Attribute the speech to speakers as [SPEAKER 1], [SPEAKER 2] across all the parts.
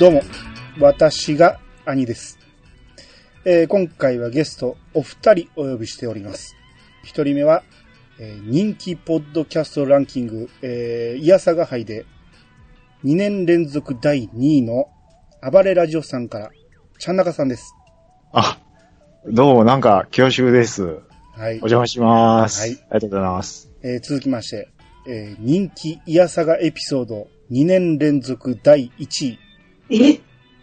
[SPEAKER 1] どうも、私が兄です。えー今回はゲストお二人お呼びしております。一人目は、えー人気ポッドキャストランキング、えー、イヤサガ杯で2年連続第2位の暴れラジオさんから、ちゃんなかさんです。
[SPEAKER 2] あ、どうも、なんか、恐縮です。
[SPEAKER 1] はい。
[SPEAKER 2] お邪魔します。
[SPEAKER 1] は
[SPEAKER 2] はいい。ありがとうございます。
[SPEAKER 1] えー続きまして、えー人気イヤサガエピソード2年連続第1位、
[SPEAKER 3] え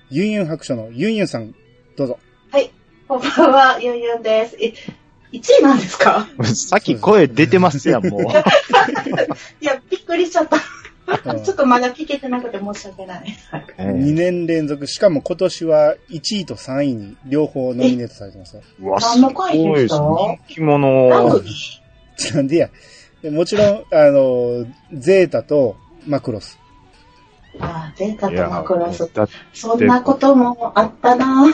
[SPEAKER 1] ユンユン白書のユンユンさん、どうぞ。
[SPEAKER 3] こんばんは、ゆんゆんです。え、1位なんですか
[SPEAKER 2] さっき声出てますや ん、もう。
[SPEAKER 3] いや、びっくりしちゃった。
[SPEAKER 1] うん
[SPEAKER 3] ちょっとまだ聞けてなくて申し訳ない。
[SPEAKER 2] え
[SPEAKER 1] 2年連続、しかも今年は1位と3位に両方ノミネートされてますよ。
[SPEAKER 2] えうわ、
[SPEAKER 3] 何の回ですか
[SPEAKER 2] 人気
[SPEAKER 3] ラン
[SPEAKER 2] 者
[SPEAKER 3] ク。
[SPEAKER 1] なんでや。でもちろん、あの、ゼータとマクロス。
[SPEAKER 3] あ、ゼータとマクロス。
[SPEAKER 2] だ
[SPEAKER 3] そんなこともあったな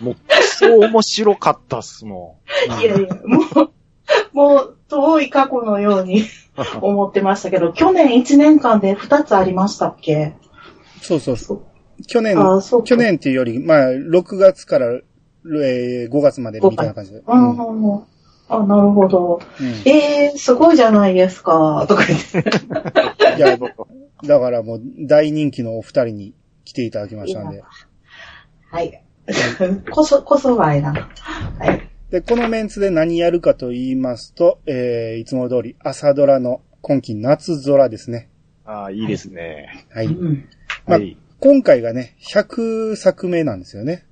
[SPEAKER 2] もう、そう面白かったっすも
[SPEAKER 3] いやいや、もう、もう、遠い過去のように思ってましたけど、去年1年間で2つありましたっけ
[SPEAKER 1] そうそうそ。
[SPEAKER 3] そう
[SPEAKER 1] 去年、
[SPEAKER 3] あ、そうか
[SPEAKER 1] 去。年っていうより、まあ、6月から、え5月までみたいな感じで。
[SPEAKER 3] う
[SPEAKER 1] うん
[SPEAKER 3] ん
[SPEAKER 1] うん
[SPEAKER 3] うんうん。あ、なるほど。えー、すごいじゃないですか、とか言って。
[SPEAKER 1] いや、だからもう大人気のお二人に来ていただきましたんで。
[SPEAKER 3] はい。こそ、こそばいな。はい。
[SPEAKER 1] で、このメンツで何やるかと言いますと、えー、いつも通り朝ドラの今季夏空ですね。
[SPEAKER 2] ああ、いいですね。
[SPEAKER 1] は
[SPEAKER 3] う
[SPEAKER 1] い。
[SPEAKER 3] ん。
[SPEAKER 1] まあ
[SPEAKER 2] はい。
[SPEAKER 1] 今回がね、100作目なんですよね。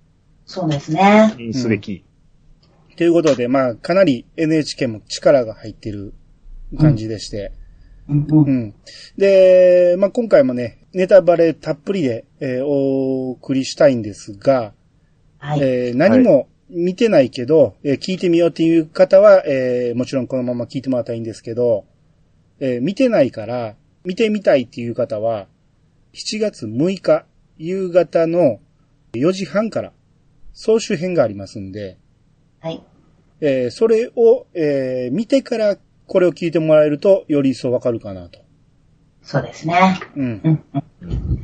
[SPEAKER 3] そうですね。
[SPEAKER 2] うんすべき。
[SPEAKER 1] ということで、まあ、かなり NHK も力が入ってる感じでして。
[SPEAKER 3] うん
[SPEAKER 1] うん。で、まあ、今回もね、ネタバレたっぷりで、えーお送りしたいんですが、
[SPEAKER 3] はい。
[SPEAKER 1] えー何も見てないけど、えー聞いてみようっていう方は、えーもちろんこのまま聞いてもらったらいいんですけど、えー見てないから、見てみたいっていう方は、7月6日夕方の4時半から総集編がありますんで、
[SPEAKER 3] はい。
[SPEAKER 1] えーそれを、えー見てからこれを聞いてもらえると、より一層わかるかなと。
[SPEAKER 3] そうですね。
[SPEAKER 1] うん。
[SPEAKER 3] うん。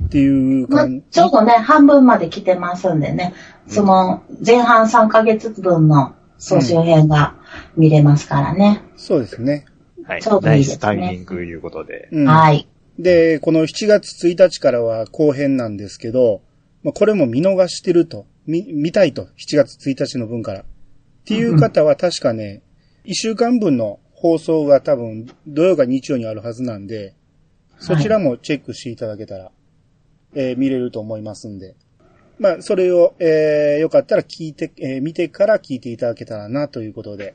[SPEAKER 1] っていう
[SPEAKER 3] まあ
[SPEAKER 1] 感、じ。
[SPEAKER 3] ちょうどね、半分まで来てますんでね、その、前半3ヶ月分の総集編が見れますからね。
[SPEAKER 1] そうですね。
[SPEAKER 2] はい
[SPEAKER 3] ちょう。どい
[SPEAKER 2] ナ
[SPEAKER 3] いで
[SPEAKER 2] イ
[SPEAKER 3] すね
[SPEAKER 2] スタイミングいうことで。
[SPEAKER 1] うん。
[SPEAKER 3] はい。
[SPEAKER 1] で、この7月1日からは後編なんですけど、まあ、これも見逃してると、見、見たいと、7月1日の分から。っていう方は確かね、1週間分の放送が多分土曜か日曜にあるはずなんで、そちらもチェックしていただけたら、えー見れると思いますんで。まあ、それを、えー、よかったら聞いて、えー見てから聞いていただけたらなということで。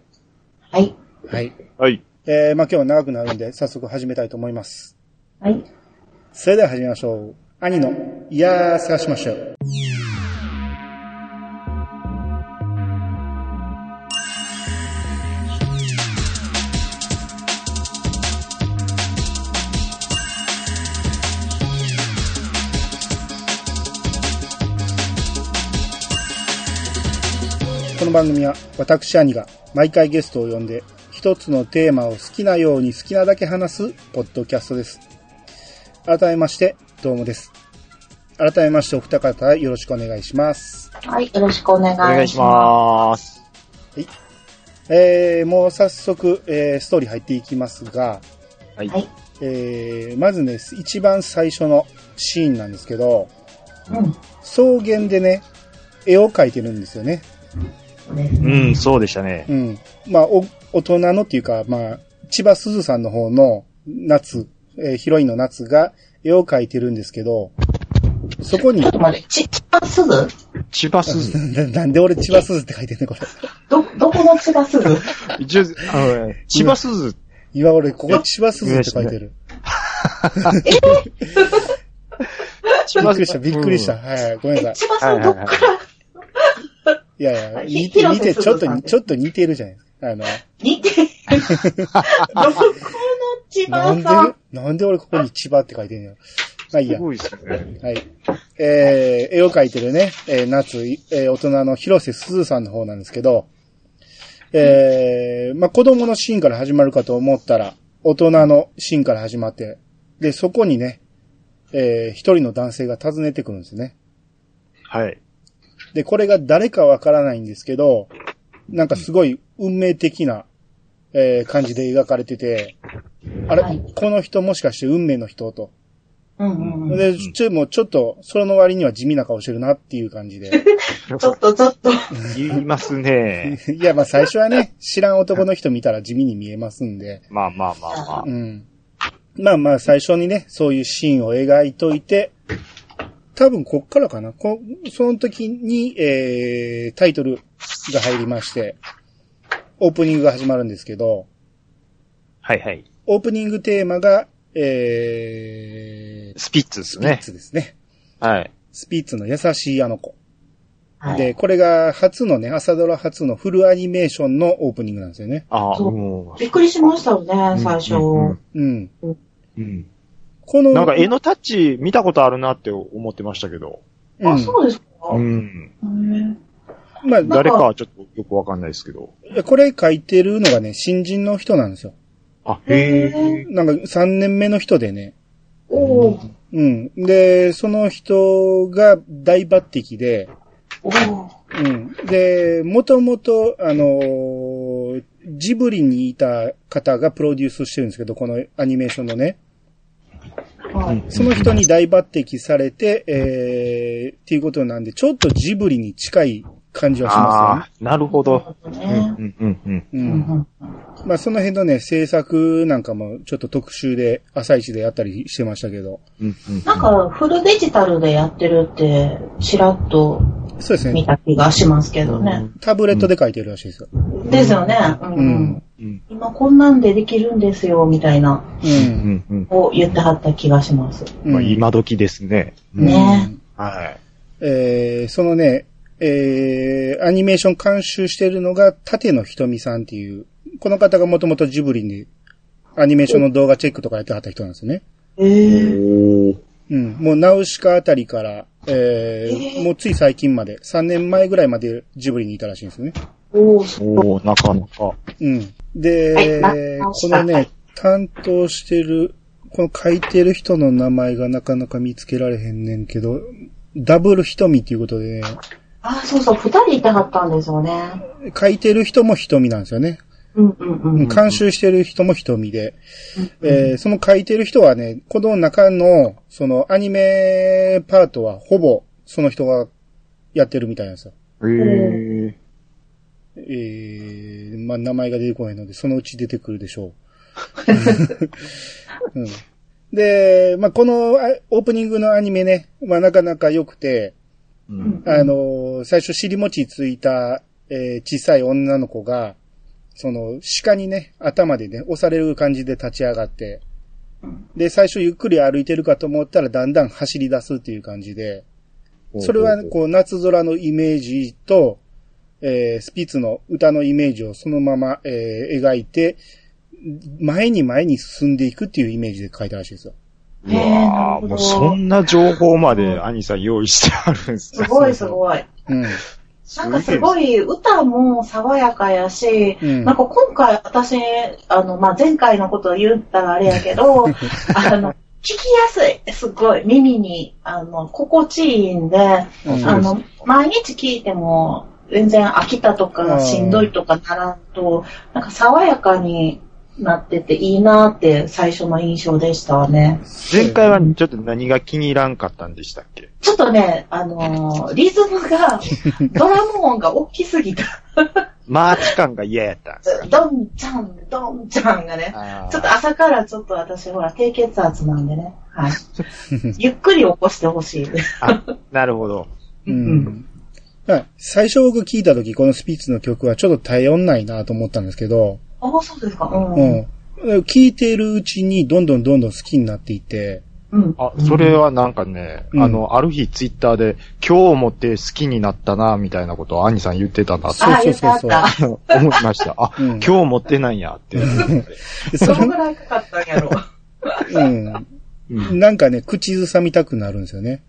[SPEAKER 3] はい。
[SPEAKER 1] はい。
[SPEAKER 2] はい。
[SPEAKER 1] えー、まあ今日は長くなるんで、早速始めたいと思います。
[SPEAKER 3] はい。
[SPEAKER 1] それでは始めましょう。兄の、いやー、探しましょう。この番組は私兄が毎回ゲストを呼んで一つのテーマを好きなように好きなだけ話すポッドキャストです。改めまして、どうもです。改めましてお二方よろしくお願いします。
[SPEAKER 3] はい。よろしくお願いし
[SPEAKER 2] お
[SPEAKER 3] ます。
[SPEAKER 2] 願いします。
[SPEAKER 1] えー、もう早速、えー、ストーリー入っていきますが、
[SPEAKER 2] はい
[SPEAKER 3] はい
[SPEAKER 1] えー、まずね、一番最初のシーンなんですけど、
[SPEAKER 3] うん。
[SPEAKER 1] 草原でね、絵を描いてるんですよね。
[SPEAKER 3] そうです
[SPEAKER 2] う
[SPEAKER 3] ね。
[SPEAKER 2] ん、そうでしたね。
[SPEAKER 1] うん。まあ、お、大人のっていうか、まあ、千葉すずさんの方の夏、えーヒロインの夏が絵を描いてるんですけど、そこに
[SPEAKER 3] ちょっ、と待って、ち、千葉すず
[SPEAKER 2] 千葉すず。
[SPEAKER 1] ななんで俺千葉すずって書いてんねん、これ。
[SPEAKER 3] ど、どこの千葉すず
[SPEAKER 2] 一応あのね千葉すず。
[SPEAKER 1] 今俺、ここ千葉すずって書いてる。びっ
[SPEAKER 2] 千 葉
[SPEAKER 1] くりした、びっくりした。
[SPEAKER 2] うん
[SPEAKER 1] はいはい、ごめん
[SPEAKER 3] え、
[SPEAKER 1] なさ
[SPEAKER 3] 千葉すずどっから
[SPEAKER 1] い。いやいや、似
[SPEAKER 3] ひ
[SPEAKER 1] て、
[SPEAKER 3] 広
[SPEAKER 1] 似て、
[SPEAKER 3] 瀬すず
[SPEAKER 1] ちょっ
[SPEAKER 3] さ
[SPEAKER 1] と、
[SPEAKER 3] ん
[SPEAKER 1] ちょっと似てるじゃないあの、
[SPEAKER 3] 似てるどこの千
[SPEAKER 1] な
[SPEAKER 3] 葉
[SPEAKER 1] ん
[SPEAKER 3] さん
[SPEAKER 1] で、なんで俺ここに千葉って書いてんのよ。まあいい
[SPEAKER 2] す
[SPEAKER 1] や。
[SPEAKER 2] ごいですね。
[SPEAKER 1] はい。えー、絵を描いてるね、えー、夏、えー、大人の広瀬すずさんの方なんですけど、えー、まあ、子供のシーンから始まるかと思ったら、大人のシーンから始まって、で、そこにね、えー一人の男性が訪ねてくるんですね。
[SPEAKER 2] はい。
[SPEAKER 1] で、これが誰かわからないんですけど、なんかすごい運命的な、えー感じで描かれてて、あれ、
[SPEAKER 3] はい
[SPEAKER 1] この人もしかして運命の人と。
[SPEAKER 3] うんうんうん。
[SPEAKER 1] で、ちょ、もうちょっと、その割には地味な顔してるなっていう感じで。
[SPEAKER 3] ちょっとちょっと。
[SPEAKER 2] 言いますね。
[SPEAKER 1] いや、まあ最初はね、知らん男の人見たら地味に見えますんで。
[SPEAKER 2] まあまあまあまあ
[SPEAKER 1] う。ん。まあまあ最初にね、そういうシーンを描いといて、多分こっからかな。こその時に、えー、タイトルが入りまして、オープニングが始まるんですけど、
[SPEAKER 2] はいはい。
[SPEAKER 1] オープニングテーマが、えー、
[SPEAKER 2] スピッツです
[SPEAKER 1] スピッ
[SPEAKER 2] ね。
[SPEAKER 1] ツですね。
[SPEAKER 2] はい。
[SPEAKER 1] スピッツの優しいあの子。
[SPEAKER 3] はい。
[SPEAKER 1] で、これが初のね、朝ドラ初のフルアニメーションのオープニングなんですよね。
[SPEAKER 2] ああ、
[SPEAKER 3] そう
[SPEAKER 2] も
[SPEAKER 3] びっくりしましたよね、
[SPEAKER 2] う。
[SPEAKER 3] 最初。
[SPEAKER 2] うん
[SPEAKER 1] うん。
[SPEAKER 2] うん
[SPEAKER 1] この、
[SPEAKER 2] なんか絵のタッチ見たことあるなって思ってましたけど。
[SPEAKER 1] うん
[SPEAKER 3] あ、そうですか、
[SPEAKER 2] ん。
[SPEAKER 3] うん
[SPEAKER 1] まあ
[SPEAKER 2] 誰かはちょっとよくわかんないですけど。
[SPEAKER 1] これ書いてるのがね、新人の人なんですよ。
[SPEAKER 2] あ、
[SPEAKER 3] へ
[SPEAKER 2] へえ。
[SPEAKER 1] なんか3年目の人でね。
[SPEAKER 3] おー
[SPEAKER 1] うん。で、その人が大抜擢で、
[SPEAKER 3] おー
[SPEAKER 1] うん。で、もともと、あのージブリにいた方がプロデュースしてるんですけど、このアニメーションのね。
[SPEAKER 3] はい。
[SPEAKER 1] その人に大抜擢されて、えー、っていうことなんで、ちょっとジブリに近い感じはしま
[SPEAKER 2] ああ、なるほど。
[SPEAKER 3] そ
[SPEAKER 2] う
[SPEAKER 3] う
[SPEAKER 2] ん
[SPEAKER 3] ね。
[SPEAKER 2] うんうんうん。
[SPEAKER 1] すよ
[SPEAKER 3] う
[SPEAKER 1] ね。
[SPEAKER 3] ん
[SPEAKER 1] うん。
[SPEAKER 3] うん
[SPEAKER 1] まあ、その辺のね、制作なんかもちょっと特集で、朝一でやったりしてましたけど。
[SPEAKER 2] うんうん
[SPEAKER 3] なんか、フルデジタルでやってるって、ちらっと
[SPEAKER 1] そうです
[SPEAKER 3] 見
[SPEAKER 1] ね。
[SPEAKER 3] た気がしますけどね。
[SPEAKER 1] タブレットで書いてるらしいですよ。
[SPEAKER 3] ですよね。うんう
[SPEAKER 1] うん
[SPEAKER 3] ん。
[SPEAKER 2] うん
[SPEAKER 3] 今こんなんでできるんですよ、みたいな、
[SPEAKER 1] うん。
[SPEAKER 2] うんうん。
[SPEAKER 3] を言ってはった気がします。
[SPEAKER 1] うん
[SPEAKER 2] まあ今時ですね。
[SPEAKER 1] うん
[SPEAKER 3] ね
[SPEAKER 2] はい。
[SPEAKER 1] えーそのね、えーアニメーション監修してるのが、縦野ひとみさんっていう、この方がもともとジブリにアニメーションの動画チェックとかやってはった人なんですよね。
[SPEAKER 3] ええ。
[SPEAKER 2] おー
[SPEAKER 1] うん。もうナウシカあたりから、えー
[SPEAKER 3] えー
[SPEAKER 1] もうつい最近まで、3年前ぐらいまでジブリにいたらしいんですよね。
[SPEAKER 3] おーす
[SPEAKER 2] おーなかなか。
[SPEAKER 1] うん。で、
[SPEAKER 3] はいな直
[SPEAKER 1] こ
[SPEAKER 3] した
[SPEAKER 1] のね、担当してる、この書いてる人の名前がなかなか見つけられへんねんけど、ダブルひとみっていうことでね、
[SPEAKER 3] あ、そうそう、二人いてはったんですよね。
[SPEAKER 1] 書いてる人もひとみなんですよね。
[SPEAKER 3] うんうんうん。
[SPEAKER 1] 監修してる人も瞳で、えーその書いてる人はね、この中の、そのアニメパートはほぼその人がやってるみたいなんですよ。
[SPEAKER 2] へえ。
[SPEAKER 1] えー、まあ名前が出てこないので、そのうち出てくるでしょ う。うん、で、まあこのあオープニングのアニメね、まあなかなか良くて、
[SPEAKER 2] うん
[SPEAKER 1] あのー最初尻餅ついた、えー小さい女の子が、その、鹿にね、頭でね、押される感じで立ち上がって、で、最初ゆっくり歩いてるかと思ったら、だんだん走り出すっていう感じで、それは、こう、夏空のイメージと、えースピッツの歌のイメージをそのまま、えー描いて、前に前に進んでいくっていうイメージで書いたらしいですよ。
[SPEAKER 2] うわあ、
[SPEAKER 3] へーなるほど
[SPEAKER 2] もうそんな情報まで兄さん用意してあるんです
[SPEAKER 3] す
[SPEAKER 2] ね。
[SPEAKER 3] ごいすごい。
[SPEAKER 1] うん。
[SPEAKER 3] なんかすごい歌も爽やかやし、
[SPEAKER 1] うん
[SPEAKER 3] なんか今回私、あの、まあ、前回のことを言ったらあれや けど、あの、聞きやすい。すごい。耳に、あの、心地いいんで、
[SPEAKER 1] うん
[SPEAKER 3] あの、毎日聞いても、全然飽きたとか、しんどいとかならんと、なんか爽やかになってていいなって最初の印象でしたね。
[SPEAKER 2] 前回はちょっと何が気に入らんかったんでしたっけ
[SPEAKER 3] ちょっとね、あのーリズム が、ドラム音が大きすぎた。
[SPEAKER 2] マーチ感が嫌やったんですか
[SPEAKER 3] ドンちゃん、ドンちゃんがね、
[SPEAKER 2] あ
[SPEAKER 3] ちょっと朝からちょっと私ほら低血圧なんでね、 はい。ゆっくり起こしてほしいです。
[SPEAKER 2] あ、なるほど。
[SPEAKER 1] う。
[SPEAKER 3] うん
[SPEAKER 1] まあ最初僕聞いた時、このスピッツの曲はちょっと頼んないなと思ったんですけど、
[SPEAKER 3] あ、そうですか。うん。
[SPEAKER 1] う
[SPEAKER 3] うん
[SPEAKER 1] ん。聞いてるうちにどんどんどんどん好きになっていて、。
[SPEAKER 3] うん
[SPEAKER 2] あ、それはなんかね、
[SPEAKER 1] うん
[SPEAKER 2] あの、ある日ツイッターで、今日をもって好きになったな、みたいなことを兄さん言ってたなっ て
[SPEAKER 1] そう
[SPEAKER 3] あ、
[SPEAKER 1] そう
[SPEAKER 3] よ
[SPEAKER 1] そう
[SPEAKER 3] かっ
[SPEAKER 1] そう
[SPEAKER 3] た。
[SPEAKER 2] 思いました。あ、
[SPEAKER 1] うん
[SPEAKER 2] 今日をもってなんやって。
[SPEAKER 1] で そ
[SPEAKER 3] そのぐ
[SPEAKER 1] れ、
[SPEAKER 3] らいかかったんやろ。
[SPEAKER 1] う
[SPEAKER 2] うん
[SPEAKER 1] ん。なんかね、口ずさみたくなるんですよね。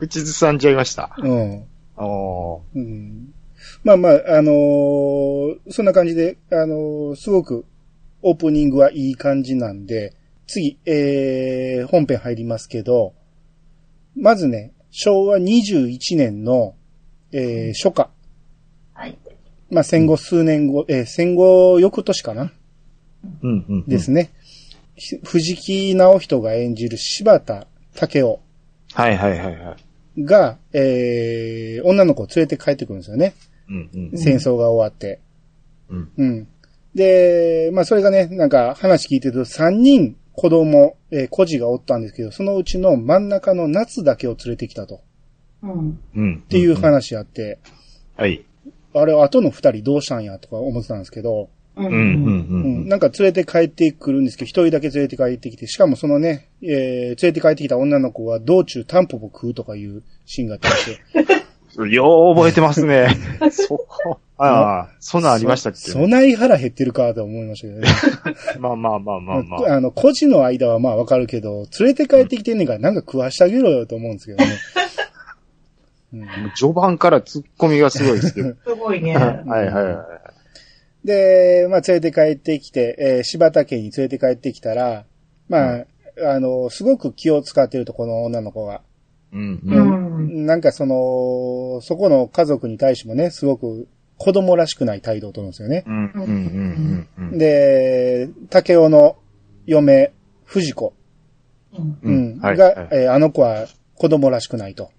[SPEAKER 2] 口ずさんじゃいました。
[SPEAKER 1] うん。
[SPEAKER 2] お
[SPEAKER 1] うん、まあまあ、あのーそんな感じで、あのーすごくオープニングはいい感じなんで、次、えー、本編入りますけど、まずね、昭和21年の、えー、初夏。
[SPEAKER 3] はい。
[SPEAKER 1] まあ、戦後数年後、えー、戦後翌年かな
[SPEAKER 2] うんうん。
[SPEAKER 1] ですね。ひ藤木直人が演じる柴田武夫
[SPEAKER 2] はいはいはいはい。
[SPEAKER 1] が、えー、女の子を連れて帰ってくるんですよね。
[SPEAKER 2] うんうん。
[SPEAKER 1] 戦争が終わって。
[SPEAKER 2] うん。
[SPEAKER 1] うん。で、まあそれがね、なんか話聞いてると3人子供、えー孤児がおったんですけど、そのうちの真ん中の夏だけを連れてきたと。っ
[SPEAKER 3] うん。
[SPEAKER 2] うん。って
[SPEAKER 1] いう。話あって、
[SPEAKER 2] はい。
[SPEAKER 1] あれ、後の2人どうしたんやとか思ってたんですけど、
[SPEAKER 3] う
[SPEAKER 2] うんうん
[SPEAKER 3] ん。
[SPEAKER 2] う
[SPEAKER 1] うん
[SPEAKER 2] うん
[SPEAKER 1] ん、。なんか連れて帰ってくるんですけど、1人だけ連れて帰ってきて、しかもそのね、えー連れて帰ってきた女の子は道中タンポポ食うとかいうシーンがあったりして、
[SPEAKER 2] よう覚えてますね。 そこ。ああ、 そんなんありましたっ
[SPEAKER 1] そ
[SPEAKER 2] け、
[SPEAKER 1] そない腹減ってるかと思いましたけどね。
[SPEAKER 2] まあまあまあまあま
[SPEAKER 1] あ、
[SPEAKER 2] あ。
[SPEAKER 1] の、孤児の間はまあわかるけど、連れて帰ってきてんねんからなんか食わしてあげろよと思うんですけどね。うん
[SPEAKER 2] 序盤から突っ込みがすごい ですけど。
[SPEAKER 3] すごいね。
[SPEAKER 2] はいはいはい。
[SPEAKER 1] で、まあ連れて帰ってきて、えー柴田家に連れて帰ってきたら、まあ、あの、すごく気を使ってると、この女の子が。
[SPEAKER 2] うん
[SPEAKER 3] う
[SPEAKER 2] うん。
[SPEAKER 3] ん。
[SPEAKER 1] なんかその、そこの家族に対してもね、すごく子供らしくない態度をとるんですよね。
[SPEAKER 2] うんうんうんうんうん。
[SPEAKER 1] で、竹雄の嫁、藤子、
[SPEAKER 3] うん。
[SPEAKER 1] うん
[SPEAKER 2] はい。
[SPEAKER 1] が、
[SPEAKER 2] はい
[SPEAKER 1] えーあの子は子供らしくないと。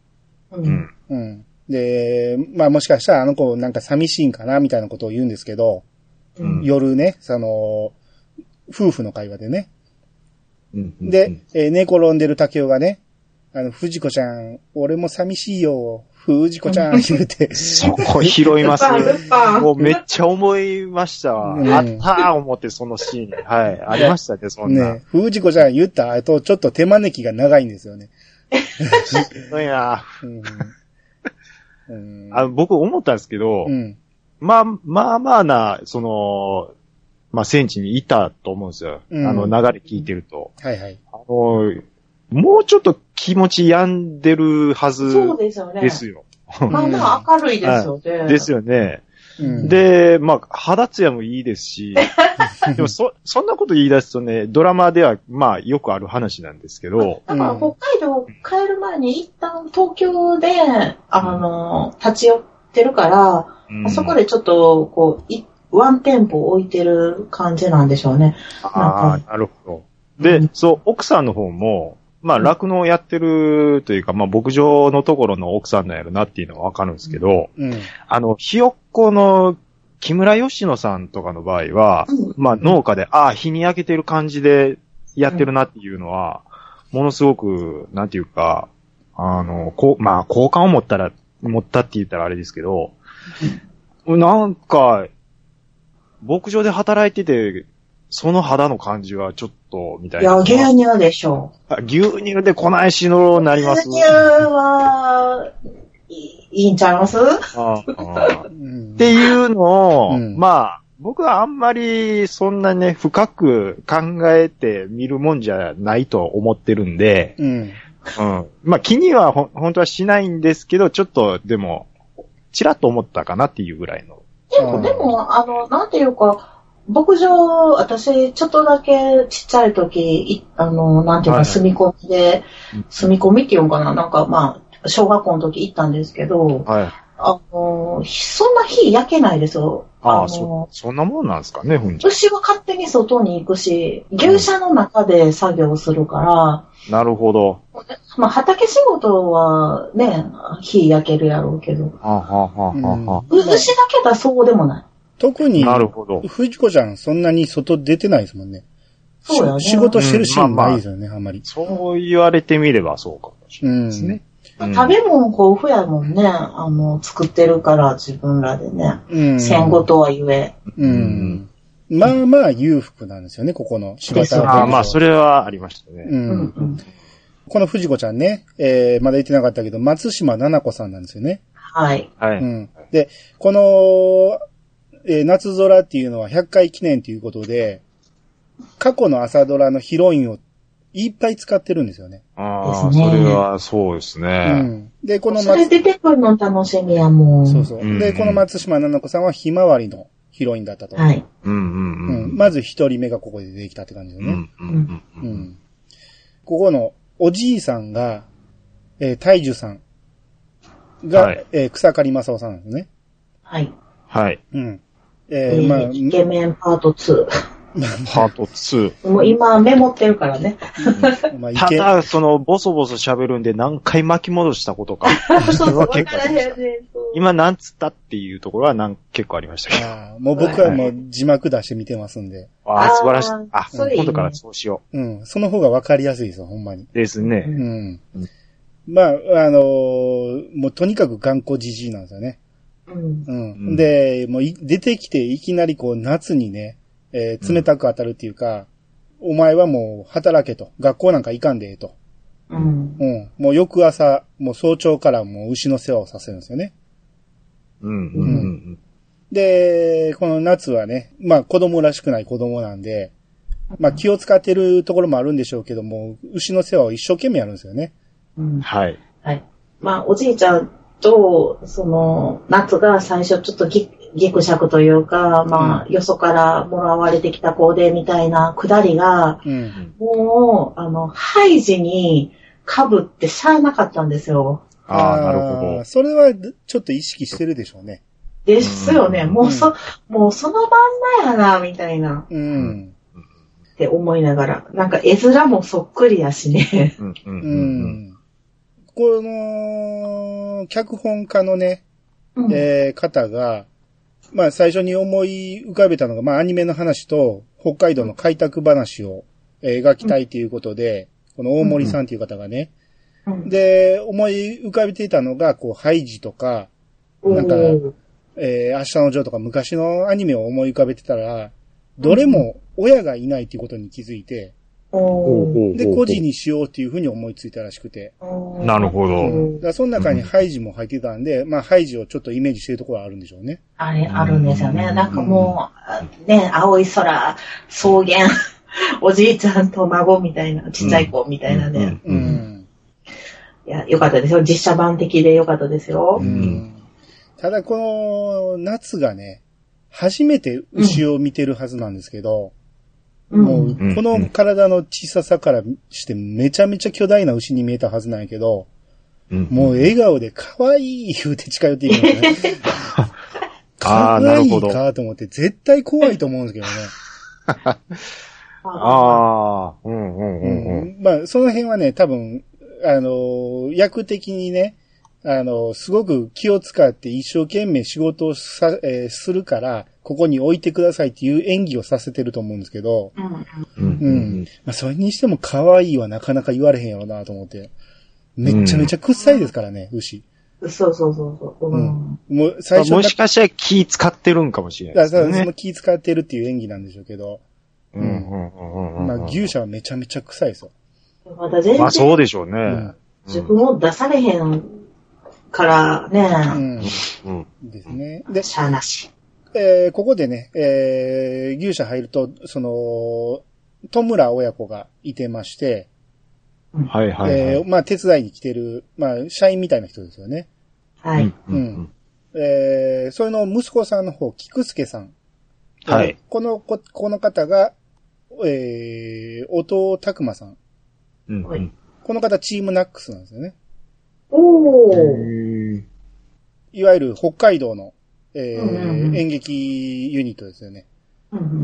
[SPEAKER 2] う
[SPEAKER 3] う。
[SPEAKER 2] んん。
[SPEAKER 1] うん。で、まあもしかしたらあの子なんか寂しいんかなみたいなことを言うんですけど、
[SPEAKER 3] うん。
[SPEAKER 1] 夜ね、その、夫婦の会話でね。
[SPEAKER 2] うんうん
[SPEAKER 1] で、、えー寝転んでる竹雄がね、あの、藤子ちゃん、俺も寂しいよ、藤子ちゃ ん、言うて、
[SPEAKER 2] そこ拾います。
[SPEAKER 3] ルパン、ル
[SPEAKER 2] もうめっちゃ思いましたわ。
[SPEAKER 1] うん
[SPEAKER 2] あったー思って、そのシーン。はい。ありましたね、そんな。
[SPEAKER 1] ね、藤子ちゃん言った後、ちょっと手招きが長いんですよね。
[SPEAKER 2] すごいな
[SPEAKER 1] うん。 うん
[SPEAKER 2] あの僕思ったんですけど
[SPEAKER 1] う、ん。
[SPEAKER 2] まあ、まあまあな、その、まあ、戦地にいたと思うんですよ。
[SPEAKER 1] うん
[SPEAKER 2] あの、流れ聞いてると。
[SPEAKER 1] はいはい。
[SPEAKER 2] あの、もうちょっと気持ち病んでるは
[SPEAKER 3] パン
[SPEAKER 2] ず
[SPEAKER 3] そうですよね
[SPEAKER 2] で。すよ。
[SPEAKER 3] まあまあ明るいですよね。
[SPEAKER 2] ですよね。
[SPEAKER 1] うん、
[SPEAKER 2] で、まあ、肌ツヤもいいです し、でもそ、そんなこと言い出すとね、ドラマでは、まあ、よくある話なんですけど、
[SPEAKER 3] だから北海道帰る前に一旦東京で、あの、立ち寄ってるから、
[SPEAKER 2] うん
[SPEAKER 3] あそこでちょっと、こう、いワンテンポ置いてる感じなんでしょうね。
[SPEAKER 2] ああ、なるほど。で、
[SPEAKER 3] うん
[SPEAKER 2] そう、奥さんの方も、まあ、
[SPEAKER 3] うん
[SPEAKER 2] 酪農やってるというか、まあ、牧場のところの奥さんなんやろなっていうのはわかるんですけど、
[SPEAKER 1] うん。
[SPEAKER 2] あの、ひよっこの木村義野さんとかの場合は、
[SPEAKER 3] うん
[SPEAKER 2] まあ、農家で、ああ、日に焼けてる感じでやってるなっていうのは、ものすごく、なんていうか、あの、こう、まあ、好感を持ったら、持ったって言ったらあれですけど、なんか、牧場で働いてて、その肌の感じはちょっと、みたい
[SPEAKER 3] い
[SPEAKER 2] な。
[SPEAKER 3] や、牛乳でしょ
[SPEAKER 2] あ牛乳でこないしのな
[SPEAKER 3] う。
[SPEAKER 2] ります
[SPEAKER 3] 牛。乳は、いいいんちゃいます
[SPEAKER 2] ああ
[SPEAKER 1] うん
[SPEAKER 2] っていうのを、
[SPEAKER 1] うん
[SPEAKER 2] まあ、僕はあんまりそんなね、深く考えてみるもんじゃないと思ってるんで、
[SPEAKER 1] うん。
[SPEAKER 2] うん。まあ気にはほん本当はしないんですけど、ちょっとでも、ちらっと思ったかなっていうぐらいの。
[SPEAKER 3] でも、でも、あの、なんていうか、牧場、私、ちょっとだけちっちゃい時、いあの、なんていう
[SPEAKER 2] はいは
[SPEAKER 3] か、
[SPEAKER 2] い
[SPEAKER 3] 住み込みで
[SPEAKER 2] うん、
[SPEAKER 3] 住み込みっていうのかななんか、まあ、小学校の時行ったんですけど、
[SPEAKER 2] はい。
[SPEAKER 3] あの、そんな火焼けないですよ。
[SPEAKER 2] ああ、
[SPEAKER 3] の
[SPEAKER 2] そ、、そんなもんなんですかね、ふんちゃ
[SPEAKER 3] 牛は勝手に外に行くし、牛舎の中で作業するから、
[SPEAKER 2] ん。なるほど。
[SPEAKER 3] まあ畑仕事はね、火焼けるやろうけど、
[SPEAKER 2] はあ、はあはあはあ
[SPEAKER 3] う牛だけだそうでもない。
[SPEAKER 1] 特に、
[SPEAKER 2] なるほど。
[SPEAKER 1] 藤子ちゃんそんなに外出てないですもんね。
[SPEAKER 3] そうだね
[SPEAKER 1] し仕事してるシーンないですよね、あんまり。
[SPEAKER 2] そう言われてみればそうかもしれないですね。うん
[SPEAKER 3] 食べ物豊富やもんね、あの、作ってるから自分らでね。
[SPEAKER 1] うん。
[SPEAKER 3] 戦後とはゆえ。
[SPEAKER 1] うん。まあまあ裕福なんですよね、ここの柴
[SPEAKER 3] です
[SPEAKER 1] 田
[SPEAKER 3] よね
[SPEAKER 2] ああ、まあ、そ
[SPEAKER 1] れ。
[SPEAKER 2] れはありましたね。
[SPEAKER 1] う
[SPEAKER 3] うん
[SPEAKER 1] ん。
[SPEAKER 3] うん
[SPEAKER 1] この藤子ちゃんね、えー、まだ言ってなかったけど、松島菜々子さんなんですよね。
[SPEAKER 3] はい。
[SPEAKER 2] は
[SPEAKER 1] う
[SPEAKER 2] い。
[SPEAKER 1] ん。で、この、えー夏空っていうのは100回記念ということで、過去の朝ドラのヒロインをいっぱい使ってるんですよね。
[SPEAKER 2] ああ、
[SPEAKER 3] ですね
[SPEAKER 2] それはそうです
[SPEAKER 1] う
[SPEAKER 2] ね。
[SPEAKER 1] ん。で、この
[SPEAKER 3] それ
[SPEAKER 1] 松、
[SPEAKER 3] 出てくるの楽しみやもん。
[SPEAKER 1] そうそう。
[SPEAKER 2] うん
[SPEAKER 1] で、この松島菜々子さんはひまわりのヒヒロインだったと。
[SPEAKER 3] はい。
[SPEAKER 2] うんうん
[SPEAKER 1] う。
[SPEAKER 2] うんん。
[SPEAKER 1] まず一人目がここで出てきたって感じだ
[SPEAKER 2] う
[SPEAKER 1] ね。
[SPEAKER 2] んうんう。
[SPEAKER 1] うんん。ここのおじいさんが、えー、大樹さんが、
[SPEAKER 2] はい
[SPEAKER 1] えー草刈正夫さんなんですね。
[SPEAKER 3] はい。
[SPEAKER 2] はい。
[SPEAKER 1] うん。
[SPEAKER 3] え
[SPEAKER 1] えーまあ
[SPEAKER 3] ー、イケメンパート2。
[SPEAKER 2] パート2。
[SPEAKER 3] もう今メモってるから ね。
[SPEAKER 1] まあ、イ
[SPEAKER 2] た
[SPEAKER 1] ケ、
[SPEAKER 2] だ、その、ボソボソ喋るんで何回巻き戻したことか。
[SPEAKER 3] そうそう、
[SPEAKER 2] わ
[SPEAKER 3] わ
[SPEAKER 2] か
[SPEAKER 3] か
[SPEAKER 2] りました
[SPEAKER 3] らへんねん。そう
[SPEAKER 2] 今なんつったっていうところはなん結構ありましたけど。
[SPEAKER 1] あーもう僕はもう字幕出して見てますんで。
[SPEAKER 2] ああ、素晴らしい
[SPEAKER 3] あー。
[SPEAKER 2] あ、
[SPEAKER 3] それいいね
[SPEAKER 2] 今度からそうしよ
[SPEAKER 1] うん。その方がわかりやすいですよ、ほんまに。
[SPEAKER 2] う。です
[SPEAKER 1] う
[SPEAKER 2] ね。
[SPEAKER 1] ん
[SPEAKER 2] うん。
[SPEAKER 1] まあ、あのーもうとにかく頑固じじいなんですよね。
[SPEAKER 3] うん。
[SPEAKER 1] うん。
[SPEAKER 2] うん
[SPEAKER 1] で、もうい出てきていきなりこう夏にね、えー冷たく当たるっていうか、お前はもう働けと。学校なんか行かんでええと。
[SPEAKER 3] うん。
[SPEAKER 1] うん。もう翌朝、もう早朝からもう牛の世話をさせるんですよね。
[SPEAKER 2] うんうんうん
[SPEAKER 1] で、この夏はね、まあ子供らしくない子供なんで、まあ気を使ってるところもあるんでしょうけども、牛の世話を一生懸命やるんですよね。
[SPEAKER 3] う
[SPEAKER 2] うんん。はい。
[SPEAKER 3] はい。まあ、おじいちゃんと、その、夏が最初ちょっとぎぎくしゃくというか、まあ、よそからもらわれてきた子で、みたいなくだりが、
[SPEAKER 1] うん。
[SPEAKER 3] もう、あの、ハイジに被ってしゃあなかったんですよ。
[SPEAKER 2] ああ、なる
[SPEAKER 1] あ
[SPEAKER 2] ほ
[SPEAKER 1] ーそれはちょっと意識してるでしょうね。
[SPEAKER 3] ですよね。
[SPEAKER 2] うん
[SPEAKER 3] もうそ、もうそのまんまやな、みたいな、
[SPEAKER 1] う。
[SPEAKER 2] うん
[SPEAKER 3] って思いながら。なんか絵面もそっくりやしね。
[SPEAKER 2] ど。うんう
[SPEAKER 1] うん
[SPEAKER 2] うん
[SPEAKER 1] ん。この、脚本家のね、
[SPEAKER 3] うん
[SPEAKER 1] えー方が、まあ最初に思い浮かべたのが、まあアニメの話と北海道の開拓話をえー描きたいということで、この大森さんという方がね、
[SPEAKER 3] うん
[SPEAKER 1] で、思い浮かべていたのが、こう、ハイジとか、なんか
[SPEAKER 3] うん
[SPEAKER 1] えー明日のジョーとか昔のアニメを思い浮かべてたら、どれも親がいないということに気づいて、
[SPEAKER 2] ほう
[SPEAKER 3] おー
[SPEAKER 2] ほう
[SPEAKER 1] で、
[SPEAKER 2] ほう
[SPEAKER 1] 孤児にしようっていうふうに思いついたらしくて。
[SPEAKER 3] おー
[SPEAKER 2] なるほど。
[SPEAKER 1] だからその中にハイジも入ってたんで、まあハイジをちょっとイメージしてるところはあるんでしょうね。
[SPEAKER 3] あれ、あるんですよね。
[SPEAKER 2] うん
[SPEAKER 3] なんかもう、ね、青い空、草原、 おじいちゃんと孫みたいな、ちっちゃい子みたいなね。
[SPEAKER 1] う
[SPEAKER 2] うんん。
[SPEAKER 3] いや、よかったですよ。実写版的でよかったですよ
[SPEAKER 1] う。んただこの夏がね、初めて牛を見てるはずなんですけど、
[SPEAKER 3] うん。
[SPEAKER 1] も
[SPEAKER 3] う
[SPEAKER 1] うんこの体の小ささからしてめちゃめちゃ巨大な牛に見えたはずなんやけど、
[SPEAKER 2] うん
[SPEAKER 1] もう笑顔で可愛い言うて近寄っていくのね。可
[SPEAKER 2] ああ、な
[SPEAKER 1] 愛
[SPEAKER 2] る
[SPEAKER 1] い
[SPEAKER 2] ほど。
[SPEAKER 1] かと思って、絶対怖いと思うんですけどね。
[SPEAKER 3] あ
[SPEAKER 2] ああ、うんうんうんうん。
[SPEAKER 1] うんまあ、その辺はね、多分、あのー役的にね、あのーすごく気を使って一生懸命仕事をさ、えーするから、ここに置いてくださいっていう演技をさせてると思うんですけど、
[SPEAKER 3] ーう
[SPEAKER 2] うん
[SPEAKER 3] ん
[SPEAKER 1] う。
[SPEAKER 2] うんん
[SPEAKER 1] まあ、それにしても可愛いはなかなか言われへんやろなと思って。めっちゃめちゃくっさいですからね、牛。
[SPEAKER 3] うん。そうそうそうそう。う
[SPEAKER 1] うん
[SPEAKER 3] ん。
[SPEAKER 1] もう最
[SPEAKER 2] まあ
[SPEAKER 1] 初
[SPEAKER 2] もしかしたら気使ってるんかもしれない
[SPEAKER 1] だ
[SPEAKER 2] です
[SPEAKER 1] からそ
[SPEAKER 2] ね
[SPEAKER 1] の。気使ってるっていう演技なんでしょうけど、
[SPEAKER 2] うんうんうんうん
[SPEAKER 1] まあ
[SPEAKER 2] うん
[SPEAKER 1] 牛舎はめちゃめちゃ臭いですよ。
[SPEAKER 3] まだ全
[SPEAKER 2] まあそ
[SPEAKER 3] 然
[SPEAKER 2] うでしょうね。
[SPEAKER 1] ん
[SPEAKER 3] 自分を出されへんから
[SPEAKER 1] う
[SPEAKER 3] ね、
[SPEAKER 1] ん。
[SPEAKER 2] うん
[SPEAKER 1] ですね。で、
[SPEAKER 3] しゃあなし。
[SPEAKER 1] えーここでね、えー牛舎入ると、その、戸村親子がいてまして、
[SPEAKER 2] はいはいはい。
[SPEAKER 1] えーまあ、手伝いに来てる、まあ、社員みたいな人ですよね。
[SPEAKER 3] は
[SPEAKER 2] う
[SPEAKER 3] い
[SPEAKER 2] ん。うん
[SPEAKER 1] えーそれの息子さんの方、菊助さん。
[SPEAKER 2] はい。
[SPEAKER 1] この子、この方が、えー、音拓馬さん。
[SPEAKER 2] うんうん
[SPEAKER 1] この方、チームナックスなんですよね。
[SPEAKER 3] おー。
[SPEAKER 2] へ
[SPEAKER 1] いわゆる北海道の、えー
[SPEAKER 3] うんうんうん
[SPEAKER 1] 演劇ユニットですよね。
[SPEAKER 3] うん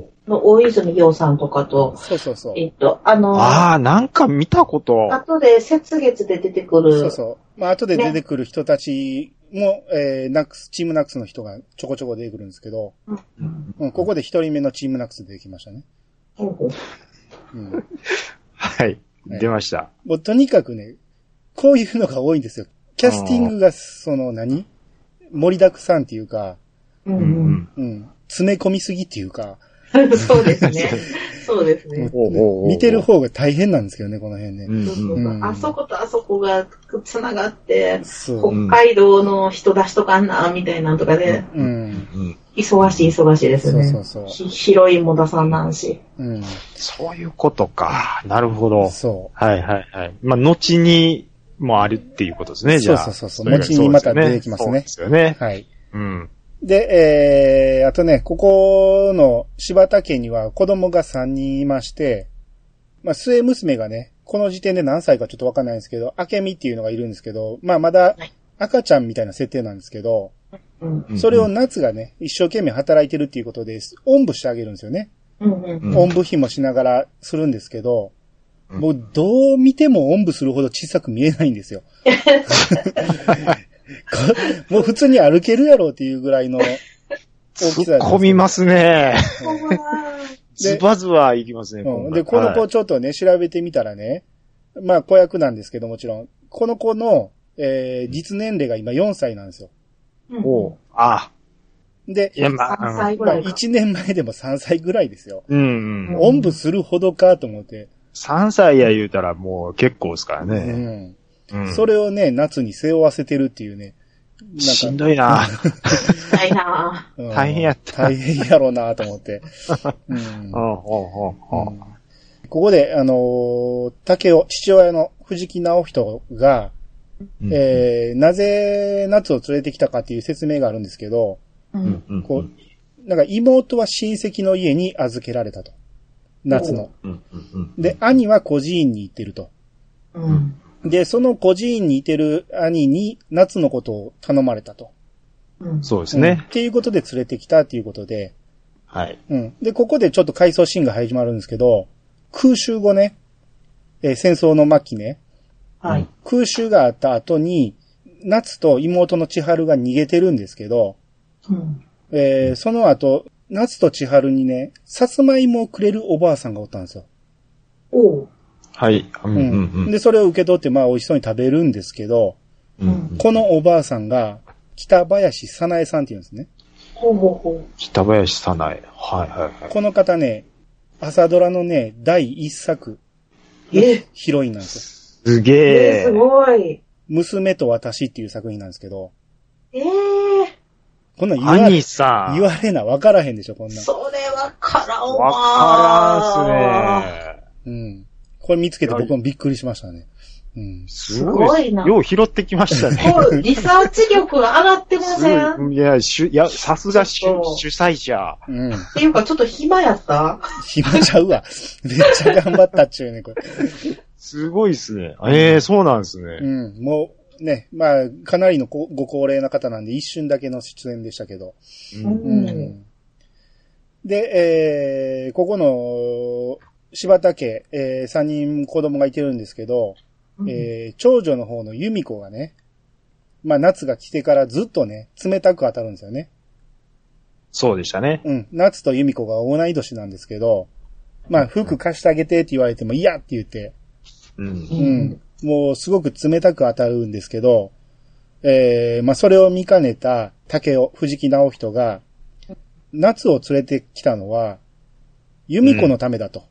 [SPEAKER 2] ーお
[SPEAKER 3] ん
[SPEAKER 2] ー
[SPEAKER 3] の大泉洋さんとかと、
[SPEAKER 1] そうそうそう。
[SPEAKER 3] えっと、あの、
[SPEAKER 2] ああ、なんか見たこと。
[SPEAKER 3] 後で、雪月で出てくる。
[SPEAKER 1] そうそう。まあ、後で出てくる人たちも、えー、ナックス、チームナックスの人がちょこちょこ出てくるんですけど、
[SPEAKER 3] うん
[SPEAKER 1] うん、ここで一人目のチームナックス出てきましたね。
[SPEAKER 3] うん
[SPEAKER 1] うん。
[SPEAKER 2] はい。
[SPEAKER 1] ね
[SPEAKER 2] 出ました。
[SPEAKER 1] もうとにかくね、こういうのが多いんですよ。キャスティングが、その何、盛りだくさんっていうか、
[SPEAKER 3] う
[SPEAKER 2] うんん
[SPEAKER 1] うん、詰め込みすぎっていうか、
[SPEAKER 3] うん。そうですね。そうですね。
[SPEAKER 2] おうおうおう
[SPEAKER 1] 見てる方が大変なんですけどね、この辺ね。
[SPEAKER 2] うん
[SPEAKER 3] そうそう
[SPEAKER 2] うん
[SPEAKER 3] そうあそことあそこがつながって、
[SPEAKER 1] そう。
[SPEAKER 3] 北海道の人出しとかんな、みたいなんとかで、
[SPEAKER 1] うん。
[SPEAKER 2] うん
[SPEAKER 3] 忙しい忙しいです
[SPEAKER 1] そう
[SPEAKER 3] ね。
[SPEAKER 1] そうそう。
[SPEAKER 3] ひヒロインも出さんなんし。
[SPEAKER 1] うん。
[SPEAKER 2] そういうことか。なるほど。
[SPEAKER 1] そ
[SPEAKER 2] はいはいはい。まあ、後にもあるっていうことですね、じゃあ。
[SPEAKER 1] そうそうそうそう
[SPEAKER 2] れが
[SPEAKER 1] 後にまた出てきますね
[SPEAKER 2] そうですよね。
[SPEAKER 1] う。はい。
[SPEAKER 2] うん。
[SPEAKER 1] で、えー、あとね、ここの柴田家には子供が3人いまして、まあ、末娘がね、この時点で何歳かちょっとわかんないんですけど、明美っていうのがいるんですけど、まあ、まだ
[SPEAKER 3] はい
[SPEAKER 1] 赤ちゃんみたいな設定なんですけど、
[SPEAKER 3] うん。
[SPEAKER 2] うん
[SPEAKER 1] それを、夏がね、一生懸命働いてるっていうことで、おんぶしてあげるんですよね。
[SPEAKER 3] うんうん。
[SPEAKER 2] うん
[SPEAKER 1] おんぶ費もしながらするんですけど、
[SPEAKER 2] うん
[SPEAKER 1] もうどう見てもおんぶするほど小さく見えないんです よ。こもう普通に歩けるやろうっていうぐらいの大きさ
[SPEAKER 2] 突
[SPEAKER 1] な
[SPEAKER 2] っ
[SPEAKER 1] んです
[SPEAKER 2] 込みますね。
[SPEAKER 3] 怖い
[SPEAKER 1] で
[SPEAKER 2] ズバズバいきますね。
[SPEAKER 1] う
[SPEAKER 2] 今
[SPEAKER 1] ん、
[SPEAKER 2] 回
[SPEAKER 1] で、この
[SPEAKER 2] は
[SPEAKER 1] 子
[SPEAKER 2] い
[SPEAKER 1] ちょっとね、調べてみたらね、まあ子役なんですけどもちろん、この子の、えー実年齢が今4歳なんですよ。
[SPEAKER 3] うん
[SPEAKER 2] おうあ、
[SPEAKER 1] で、
[SPEAKER 2] いや、ま
[SPEAKER 3] 3
[SPEAKER 2] あ、
[SPEAKER 3] 歳ぐ
[SPEAKER 1] まあ
[SPEAKER 3] らいか。
[SPEAKER 1] 1年前でも3歳ぐらいですよ。
[SPEAKER 2] うん、うん。
[SPEAKER 1] おんぶするほどかと思って、
[SPEAKER 2] 3歳や言うたらもう結構ですから
[SPEAKER 1] う
[SPEAKER 2] ね。
[SPEAKER 1] ん。
[SPEAKER 2] うん
[SPEAKER 1] それをね、夏に背負わせてるっていうね。
[SPEAKER 2] しんどいな。
[SPEAKER 3] ないな
[SPEAKER 1] うん
[SPEAKER 2] 大変やった
[SPEAKER 1] 大変やろうなと思 って。うん
[SPEAKER 2] う
[SPEAKER 1] うん
[SPEAKER 2] ん、ほうほうほう。
[SPEAKER 1] ここで、あのー竹雄、父親の藤木直人が、
[SPEAKER 2] うん
[SPEAKER 1] えー、なぜ夏を連れてきたかっていう説明があるんですけど、
[SPEAKER 3] ぁ。う
[SPEAKER 2] うんん。うん
[SPEAKER 1] こう、なんか妹は親戚の家に預けられたと。夏の。
[SPEAKER 2] うんうんうん
[SPEAKER 1] で、兄は孤児院に行ってると。
[SPEAKER 3] うん。
[SPEAKER 1] で、その孤児院にいてる兄に夏のことを頼まれたと。
[SPEAKER 3] うん。
[SPEAKER 2] そうです
[SPEAKER 1] うん
[SPEAKER 2] ね
[SPEAKER 1] っ。ていうことで連れてきたっていうことで、
[SPEAKER 2] はい。
[SPEAKER 1] うん。で、ここでちょっと回想シーンが始まるんですけど、空襲後ね、えー戦争の末期ね、
[SPEAKER 3] はい。
[SPEAKER 1] 空襲があった後に、夏と妹の千春が逃げてるんですけど、
[SPEAKER 3] うん。
[SPEAKER 1] えーその後、夏と千春にね、さつまいもをくれるおばあさんがおったんですよ。
[SPEAKER 3] おう。
[SPEAKER 2] はい。うん
[SPEAKER 1] う。
[SPEAKER 2] うんん
[SPEAKER 1] で、それを受け取って、まあ、美味しそうに食べるんですけど、
[SPEAKER 2] うんうん。
[SPEAKER 1] このおばあさんが、北林早苗さんって言うんですね。
[SPEAKER 3] ほうほうほ
[SPEAKER 2] 北林さない。はいはいはい。
[SPEAKER 1] この方ね、朝ドラのね、第一作、
[SPEAKER 3] う。え、
[SPEAKER 1] ヒロインなんですよ。
[SPEAKER 2] すげ
[SPEAKER 3] え
[SPEAKER 2] え。
[SPEAKER 3] すごい。
[SPEAKER 1] 娘と私っていう作品なんですけど、
[SPEAKER 3] ええ
[SPEAKER 1] こんなん言わ
[SPEAKER 2] 兄
[SPEAKER 1] れ、
[SPEAKER 2] さん。
[SPEAKER 1] 言われな、わからへんでしょ、こんなん。
[SPEAKER 3] それはからんわ。
[SPEAKER 2] わからんっすね。
[SPEAKER 1] うん。これ見つけて僕もびっくりしましたね。うん。
[SPEAKER 2] す
[SPEAKER 3] すごいな
[SPEAKER 2] よう拾ってきましたね。
[SPEAKER 3] こう、リサーチ力上がってませんっ
[SPEAKER 2] すごい。いや、しゅ、いや、さすが主
[SPEAKER 3] ちょっと
[SPEAKER 2] 主催者。
[SPEAKER 1] うん。
[SPEAKER 3] ていうか、ちょっと暇やった
[SPEAKER 1] 暇ちゃうわ。 めっちゃ頑張ったっちゅうね、これ。
[SPEAKER 2] すごいっすね。ええそうなんです
[SPEAKER 1] う
[SPEAKER 2] ね。
[SPEAKER 1] ん。もう、ね、まあ、かなりのごご高齢な方なんで、一瞬だけの出演でしたけど。
[SPEAKER 2] うん
[SPEAKER 1] うん。
[SPEAKER 3] うん
[SPEAKER 1] で、えー、ここの、柴田家、えー、3人子供がいてるんですけど、えー、長女の方の由美子がね、まあ、夏が来てからずっとね、冷たく当たるんですよね。
[SPEAKER 2] そうでしたね。
[SPEAKER 1] うん。夏と由美子が同い年なんですけど、まあ、服貸してあげてって言われても嫌って言って、
[SPEAKER 2] うん
[SPEAKER 3] う。
[SPEAKER 1] うんん。もうすごく冷たく当たるんですけど、えー、まあ、それを見かねた竹雄、藤木直人が、夏を連れてきたのは、由美子のためだと。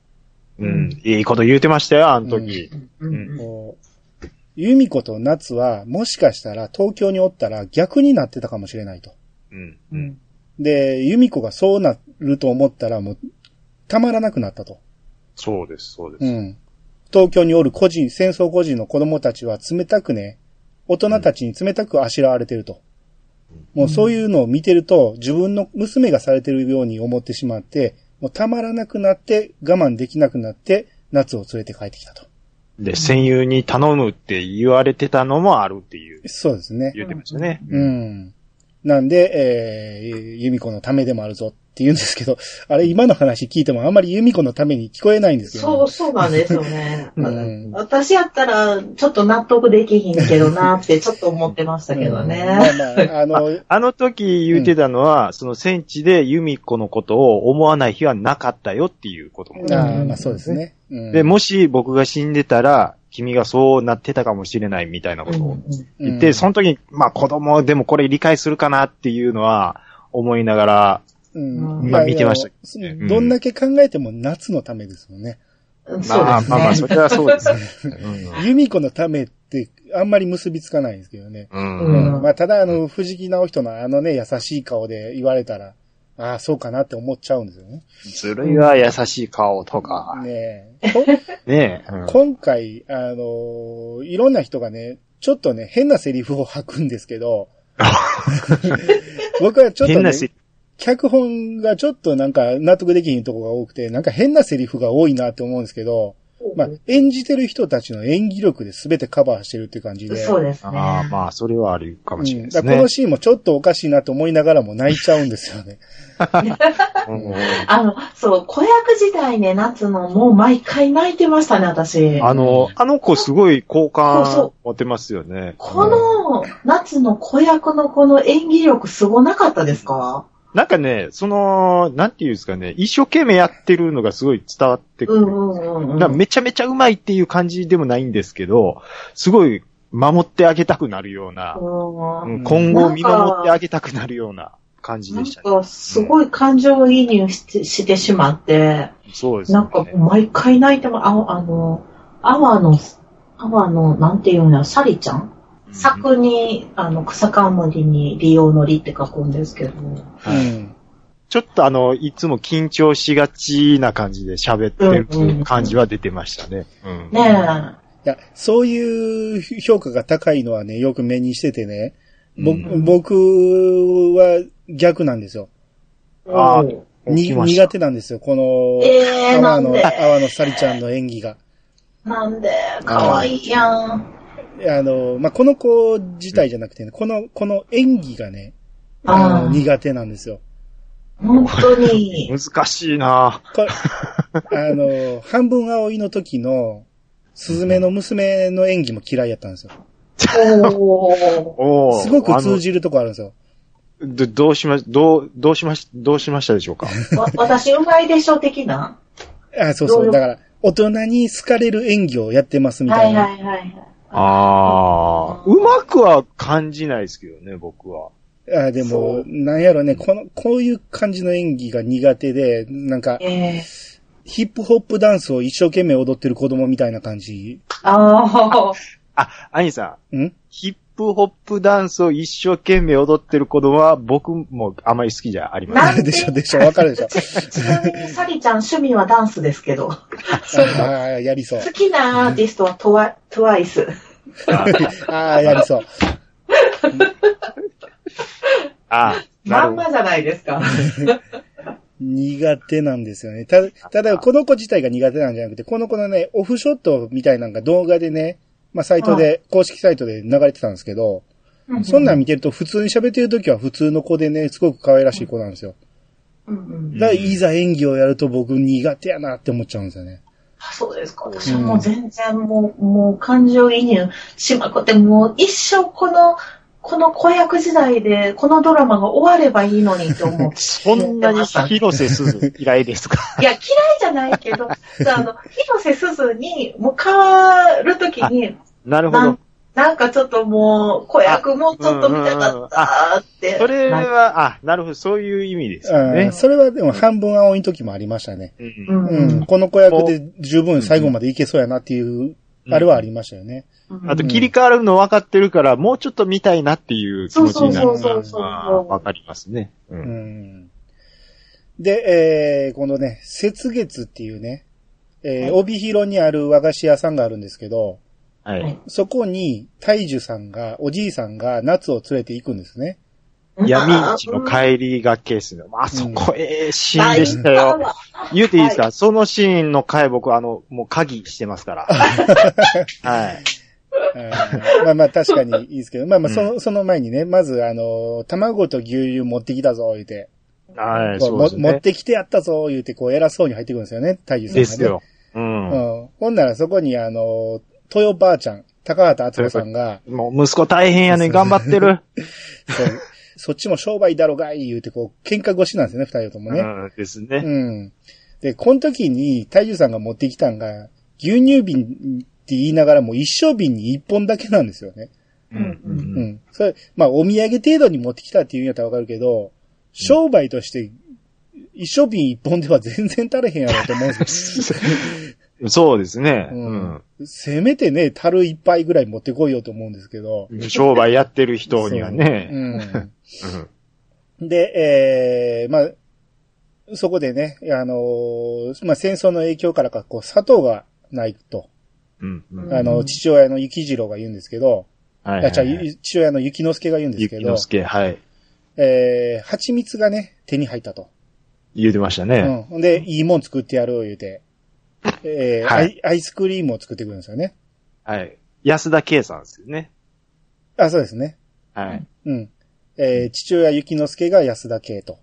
[SPEAKER 2] うん。いいこと言うてましたよ、あの時。
[SPEAKER 3] うんうん
[SPEAKER 1] こう由美子と夏は、もしかしたら東京におったら逆になってたかもしれないと。
[SPEAKER 2] うん。
[SPEAKER 3] う
[SPEAKER 2] うん。
[SPEAKER 3] ん
[SPEAKER 1] で、由美子がそうなると思ったら、もう、たまらなくなったと。
[SPEAKER 2] そうです、そうで
[SPEAKER 1] う
[SPEAKER 2] す。
[SPEAKER 1] ん。東京におる個人、戦争孤児の子供たちは冷たくね、大人たちに冷たくあしらわれてると。もうそういうのを見てると、自分の娘がされてるように思ってしまって、もうたまらなくなって、我慢できなくなって、夏を連れて帰ってきたと。
[SPEAKER 2] で、戦友に頼むって言われてたのもあるっていう、
[SPEAKER 1] そうですね。
[SPEAKER 2] 言ってましたね。
[SPEAKER 1] う。ん。なんで、えー、ユミコのためでもあるぞって言うんですけど、あれ今の話聞いてもあんまりユミコのために聞こえないんですよ、ね。
[SPEAKER 3] そう、そうなんですよね。
[SPEAKER 1] うん
[SPEAKER 3] 私やったら、ちょっと納得できひんけどなって、ちょっと思ってましたけど
[SPEAKER 1] うんま
[SPEAKER 3] ね。
[SPEAKER 1] あまあ、あの、
[SPEAKER 2] あの時言うてたのは、その戦地で由美子のことを思わない日はなかったよっていうことも。
[SPEAKER 1] あーまあそうですね。うん
[SPEAKER 2] で、もし僕が死んでたら、君がそうなってたかもしれないみたいなことを言って、
[SPEAKER 1] うん
[SPEAKER 2] その時に、まあ子供でもこれ理解するかなっていうのは思いながら、
[SPEAKER 1] うん
[SPEAKER 3] ま
[SPEAKER 2] あ見てました
[SPEAKER 1] いやいや
[SPEAKER 2] うん
[SPEAKER 1] どんだけ考えても夏のためですもんね。
[SPEAKER 3] うんそう
[SPEAKER 2] まあ
[SPEAKER 3] です
[SPEAKER 2] まあまあ、
[SPEAKER 3] ね
[SPEAKER 2] そ。れはそうですね。
[SPEAKER 1] 由美子のためってあんまり結びつかないんですけどね。
[SPEAKER 2] うん
[SPEAKER 3] う
[SPEAKER 2] うんん
[SPEAKER 1] うんまあ、ただあの、藤木直人のあのね、優しい顔で言われたら、ああ、そうかなって思っちゃうんですよね。
[SPEAKER 2] ずるいわ、優しい顔とか。
[SPEAKER 1] ねえ。 こ
[SPEAKER 2] ねえ。うん
[SPEAKER 1] 今 回、あのーいろんな人がね、ちょっとね、変なセリフを吐くんですけど、僕はちょっと
[SPEAKER 2] 変
[SPEAKER 1] ね
[SPEAKER 2] な、し、
[SPEAKER 1] 脚本がちょっとなんか納得できひんとこが多くて、なんか変なセリフが多いなって思うんですけど、まあ、演じてる人たちの演技力で全てカバーしてるっていう感じで。
[SPEAKER 3] そうですね。
[SPEAKER 2] ああ、まあ、それはあるかもしれないです
[SPEAKER 1] うんだからこ
[SPEAKER 2] ね
[SPEAKER 1] の。シーンもちょっとおかしいなと思いながらも泣いちゃうんですよね。
[SPEAKER 2] うん
[SPEAKER 3] あの、そう、子役時代ね、夏のもう毎回泣いてましたね、私。
[SPEAKER 2] あの、あの子すごい好
[SPEAKER 3] そうそ
[SPEAKER 2] 感持てますよね。
[SPEAKER 3] この夏の子役のこの演技力すごなかったですか
[SPEAKER 2] なんかね、その、なんていうんですかね、一生懸命やってるのがすごい伝わってく
[SPEAKER 3] う
[SPEAKER 2] る。
[SPEAKER 3] んうんうん
[SPEAKER 2] な
[SPEAKER 3] うん
[SPEAKER 2] か
[SPEAKER 3] ん。
[SPEAKER 2] めちゃめちゃうまいっていう感じでもないんですけど、すごい守ってあげたくなるような、
[SPEAKER 3] うん
[SPEAKER 2] うん今後見守ってあげたくなるような感じ
[SPEAKER 3] な
[SPEAKER 2] で
[SPEAKER 3] ん
[SPEAKER 2] したね。
[SPEAKER 3] か、すごい感情移入してしてしまって、
[SPEAKER 2] そうですね。
[SPEAKER 3] なんか、毎回泣いても、ああの、アワの、アワの、なんていうんだ、サリちゃん
[SPEAKER 2] うん
[SPEAKER 3] 柵に、あの、草冠に利用の利って書くんですけど、
[SPEAKER 2] はい
[SPEAKER 1] うん
[SPEAKER 2] ちょっとあの、いつも緊張しがちな感じで喋ってる感じは出てましたね。うん
[SPEAKER 3] ねえ、
[SPEAKER 1] いや、そういう評価が高いのはね、よく目にしててね、ぼ
[SPEAKER 2] うん
[SPEAKER 1] 僕は逆なんですよ。
[SPEAKER 2] あ
[SPEAKER 3] うん
[SPEAKER 1] に
[SPEAKER 2] 来ました
[SPEAKER 1] 苦手なんですよ、この、
[SPEAKER 3] えー、な
[SPEAKER 1] 泡
[SPEAKER 3] ん
[SPEAKER 1] の、
[SPEAKER 3] で、
[SPEAKER 1] 泡のサリちゃんの演技が。
[SPEAKER 3] なんで、かわいいやん。
[SPEAKER 1] あの、まあ、この子自体じゃなくてね、この、この演技がね、あ
[SPEAKER 3] あ
[SPEAKER 1] の
[SPEAKER 3] ー
[SPEAKER 1] 苦手なんですよ。
[SPEAKER 3] 本当 に。
[SPEAKER 2] 難しいなぁ
[SPEAKER 1] こ れ、あの、半分青いの時の、すずめの娘の演技も嫌いやったんですよ。
[SPEAKER 3] おー
[SPEAKER 2] おー
[SPEAKER 1] すごく
[SPEAKER 2] あの
[SPEAKER 1] 通じるとこあるんですよ。
[SPEAKER 2] ど、どうしま、どう、どうしまし、どうしましたでしょうか
[SPEAKER 3] わ私、うまいでしょ、的な。
[SPEAKER 1] あそうそ
[SPEAKER 3] どう
[SPEAKER 1] う。
[SPEAKER 3] よ
[SPEAKER 1] だから、大人に好かれる演技をやってますみ
[SPEAKER 3] は
[SPEAKER 1] た
[SPEAKER 3] い
[SPEAKER 1] いな。
[SPEAKER 3] はいはい。
[SPEAKER 2] ああ、うまくは感じないですけどね、僕は。
[SPEAKER 1] あで
[SPEAKER 3] そ
[SPEAKER 1] も
[SPEAKER 3] う、
[SPEAKER 1] なんやろね、この、こういう感じの演技が苦手で、なんか、
[SPEAKER 3] ええ
[SPEAKER 1] ヒップホップダンスを一生懸命踊ってる子供みたいな感じ。
[SPEAKER 3] ああ、
[SPEAKER 2] あ、アニさん、
[SPEAKER 1] ん
[SPEAKER 2] ヒップホップダンスを一生懸命踊ってる子供は僕もあまり好きじゃありま
[SPEAKER 3] な
[SPEAKER 2] せん。
[SPEAKER 3] ん
[SPEAKER 1] で
[SPEAKER 3] で
[SPEAKER 1] しょでしょわかるでしょ
[SPEAKER 3] ちなみに、サリちゃん趣味はダンスですけど、
[SPEAKER 1] ああー、やりそう。
[SPEAKER 3] 好きなアーティストはトワトワイス。
[SPEAKER 1] ああ、やりそう。
[SPEAKER 2] あなる
[SPEAKER 3] ま
[SPEAKER 2] ほ
[SPEAKER 3] ん
[SPEAKER 2] ど。
[SPEAKER 3] まじゃないですか。
[SPEAKER 1] 苦手なんですよね。た、ただ、この子自体が苦手なんじゃなくて、この子のね、オフショットみたいなんか動画でね、まあ、サイトで、公式サイトで流れてたんですけど、そんなん見てると普通に喋ってる時は普通の子でね、すごく可愛らしい子なんですよ。
[SPEAKER 3] うんうん
[SPEAKER 1] だから、いざ演技をやると僕苦手やなって思っちゃうんですよね。
[SPEAKER 3] あそうですか。私はもう全然もう、もう感情移入しまくって、もう一生この、この子役時代で、このドラマが終わればいいのにと思う。
[SPEAKER 2] そんなに広瀬すず嫌 いですか
[SPEAKER 3] いや、嫌いじゃないけど、そうあの、広瀬すずに、もう変わるときに、
[SPEAKER 2] なるほ
[SPEAKER 3] な
[SPEAKER 2] ど
[SPEAKER 3] ん。なんかちょっともう、子役もちょっと見たかったって。
[SPEAKER 2] それは、あ、なるほど、そういう意味ですよ
[SPEAKER 1] うん、
[SPEAKER 2] ね。
[SPEAKER 1] それはでも半分青い時もありましたね。
[SPEAKER 2] うん
[SPEAKER 3] うん
[SPEAKER 1] う、
[SPEAKER 3] うんん。
[SPEAKER 1] この子役で十分最後までいけそうやなっていう、あれはありましたよね。
[SPEAKER 2] あと切り替わるの分かってるから、もうちょっと見たいなっていう気
[SPEAKER 3] そう
[SPEAKER 2] 持ち
[SPEAKER 3] そ
[SPEAKER 2] に
[SPEAKER 3] う
[SPEAKER 2] な
[SPEAKER 3] そ
[SPEAKER 2] る
[SPEAKER 3] う。そうそう。
[SPEAKER 2] あーわかりますね。う
[SPEAKER 1] うんん。で、えー、このね、雪月っていうね、えー、帯広にある和菓子屋さんがあるんですけど、
[SPEAKER 2] は
[SPEAKER 3] はいい。
[SPEAKER 1] そこに、大樹さんが、おじいさんが夏を連れて行くんですね。
[SPEAKER 2] 闇市の帰りがけですね。まあそこ、ええシーンでした
[SPEAKER 3] あ
[SPEAKER 2] よ。
[SPEAKER 3] わ
[SPEAKER 2] 言うていいですか、そのシーンの回僕、あの、もう鍵してます から。はい。
[SPEAKER 1] うんまあまあ確かにいいですけど、まあまあその、その前にね、まずあの、卵と牛乳持ってきたぞ、言うて、
[SPEAKER 2] はい、
[SPEAKER 1] こ
[SPEAKER 2] そうう
[SPEAKER 1] も
[SPEAKER 2] です
[SPEAKER 1] 持っ
[SPEAKER 2] ね。
[SPEAKER 1] てきてやったぞ、言うて、こう偉そうに入ってくるんですよね、大樹さんが、
[SPEAKER 2] で
[SPEAKER 1] ね。
[SPEAKER 2] すよ。うん。
[SPEAKER 1] うん。ほんならそこにあの、豊ばあちゃん、高畑敦子さんが、
[SPEAKER 2] もう息子大変やねん、頑張ってる。
[SPEAKER 1] そうそっちも商売だろがい、言うて、こう、喧嘩越しなんですよね、二人ともね。
[SPEAKER 2] うん、です
[SPEAKER 1] う
[SPEAKER 2] ね。
[SPEAKER 1] ん。で、この時に、大樹さんが持ってきたんが、牛乳瓶って言いながらもう一生瓶に一本だけなんですよね。
[SPEAKER 2] う。
[SPEAKER 1] うんん。それ、まあ、お土産程度に持ってきたっていうんやったらわかるけど、商売として、一生瓶一本では全然足れへんやろと思うんですけど、
[SPEAKER 2] そうですね。
[SPEAKER 1] う
[SPEAKER 2] うんん。
[SPEAKER 1] せめてね、樽一杯ぐらい持ってこいよと思うんですけど。
[SPEAKER 2] 商売やってる人にはね。
[SPEAKER 1] うん
[SPEAKER 2] うん
[SPEAKER 1] で、えー、まあ、そこでね、あのーまあ、戦争の影響からか、こう、砂糖がないと、
[SPEAKER 2] うん。うん
[SPEAKER 1] あの、
[SPEAKER 3] うん
[SPEAKER 1] 父親の幸次郎が言うんですけど、
[SPEAKER 2] はい
[SPEAKER 1] あじゃあ、ゆ父親の雪之助が言うんで
[SPEAKER 2] ゆ
[SPEAKER 1] す
[SPEAKER 2] き
[SPEAKER 1] け
[SPEAKER 2] の
[SPEAKER 1] ど
[SPEAKER 2] す、け、はい。
[SPEAKER 1] えー、蜂蜜がね、手に入ったと。
[SPEAKER 2] 言うてましたね。
[SPEAKER 1] うん。ほんで、いいもん作ってやろう言うて、えーア
[SPEAKER 2] はい
[SPEAKER 1] イ、アイスクリームを作ってくるんですよね。
[SPEAKER 2] はい。安田圭さんですよね。
[SPEAKER 1] あ、そうですね。
[SPEAKER 2] はい。
[SPEAKER 1] うん。えー、父親雪之助が安田圭と。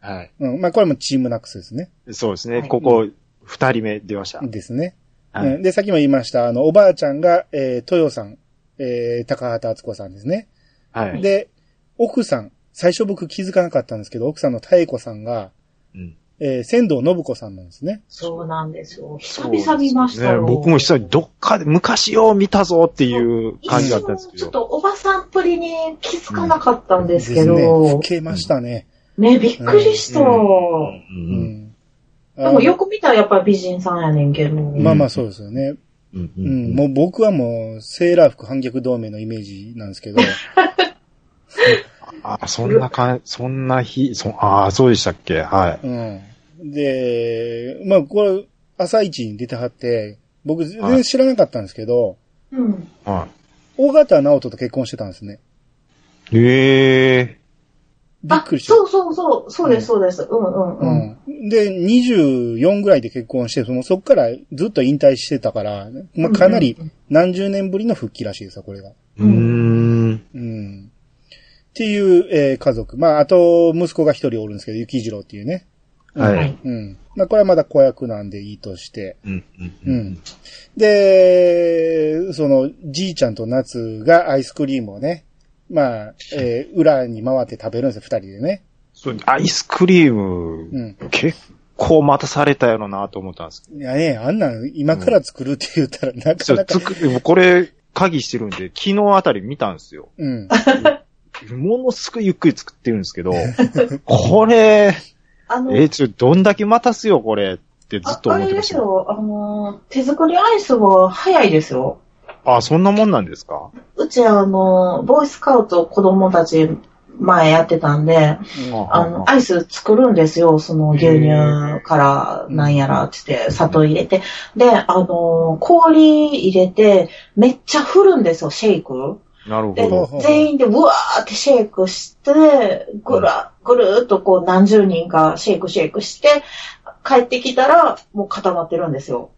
[SPEAKER 2] はい。
[SPEAKER 1] うん。まあ、これもチームナックスですね。
[SPEAKER 2] そうです
[SPEAKER 3] は
[SPEAKER 2] ね。
[SPEAKER 3] い
[SPEAKER 2] ここ、二人目出ました。
[SPEAKER 1] ですね。
[SPEAKER 2] は
[SPEAKER 1] うん
[SPEAKER 2] い。
[SPEAKER 1] で、さっきも言いました、あの、おばあちゃんが、えー、豊さん、えー、高畑敦子さんですね。
[SPEAKER 2] はい。
[SPEAKER 1] で、奥さん、最初僕気づかなかったんですけど、奥さんの妙子さんが、
[SPEAKER 2] うん
[SPEAKER 1] えー、仙道信子さんなんですね。
[SPEAKER 3] そうなんですよ。久々見ましたよ。
[SPEAKER 2] ね僕も久々にどっかで昔よう見たぞっていう
[SPEAKER 3] 一
[SPEAKER 2] 感じだ
[SPEAKER 3] 瞬
[SPEAKER 2] ったんですけ
[SPEAKER 3] ちょっ
[SPEAKER 2] ど。
[SPEAKER 3] とおばさんっぷりに気づかなかったんですけ
[SPEAKER 1] ね。
[SPEAKER 3] ど
[SPEAKER 1] 老、けましたね。
[SPEAKER 3] ね、びっくりした。
[SPEAKER 2] うんう
[SPEAKER 1] うんん。
[SPEAKER 3] でもよく見たらやっぱり美人さんやねんけど。
[SPEAKER 1] あのまあまあそうですよね。
[SPEAKER 2] うんう
[SPEAKER 1] うんん。もう僕はもう、セーラー服反逆同盟のイメージなんですけど、
[SPEAKER 2] あ、そんなかん、そんな日、そああ、そうでしたっけはい。
[SPEAKER 1] うん。で、まあこれ、朝一に出てはって、僕全然知らなかったんですけど、
[SPEAKER 3] うん。
[SPEAKER 2] は
[SPEAKER 1] 尾形直人と結婚してたんですね。
[SPEAKER 2] い。ええ
[SPEAKER 1] びっ
[SPEAKER 3] あ
[SPEAKER 1] く、りした。
[SPEAKER 3] そうそうそう、そうです、そうです。うんうんうん。
[SPEAKER 1] うん。で、24ぐらいで結婚して、そのそっからずっと引退してたから、まあ、かなり
[SPEAKER 3] うんうん
[SPEAKER 1] 何十年ぶりの復帰らしいですよ、これが。
[SPEAKER 2] うーん。
[SPEAKER 1] うん。っていう、えー家族。まあ、あと、息子が一人おるんですけど、雪次郎っていうね。
[SPEAKER 3] うん。
[SPEAKER 2] は。
[SPEAKER 3] はいい。
[SPEAKER 1] うん。まあ、これはまだ子役なんでいいとして。
[SPEAKER 2] うん。うん
[SPEAKER 1] う
[SPEAKER 2] うんん。
[SPEAKER 1] で、その、じいちゃんと夏がアイスクリームをね、まあ、えー裏に回って食べるんですよ、二人でね。
[SPEAKER 2] そうアイスクリー
[SPEAKER 1] う
[SPEAKER 2] ム、
[SPEAKER 1] ん。
[SPEAKER 2] 結構待たされたやろなと思ったんですけ
[SPEAKER 1] いやね、あんなん今から作るって言ったら、なか
[SPEAKER 2] ど。
[SPEAKER 1] な
[SPEAKER 2] そ
[SPEAKER 1] か
[SPEAKER 2] う、、つく、これ、鍵してるんで、昨日あたり見たんですよ。
[SPEAKER 1] うん。
[SPEAKER 2] ものすごいゆっくり作ってるんですけ ど、これ、
[SPEAKER 3] あの、
[SPEAKER 2] え、ちょ、どんだけ待たすよ、これってずっと
[SPEAKER 3] ああ
[SPEAKER 2] 思っ
[SPEAKER 3] れ
[SPEAKER 2] て
[SPEAKER 3] で
[SPEAKER 2] ますした。
[SPEAKER 3] よ、あの、手作りアイスは早いですよ。
[SPEAKER 2] あ、そんなもんなんですか
[SPEAKER 3] うちあの、ボーイスカウト子供たち前やってたんで、あの、アイス作るんですよ。その牛乳からなんやらってって、砂糖入れて。で、あの、氷入れて、めっちゃ振るんですよ、シェイク。
[SPEAKER 2] なる
[SPEAKER 3] で
[SPEAKER 2] ほど。、
[SPEAKER 3] 全員でうわーってシェイクして、ぐら、ぐるーっとこう何十人かシェイクシェイクして、帰ってきたらもう固まってるんですよ。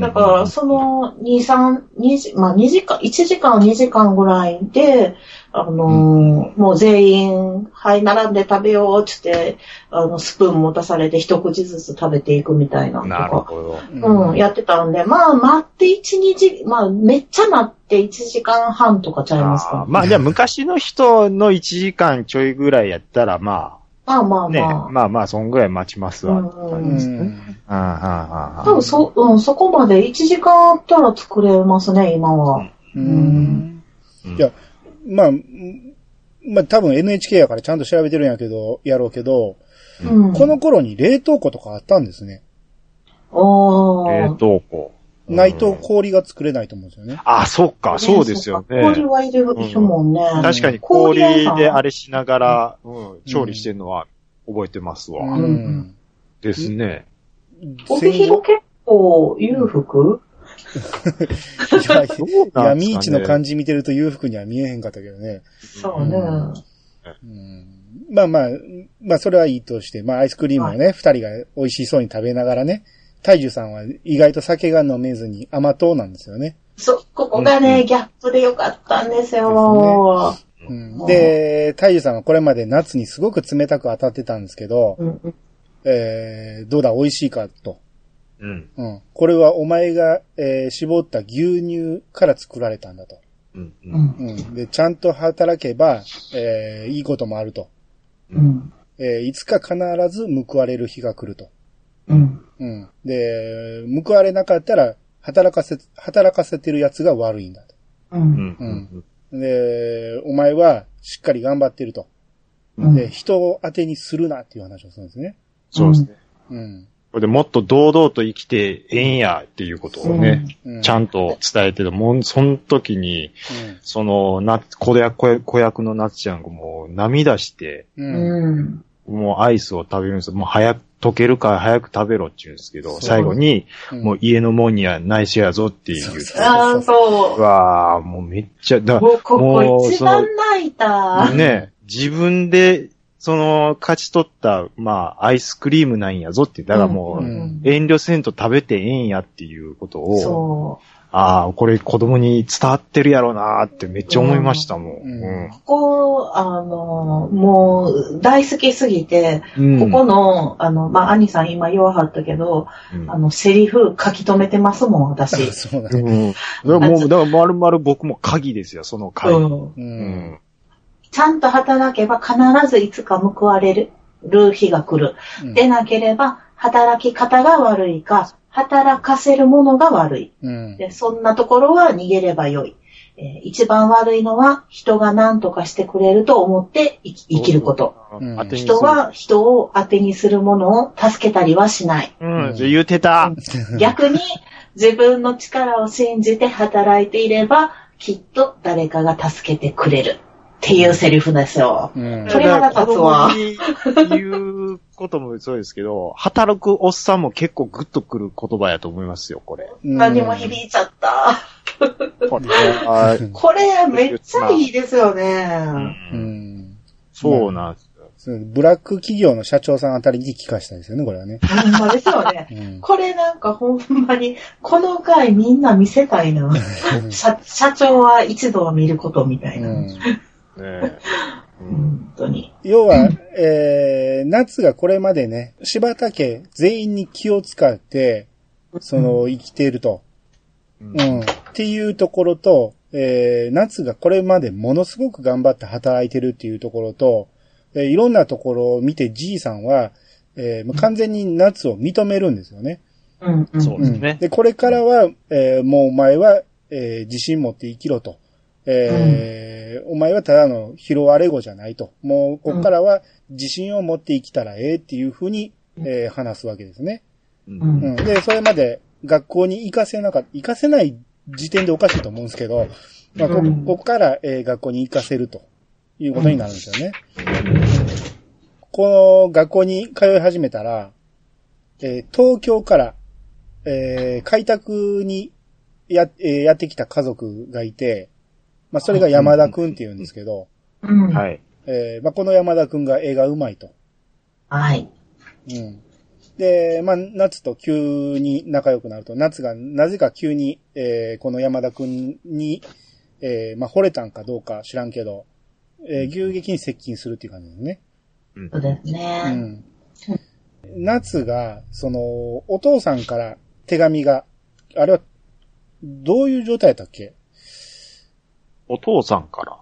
[SPEAKER 3] だから、その2、3、2時、まあ2時間、1時間、2時間ぐらいで、あのーもう全員、はい、並んで食べようっつって、あの、スプーン持たされて一口ずつ食べていくみたいな
[SPEAKER 2] うん、
[SPEAKER 3] と
[SPEAKER 2] なる
[SPEAKER 3] か、
[SPEAKER 2] ほど。
[SPEAKER 1] うん
[SPEAKER 3] うん、やってたんで、まあ、待って1、2時、まあ、めっちゃ待って1時間半とかちゃいます
[SPEAKER 2] あー。
[SPEAKER 3] か
[SPEAKER 2] まあ、じゃあ昔の人の1時間ちょいぐらいやったら、ま
[SPEAKER 3] まあまあ
[SPEAKER 2] あ、ね、
[SPEAKER 3] まあ。
[SPEAKER 2] まあまあ、そんぐらい待ちますわ。
[SPEAKER 3] う
[SPEAKER 1] うんん。
[SPEAKER 2] あーあーあー
[SPEAKER 3] 多分そ、うん、そこまで1時間あったら作れますね、今は。
[SPEAKER 1] う
[SPEAKER 3] うん
[SPEAKER 1] ん。いやまあ、うんまあ多分 NHK やからちゃんと調べてるんやけど、やろうけど、
[SPEAKER 2] う
[SPEAKER 3] うん。
[SPEAKER 1] この頃に冷凍庫とかあったんですね。
[SPEAKER 3] おー
[SPEAKER 2] 冷凍庫。
[SPEAKER 1] ないと氷が作れないと思うんですよね。
[SPEAKER 2] あ、そっか、そうですよ
[SPEAKER 3] ね氷
[SPEAKER 2] ね。
[SPEAKER 3] はいるいるもんね。
[SPEAKER 2] 確かに氷であれしながら、うん調理してるのは覚えてます
[SPEAKER 1] う
[SPEAKER 2] わ。
[SPEAKER 1] ん。
[SPEAKER 2] ですね。
[SPEAKER 3] 帯広結構裕福、
[SPEAKER 1] 戦後いや、闇
[SPEAKER 2] どうなんですかね
[SPEAKER 1] 市の漢字見てると裕福には見えへんかったけどね。
[SPEAKER 3] そうね。
[SPEAKER 1] うんうんまあまあ、まあそれはいいとして、まあアイスクリームをね、二、人が美味しそうに食べながらね、大樹さんは意外と酒が飲めずに甘党なんですよね。
[SPEAKER 3] そう、ここがね、
[SPEAKER 2] うん
[SPEAKER 3] ギャップでよかったんですよ。
[SPEAKER 1] うんで、太樹さんはこれまで夏にすごく冷たく当たってたんですけど、
[SPEAKER 3] うんうん
[SPEAKER 1] えー、どうだ、美味しいかと。
[SPEAKER 2] うん。
[SPEAKER 1] うん。これはお前が、えー絞った牛乳から作られたんだと。
[SPEAKER 2] うん。う。
[SPEAKER 3] うんん
[SPEAKER 1] うん。で、ちゃんと働けば、えー、いいこともあると。
[SPEAKER 3] うん
[SPEAKER 1] えー、いつか必ず報われる日が来ると。
[SPEAKER 3] うん
[SPEAKER 1] うん。で、報われなかったら、働かせ、働かせてる奴が悪いんだと。
[SPEAKER 3] う
[SPEAKER 2] うんん。うん。
[SPEAKER 1] で、お前はしっかり頑張ってると。
[SPEAKER 3] うん
[SPEAKER 1] で、人を当てにするなっていう話をするんですね。
[SPEAKER 2] そうですね。
[SPEAKER 1] うん。
[SPEAKER 2] これでもっと堂々と生きてええんやっていうことをね、
[SPEAKER 1] う
[SPEAKER 2] ちゃんと伝えてた。もう、その時に、その、な、子役、子役子役のなつちゃんがもう涙して、
[SPEAKER 1] うん。うん。
[SPEAKER 3] うん
[SPEAKER 2] もうアイスを食べるんですよ。もう早く溶けるから早く食べろって言うんですけ
[SPEAKER 1] そ
[SPEAKER 2] ど、
[SPEAKER 1] う
[SPEAKER 2] 最後に、
[SPEAKER 1] うん
[SPEAKER 2] もう家の門には内緒やぞっていう。
[SPEAKER 1] そうそう
[SPEAKER 3] ああ、
[SPEAKER 2] う
[SPEAKER 3] そ
[SPEAKER 2] わあ、もうめっちゃ、だ
[SPEAKER 3] う。もうこ
[SPEAKER 2] も
[SPEAKER 3] こ
[SPEAKER 2] う
[SPEAKER 3] 一
[SPEAKER 2] そ
[SPEAKER 3] 番
[SPEAKER 2] の
[SPEAKER 3] 泣いた。
[SPEAKER 2] ね、自分で、その、勝ち取った、まあ、アイスクリームなんやぞって、だからもう、
[SPEAKER 1] ん
[SPEAKER 2] 遠慮せんと食べてええんやっていうことを、
[SPEAKER 3] そう。
[SPEAKER 2] ああ、これ子供に伝わってるやろうなーってめっちゃ思いましたもん。
[SPEAKER 1] うん
[SPEAKER 3] ここ、あの、もう、大好きすぎて、
[SPEAKER 2] うん
[SPEAKER 3] ここの、あの、まあ、兄さん今言わはったけど、
[SPEAKER 2] うん
[SPEAKER 3] あの、セリフ書き留めてますもん、私。
[SPEAKER 1] そうだ
[SPEAKER 2] う
[SPEAKER 1] ね。
[SPEAKER 2] ん。だからもう、だから丸々僕も鍵ですよ、その鍵。
[SPEAKER 3] うん
[SPEAKER 1] う。
[SPEAKER 2] うんん。
[SPEAKER 3] ちゃんと働けば必ずいつか報われる日が来る。でなければ、働き方が悪いか、働かせるものが悪い。
[SPEAKER 1] うん。
[SPEAKER 3] でそんなところは逃げればよい。えー一番悪いのは人が何とかしてくれると思って生き生きること。
[SPEAKER 1] うん
[SPEAKER 2] 当てにする
[SPEAKER 3] 人、は人を当てにするものを助けたりはしない。
[SPEAKER 2] うん、言うてた。
[SPEAKER 3] 逆に自分の力を信じて働いていればきっと誰かが助けてくれるっていうセリフですよ。
[SPEAKER 1] うん
[SPEAKER 3] それが腹立つわ
[SPEAKER 2] 子供に言うこともそうですけど、働くおっさんも結構グッとくる言葉やと思いますよ、これ。
[SPEAKER 3] 何も響いちゃった。
[SPEAKER 2] これは
[SPEAKER 3] これめっちゃいいですよね。
[SPEAKER 1] う
[SPEAKER 2] うん
[SPEAKER 1] ん。
[SPEAKER 2] そうなんですよ。
[SPEAKER 1] そうブラック企業の社長さんあたりに聞かしたんですよね、これはね。
[SPEAKER 3] ほんまですよね。
[SPEAKER 1] うん。
[SPEAKER 3] これなんかほんまに、この回みんな見せたいな。社社長は一度は見ることみたいな。
[SPEAKER 1] うん
[SPEAKER 2] ねえうん
[SPEAKER 3] 本当に。
[SPEAKER 1] 要は、えー、夏がこれまでね、柴田家全員に気を使って、その、生きていると。
[SPEAKER 2] うん
[SPEAKER 1] うん。っていうところと、えー、夏がこれまでものすごく頑張って働いてるっていうところと、えーいろんなところを見てじいさんは、えーもう完全に夏を認めるんですよね。
[SPEAKER 3] うんうん、
[SPEAKER 2] そうですね
[SPEAKER 1] で、これからは、えーもうお前は、えー自信持って生きろと。えーお前はただの拾われ子じゃないと。もう、ここからは自信を持って生きたらええっていうふうに、えー話すわけですね。
[SPEAKER 2] う
[SPEAKER 3] うん
[SPEAKER 2] ん
[SPEAKER 1] うん。で、それまで学校に行かせなかった、行かせない時点でおかしいと思うんですけど、まあ、こ
[SPEAKER 3] うん
[SPEAKER 1] ここから、えー学校に行かせるということになるんですよね。この学校に通い始めたら、えー東京から、えー開拓にや,、えーやってきた家族がいて、まあ、それが山田くんって言うんですけど、
[SPEAKER 3] うんは。
[SPEAKER 2] はいい。
[SPEAKER 1] えーまあ、この山田くんが絵が上手いと。うん。で、まあ、夏と急に仲良くなると、夏がなぜか急に、えーこの山田くんに、えーまあ、惚れたんかどうか知らんけど、えー急激に接近するっていう感じですね。
[SPEAKER 2] うん
[SPEAKER 3] そうです
[SPEAKER 1] う
[SPEAKER 3] ね。
[SPEAKER 1] ん。夏が、その、お父さんから手紙が、あれは、どういう状態だったっけ
[SPEAKER 2] お父さんから。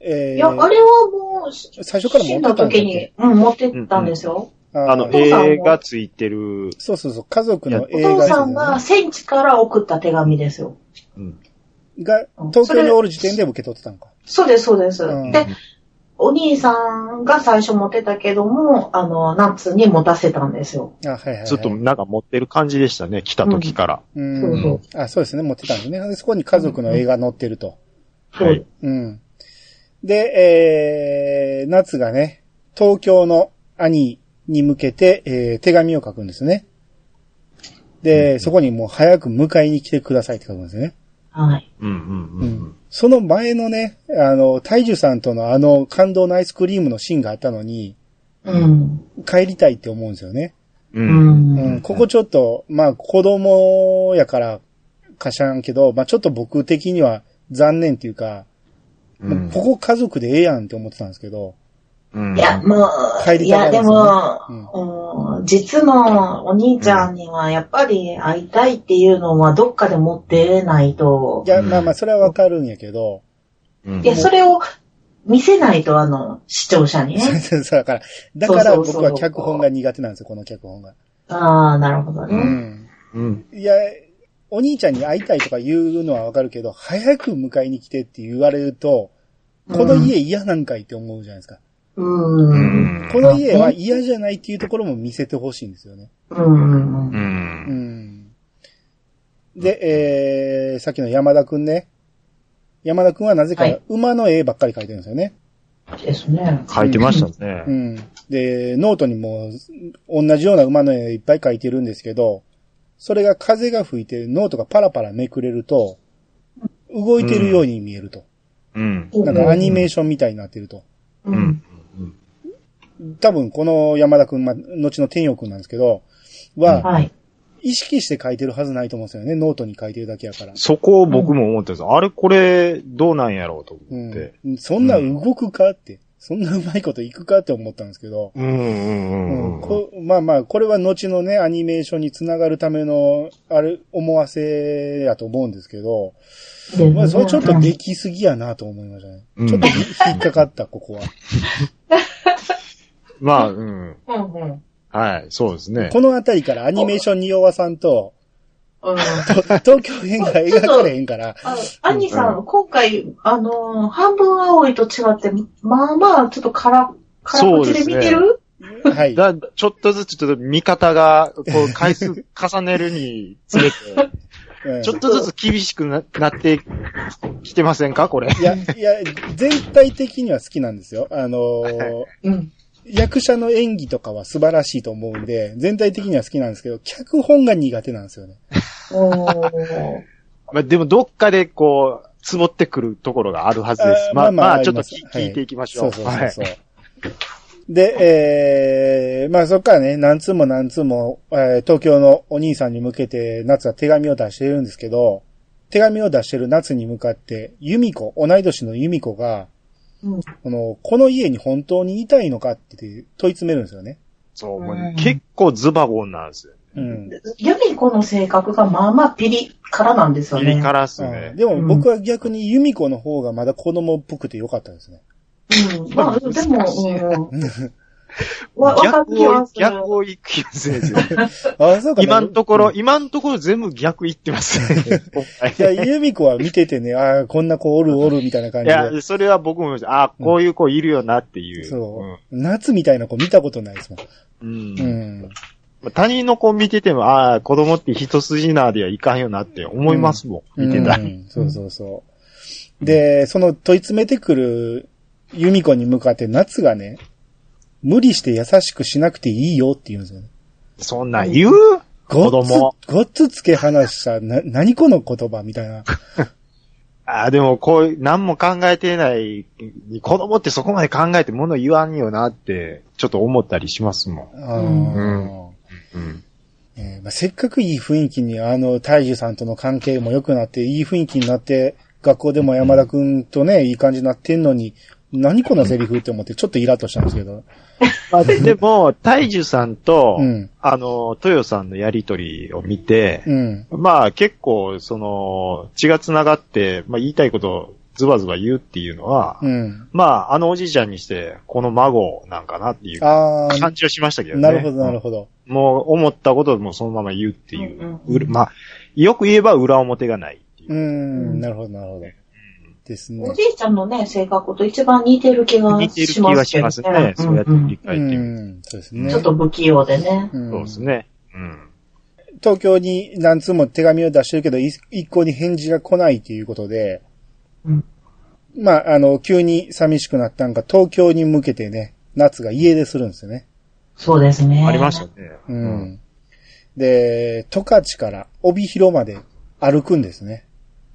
[SPEAKER 1] えー
[SPEAKER 3] いや、あれはもう、
[SPEAKER 1] 最初から持
[SPEAKER 3] 死
[SPEAKER 1] っ
[SPEAKER 3] ん
[SPEAKER 1] てた
[SPEAKER 3] だ
[SPEAKER 1] んだっ
[SPEAKER 3] 時
[SPEAKER 1] け
[SPEAKER 3] に、うん、持ってったんですよ。
[SPEAKER 1] あ
[SPEAKER 2] あの、
[SPEAKER 3] え
[SPEAKER 2] 絵がついてる。
[SPEAKER 1] そうそうそう、家族の映画
[SPEAKER 3] お父
[SPEAKER 1] です
[SPEAKER 3] さ
[SPEAKER 1] よ
[SPEAKER 3] ん
[SPEAKER 1] ね
[SPEAKER 3] が戦地から送った手紙ですよ。
[SPEAKER 2] うん
[SPEAKER 1] が、東京におる時点で受け取ってたのか。
[SPEAKER 3] そうです、そうです。
[SPEAKER 1] うん
[SPEAKER 3] で、お兄さんが最初持ってたけども、あの、夏に持たせたんですよ。
[SPEAKER 1] あ、はいはい、はい。
[SPEAKER 2] ずっとなんか持ってる感じでしたね、来た時から。
[SPEAKER 1] うん
[SPEAKER 3] そうそ
[SPEAKER 1] あ、そうですね、持ってたんですね。でそこに家族の映画載ってると。
[SPEAKER 3] そう
[SPEAKER 2] はい
[SPEAKER 1] うん。で、えー、夏がね、東京の兄に向けて、えー、手紙を書くんですね。で、そこにもう早く迎えに来てくださいって書くんですね。
[SPEAKER 3] はい。
[SPEAKER 2] うんうんうん
[SPEAKER 1] その前のね、あの、大樹さんとのあの感動のアイスクリームのシーンがあったのに、
[SPEAKER 3] うん。
[SPEAKER 1] 帰りたいって思うんですよね。
[SPEAKER 2] う。
[SPEAKER 3] うんん。
[SPEAKER 1] うん、ここちょっと、まあ子供やからかしゃんけど、まあちょっと僕的には残念っていうか、
[SPEAKER 2] う。
[SPEAKER 1] もうんここ家族でええやんって思ってたんですけど、
[SPEAKER 2] うん
[SPEAKER 3] いや、も
[SPEAKER 1] 帰
[SPEAKER 3] う、
[SPEAKER 1] り
[SPEAKER 3] い
[SPEAKER 1] たが
[SPEAKER 3] や、
[SPEAKER 1] るんですよね
[SPEAKER 3] でも、うん実のお兄ちゃんにはやっぱり会いたいっていうのはどっかで持ってないと
[SPEAKER 1] い、や、
[SPEAKER 2] うん
[SPEAKER 1] まあまあそれはわかるんやけど、
[SPEAKER 2] うん
[SPEAKER 3] いや、それを見せないと、あの、視聴者にね。
[SPEAKER 1] そうだから、だから
[SPEAKER 3] そうそう
[SPEAKER 1] 僕
[SPEAKER 3] そう
[SPEAKER 1] は脚本が苦手なんですよ、この脚本が。
[SPEAKER 3] ああ、なるほど
[SPEAKER 1] う
[SPEAKER 3] ね。
[SPEAKER 1] ん。
[SPEAKER 2] うん。
[SPEAKER 1] いや、お兄ちゃんに会いたいとか言うのはわかるけど、早く迎えに来てって言われると、この家嫌なんかいって思うじゃないですか。
[SPEAKER 3] うん。
[SPEAKER 2] う
[SPEAKER 3] うん。
[SPEAKER 2] ん
[SPEAKER 1] この家は嫌じゃないっていうところも見せてほしいんですよね。
[SPEAKER 3] うん。
[SPEAKER 2] う。
[SPEAKER 3] う
[SPEAKER 1] う
[SPEAKER 3] ん。
[SPEAKER 1] んんで、えー、さっきの山田くんね。山田くんはなぜか
[SPEAKER 3] はい
[SPEAKER 1] 馬の絵ばっかり描いてるんですよね。
[SPEAKER 3] ですね。
[SPEAKER 2] 書いてましたね。
[SPEAKER 1] うん。で、ノートにも同じような馬の絵いっぱい書いてるんですけど、それが風が吹いてノートがパラパラめくれると、動いてるように見えると。
[SPEAKER 2] うん。
[SPEAKER 1] なんかアニメーションみたいになってると。
[SPEAKER 3] う
[SPEAKER 2] うんん。。
[SPEAKER 1] 多分この山田くん、ま、後の天陽くんなんですけど、は、
[SPEAKER 3] はい。
[SPEAKER 1] 意識して書いてるはずないと思うんですよね。ノートに書いてるだけやから。
[SPEAKER 2] そこを僕も思ってるんです。あれ、これ、どうなんやろうと
[SPEAKER 1] う
[SPEAKER 2] 思って。
[SPEAKER 1] ん。そんな動くかって、そんなうまいこといくかって思ったんですけど、
[SPEAKER 2] うんうんう
[SPEAKER 1] うん
[SPEAKER 2] んうん。
[SPEAKER 1] こまあまあ、これは後のね、アニメーションにつながるための、あれ、思わせやと思うんですけど、
[SPEAKER 3] で
[SPEAKER 1] まあ、それちょっと
[SPEAKER 3] うん
[SPEAKER 1] できすぎやなと思いました ね。
[SPEAKER 2] うん
[SPEAKER 1] ちょっと引っかかった、ここは。
[SPEAKER 2] まあ、うん。
[SPEAKER 3] うんうん。
[SPEAKER 2] はい、そうですね。
[SPEAKER 1] このあたりからアニメーションに弱さん と、
[SPEAKER 3] うん。
[SPEAKER 1] と東京編が描かれへんから、
[SPEAKER 3] あ、アニさん、今回、あのー半分青いと違って、まあまあ、ちょっとから、辛口で見てる
[SPEAKER 1] はい。
[SPEAKER 2] だ、ちょっとずつ、ちょっと見方が、こう、回数重ねるにつれて、
[SPEAKER 1] うん
[SPEAKER 2] ちょっとずつ厳しくななってきてませんかこれ。
[SPEAKER 1] いや、いや、全体的には好きなんですよ。あのー
[SPEAKER 3] うん。
[SPEAKER 1] 役者の演技とかは素晴らしいと思うんで、全体的には好きなんですけど、脚本が苦手なんですよね。
[SPEAKER 3] おー
[SPEAKER 2] まあ、でも、どっかで、こう、つぼってくるところがあるはずです
[SPEAKER 1] あ。ー
[SPEAKER 2] まあ、まあ、
[SPEAKER 1] り
[SPEAKER 2] ちょっと
[SPEAKER 1] ます
[SPEAKER 2] き
[SPEAKER 1] は
[SPEAKER 2] 聞いていきましょう。
[SPEAKER 1] そうそうそうそう。で、えー、まあそっからね、何通も何通も、えー東京のお兄さんに向けて、夏は手紙を出してるんですけど、手紙を出してる夏に向かって、由美子、同い年の由美子が、
[SPEAKER 3] うん
[SPEAKER 1] この、この家に本当にいたいのかって問い詰めるんですよね。
[SPEAKER 2] そう、もう
[SPEAKER 3] うん
[SPEAKER 2] 結構ズバゴンなんですよ。
[SPEAKER 1] うん。
[SPEAKER 3] ユミコの性格がまあまあピリ辛なんですよ
[SPEAKER 2] ピ
[SPEAKER 3] ね。
[SPEAKER 2] リ辛っす
[SPEAKER 1] う
[SPEAKER 2] ね
[SPEAKER 1] ん。でも僕は逆に由美子の方がまだ子供っぽくてよかったですね。
[SPEAKER 3] うん。まあ、でも、うん。わ、わかる気
[SPEAKER 2] 逆を、
[SPEAKER 3] はする。
[SPEAKER 2] 逆を行く気がするんですよ。
[SPEAKER 1] あ、そうか、
[SPEAKER 2] 今のところ、今のところ全部逆行ってますね。
[SPEAKER 1] いや、由美子は見ててね、ああ、こんな子おるおるみたいな感
[SPEAKER 2] い
[SPEAKER 1] じで。
[SPEAKER 2] や、それは僕も思いました。あーこういう子いるよなっていう。
[SPEAKER 1] そう、夏みたいな子見たことないですもん。
[SPEAKER 2] うん。
[SPEAKER 1] う
[SPEAKER 2] うん
[SPEAKER 1] ん。
[SPEAKER 2] 他人の子見てても、ああ、子供って一筋縄ではいかんよなって思いますもん。見てた
[SPEAKER 1] う
[SPEAKER 2] ら。
[SPEAKER 1] んそうそうそう。で、その問い詰めてくる由美子に向かって夏がね、無理して優しくしなくていいよって言うんですよね。
[SPEAKER 2] そんなん言う
[SPEAKER 1] ごっつ
[SPEAKER 2] 子供
[SPEAKER 1] ごっつつけ話した、な、何この言葉みたいな。
[SPEAKER 2] ああ、でもこういう、何も考えてない、子供ってそこまで考えて物言わんよなって、ちょっと思ったりしますもん。
[SPEAKER 1] あー
[SPEAKER 2] うん。
[SPEAKER 1] えーまあ、せっかくいい雰囲気に、あの、大樹さんとの関係も良くなって、いい雰囲気になって、学校でも山田くんとね、いい感じになってんのに、何このセリフって思って、ちょっとイラッとしたんですけど。
[SPEAKER 2] まあ、でも、大樹さんと、
[SPEAKER 1] うん
[SPEAKER 2] あの、豊さんのやりとりを見て、
[SPEAKER 1] うん。
[SPEAKER 2] まあ結構、その、血が繋がって、まあ言いたいことをズバズバ言うっていうのは、
[SPEAKER 1] うん。
[SPEAKER 2] まああのおじいちゃんにして、この孫なんかなっていう
[SPEAKER 1] あー、
[SPEAKER 2] 感じはしましたけどね。
[SPEAKER 1] なるほど、なるほど。
[SPEAKER 2] もう思ったことをもうそのまま言うっていう。
[SPEAKER 3] うんうん
[SPEAKER 2] うるまあ、よく言えば裏表がないっていうう。
[SPEAKER 1] ん、なるほど、なるほど。ですね
[SPEAKER 3] お。じいちゃんのね、性格と一番似てる気が
[SPEAKER 2] 似てる
[SPEAKER 3] し
[SPEAKER 2] 気
[SPEAKER 3] ます、ね。
[SPEAKER 2] がしますね。そうやって理
[SPEAKER 1] う
[SPEAKER 2] 解できる。
[SPEAKER 1] ん、そうですね。
[SPEAKER 3] ちょっと不器用でね。
[SPEAKER 1] うん
[SPEAKER 2] そうですね。うん。
[SPEAKER 1] 東京に何通も手紙を出してるけど、い一向に返事が来ないということで、
[SPEAKER 3] うん
[SPEAKER 1] まあ、あの、急に寂しくなったんか、東京に向けてね、夏が家出するんですよね。
[SPEAKER 3] そうですね。
[SPEAKER 2] ありましたね。
[SPEAKER 1] うん。で、十勝から帯広まで歩くんですね。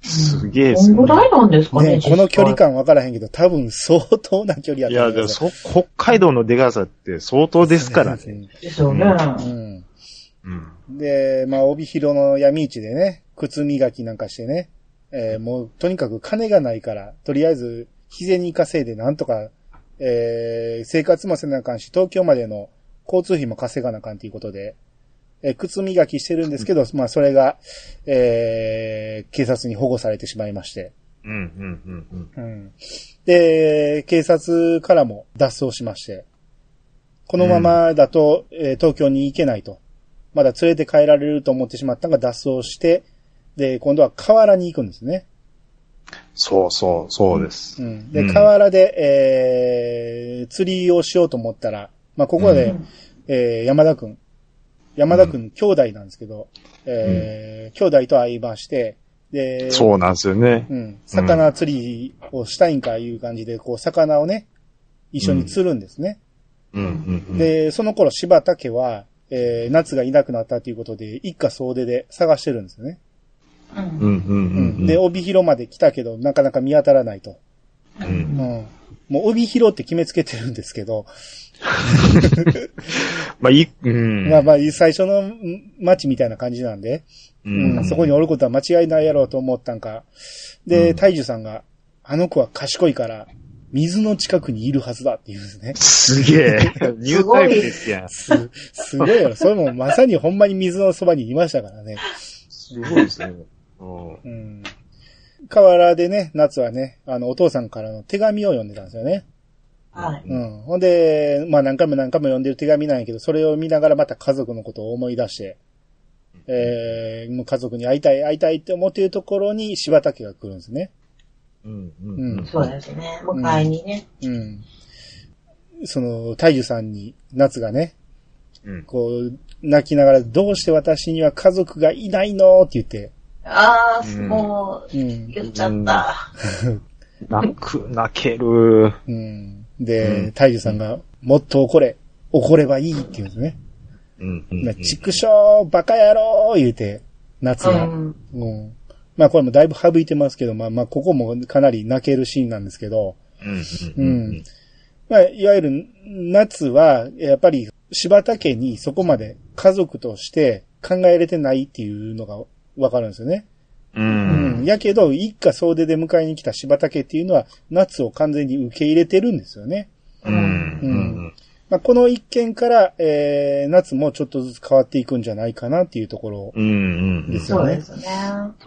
[SPEAKER 2] すげえっ
[SPEAKER 3] ど
[SPEAKER 2] す
[SPEAKER 3] ん
[SPEAKER 2] ね
[SPEAKER 3] ぐらいなんですかね、
[SPEAKER 1] ね、この距離
[SPEAKER 3] 感。
[SPEAKER 1] 感わからへんけど、多分相当な距離や
[SPEAKER 2] い
[SPEAKER 1] った
[SPEAKER 2] や、
[SPEAKER 1] ん
[SPEAKER 2] でも
[SPEAKER 1] ですよ
[SPEAKER 2] そ、北海道の出川さって相当ですからね。
[SPEAKER 3] ですよね。
[SPEAKER 1] うん。
[SPEAKER 2] うん。
[SPEAKER 1] で、まあ、帯広の闇市でね、靴磨きなんかしてね、えーもう、とにかく金がないから、とりあえず、日銭稼いでなんとか、えー生活もせなあかんし、東京までの交通費も稼がなあかんということで、えー靴磨きしてるんですけど、まあ、それが、えー警察に保護されてしまいまして、
[SPEAKER 2] うん、うん、うん。
[SPEAKER 1] うん。で、警察からも脱走しまして、このままだと、えー東京に行けないと。まだ連れて帰られると思ってしまったのが脱走して、で、今度は河原に行くんですね。
[SPEAKER 2] そうそう、そうです。
[SPEAKER 1] うん。で、
[SPEAKER 2] うん
[SPEAKER 1] 河原で、えー、釣りをしようと思ったら、まあ、ここで、
[SPEAKER 3] うん
[SPEAKER 1] えー山田くん。山田くん、兄弟なんですけど、えー兄弟と会いまして、で、
[SPEAKER 2] そうなんですよね。
[SPEAKER 1] うん。魚釣りをしたいんかいう感じで、こう、魚をね、一緒に釣るんですね。
[SPEAKER 2] うんうんうん。
[SPEAKER 1] で、その頃柴田家は、えー、夏がいなくなったということで、一家総出で探してるんですよね。
[SPEAKER 3] う。
[SPEAKER 2] うんんうん
[SPEAKER 1] う
[SPEAKER 2] うんん。
[SPEAKER 1] で、帯広まで来たけど、なかなか見当たらないと。う
[SPEAKER 2] う
[SPEAKER 1] ん
[SPEAKER 2] ん。
[SPEAKER 1] もう帯広って決めつけてるんですけど、
[SPEAKER 2] まあ、いい、うん。
[SPEAKER 1] まあまあ、最初のん町みたいな感じなんで、
[SPEAKER 2] う
[SPEAKER 1] うん
[SPEAKER 2] ん。
[SPEAKER 1] そこにおることは間違いないやろうと思ったんか。で、
[SPEAKER 2] うん。
[SPEAKER 1] 大樹さんが、あの子は賢いから、水の近くにいるはずだって言うんですね
[SPEAKER 2] す げえ。ニュータイプですやん。
[SPEAKER 1] す、 すごいやろ。それもまさにほんまに水のそばにいましたからね。
[SPEAKER 2] すごいですね。うん。
[SPEAKER 1] うん。河原でね、夏はね、あの、お父さんからの手紙を読んでたんですよね。
[SPEAKER 3] はい。
[SPEAKER 1] うん。ほんで、まあ何回も何回も読んでる手紙なんやけど、それを見ながらまた家族のことを思い出して、えー、もう家族に会いたい、会いたいって思っているところに柴田家が来るんですね。
[SPEAKER 2] うんう
[SPEAKER 1] うん
[SPEAKER 2] うん。
[SPEAKER 3] そうですね。迎えにね。
[SPEAKER 1] うん。その、大樹さんに、夏がね、
[SPEAKER 2] うん。
[SPEAKER 1] こう、泣きながら、どうして私には家族がいないのって言って、
[SPEAKER 3] ああ、
[SPEAKER 2] うん
[SPEAKER 3] もう、
[SPEAKER 1] うん。
[SPEAKER 3] 言っちゃった。
[SPEAKER 2] 泣く、泣ける。
[SPEAKER 1] うん、で、
[SPEAKER 2] うん
[SPEAKER 1] 大樹さんが、もっと怒れ、怒ればいいって言うんですね。
[SPEAKER 2] うんう
[SPEAKER 1] まあ、ち
[SPEAKER 2] ん。
[SPEAKER 1] くしょう、バカ野郎言うて、夏
[SPEAKER 3] う
[SPEAKER 1] が、うん。
[SPEAKER 3] ん。
[SPEAKER 1] まあ、これもだいぶ省いてますけど、まあまあ、ここもかなり泣けるシーンなんですけど、
[SPEAKER 2] うん。
[SPEAKER 1] まあ、いわゆる、夏は、やっぱり、柴田家にそこまで家族として考えれてないっていうのがわかるんですよね。
[SPEAKER 2] う
[SPEAKER 1] うん。
[SPEAKER 2] ん。
[SPEAKER 1] やけど、一家総出で迎えに来た柴田家っていうのは、夏を完全に受け入れてるんですよね。
[SPEAKER 2] うん。うん。
[SPEAKER 1] まあ、この一件から、えー、夏もちょっとずつ変わっていくんじゃないかなっていうところ。
[SPEAKER 2] うん。うん。
[SPEAKER 1] です
[SPEAKER 2] そ
[SPEAKER 1] よ
[SPEAKER 3] そう
[SPEAKER 1] ね
[SPEAKER 3] ですね。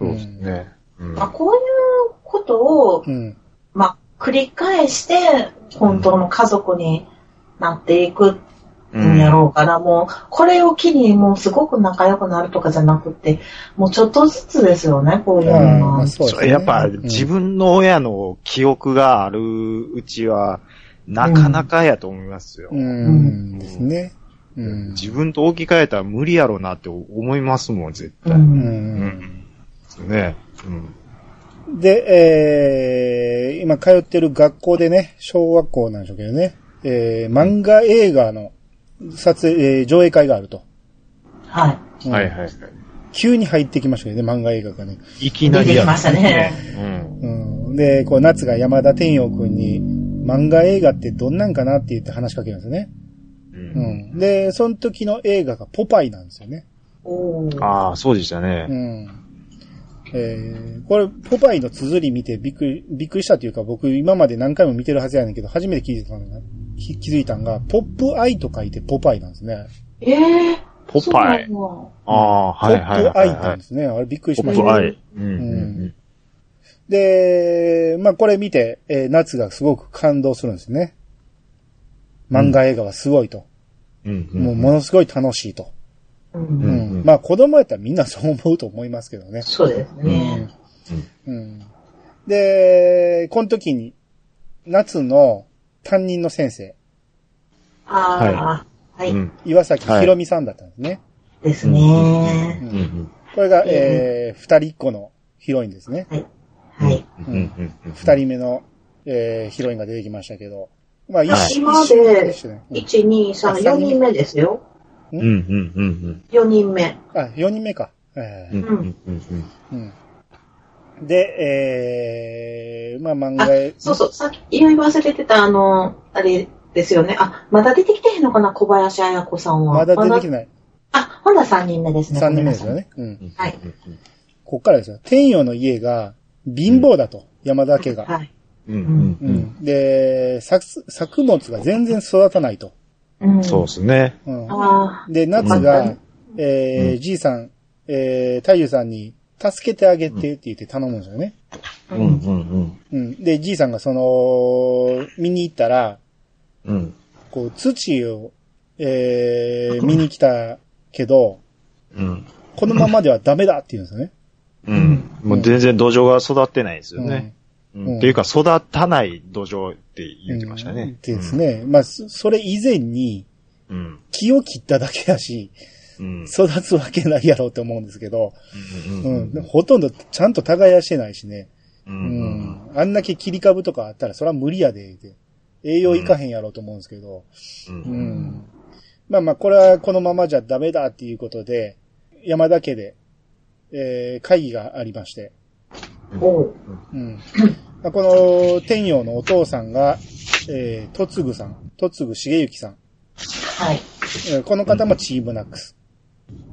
[SPEAKER 2] うですね。うん
[SPEAKER 3] まあ、こういうことを、
[SPEAKER 1] うん。
[SPEAKER 3] まあ、繰り返して、本当の家族になっていくんやろうから、もう、これを機に、もうすごく仲良くなるとかじゃなくて、もうちょっとずつですよね、こういう
[SPEAKER 1] まあ
[SPEAKER 3] の
[SPEAKER 1] ま
[SPEAKER 3] は
[SPEAKER 1] あ。そうですね。
[SPEAKER 2] やっぱ
[SPEAKER 1] うん
[SPEAKER 2] 自分の親の記憶があるうちは、なかなかやと思いますよ。
[SPEAKER 1] うん、ですね。うん。
[SPEAKER 2] 自分と置き換えたら無理やろうなって思いますもん、絶
[SPEAKER 3] う。
[SPEAKER 2] 対。
[SPEAKER 1] うんん。
[SPEAKER 2] ね。うん。
[SPEAKER 1] で、えー、今通ってる学校でね、小学校なんでしょうけどね、えー、漫画映画の撮影、えー上映会があると。
[SPEAKER 3] はい。
[SPEAKER 1] うん
[SPEAKER 2] はいはい。
[SPEAKER 1] 急に入ってきましたよね、漫画映画がね。
[SPEAKER 2] いきなり
[SPEAKER 3] 出
[SPEAKER 2] や
[SPEAKER 3] てきましたね。
[SPEAKER 2] うん。
[SPEAKER 1] うん、で、こう、夏が山田天陽くんに、漫画映画ってどんなんかなって言って話しかけるんですよね。
[SPEAKER 2] う。
[SPEAKER 1] うんん。で、その時の映画がポパイなんですよね。
[SPEAKER 3] おー
[SPEAKER 2] ああ、そうでした
[SPEAKER 1] う
[SPEAKER 2] ね。
[SPEAKER 1] ん。えー、これ、ポパイの綴り見てびっくり、びっくりしたというか、僕今まで何回も見てるはずやねんけど、初めて気づいたのが、き気づいたのが、ポップアイと書いてポパイなんですね。
[SPEAKER 3] ええ
[SPEAKER 2] ポパイ。ああ、はいはい
[SPEAKER 1] ポップ
[SPEAKER 2] は
[SPEAKER 1] ア
[SPEAKER 2] い
[SPEAKER 1] イな
[SPEAKER 2] は
[SPEAKER 1] ん
[SPEAKER 2] い
[SPEAKER 1] で。すね。あれびっくり
[SPEAKER 2] ポ
[SPEAKER 1] しまし
[SPEAKER 2] ッ
[SPEAKER 1] た。
[SPEAKER 2] プアイ。うん。
[SPEAKER 1] で、まあこれ見て、えー夏がすごく感動するんですね。漫画映画はすごいと。
[SPEAKER 2] うん。
[SPEAKER 1] もうものすごい楽しいと。
[SPEAKER 3] う。
[SPEAKER 1] うんん。
[SPEAKER 2] うん
[SPEAKER 1] まあ子供やったらみんなそう思うと思いますけどね。
[SPEAKER 3] そうですね。
[SPEAKER 1] うん。で、この時に、夏の担任の先生、
[SPEAKER 3] ああ、はい、
[SPEAKER 2] うん。
[SPEAKER 1] 岩崎ひろみさんだったんですね。
[SPEAKER 3] ですね。
[SPEAKER 2] うん。
[SPEAKER 1] これが、えー、二人っ子のヒロインですね。
[SPEAKER 3] はい。
[SPEAKER 2] うん。
[SPEAKER 1] 二人目の、えー、ヒロインが出てきましたけど。まあ、一
[SPEAKER 2] はい
[SPEAKER 3] 今で
[SPEAKER 1] 一緒ねうん
[SPEAKER 3] 1、2、3、4人目ですよ。
[SPEAKER 2] うん。うん。うん。
[SPEAKER 3] 4人目。
[SPEAKER 1] あ、4人目か。え
[SPEAKER 2] うん。うん。うん。
[SPEAKER 1] ーうん、で、えー、まあ漫
[SPEAKER 3] あ
[SPEAKER 1] 画へ、
[SPEAKER 3] そうそう、さっき言い忘れてた、あの、あれですよね。あ、まだ出てきてへんのかな、小林彩子さんは。
[SPEAKER 1] まだ出てきて
[SPEAKER 3] ま
[SPEAKER 1] ない。
[SPEAKER 3] あ、ほな3人目ですね。
[SPEAKER 1] 3人目ですよ
[SPEAKER 3] ね。
[SPEAKER 1] ね。うん。
[SPEAKER 3] はい。
[SPEAKER 1] こっからですよ。天陽の家が貧乏だと、山田家が。
[SPEAKER 3] はい。
[SPEAKER 2] うん。
[SPEAKER 1] う
[SPEAKER 2] うん。
[SPEAKER 1] んで、作、作物が全然育たないと。
[SPEAKER 3] うん。
[SPEAKER 2] そうですね。
[SPEAKER 1] うん、
[SPEAKER 3] あ
[SPEAKER 1] で、夏
[SPEAKER 3] う
[SPEAKER 1] が
[SPEAKER 3] ん、
[SPEAKER 1] えー、じいさん、えー、太夫さんに、助けてあげてって言って頼むんですよね。
[SPEAKER 3] あ、
[SPEAKER 2] うん。うん。
[SPEAKER 1] うん。で、じいさんがその、見に行ったら、
[SPEAKER 2] うん。
[SPEAKER 1] こう、土を、えー、見に来たけど、
[SPEAKER 2] うん。
[SPEAKER 1] このままではダメだって言うんですよね。
[SPEAKER 2] うん。もう全然土壌が育ってないですよ
[SPEAKER 1] うん
[SPEAKER 2] ね。っていうか、育たない土壌って言ってましたね。
[SPEAKER 1] です。ね。まあ、そそれ以前に、
[SPEAKER 2] うん。
[SPEAKER 1] 木を切っただけだし、
[SPEAKER 2] うん。
[SPEAKER 1] 育つわけないやろうと思うんですけど、
[SPEAKER 2] う
[SPEAKER 1] うん。でほとんどちゃんと耕してないしね。
[SPEAKER 2] う
[SPEAKER 1] うん。あんだけ切り株とかあったら、それは無理やで、って。栄養いかへんやろうと思うんですけど、
[SPEAKER 2] う。
[SPEAKER 1] うんん。まあまあ、これはこのままじゃダメだっていうことで、山田家で、えー会議がありまして、
[SPEAKER 3] おう
[SPEAKER 1] うん。まあ、この、天陽のお父さんが、えー、とつぐさん、とつぐしげゆきさん、
[SPEAKER 3] はい。
[SPEAKER 1] えーこの方もチームナックス。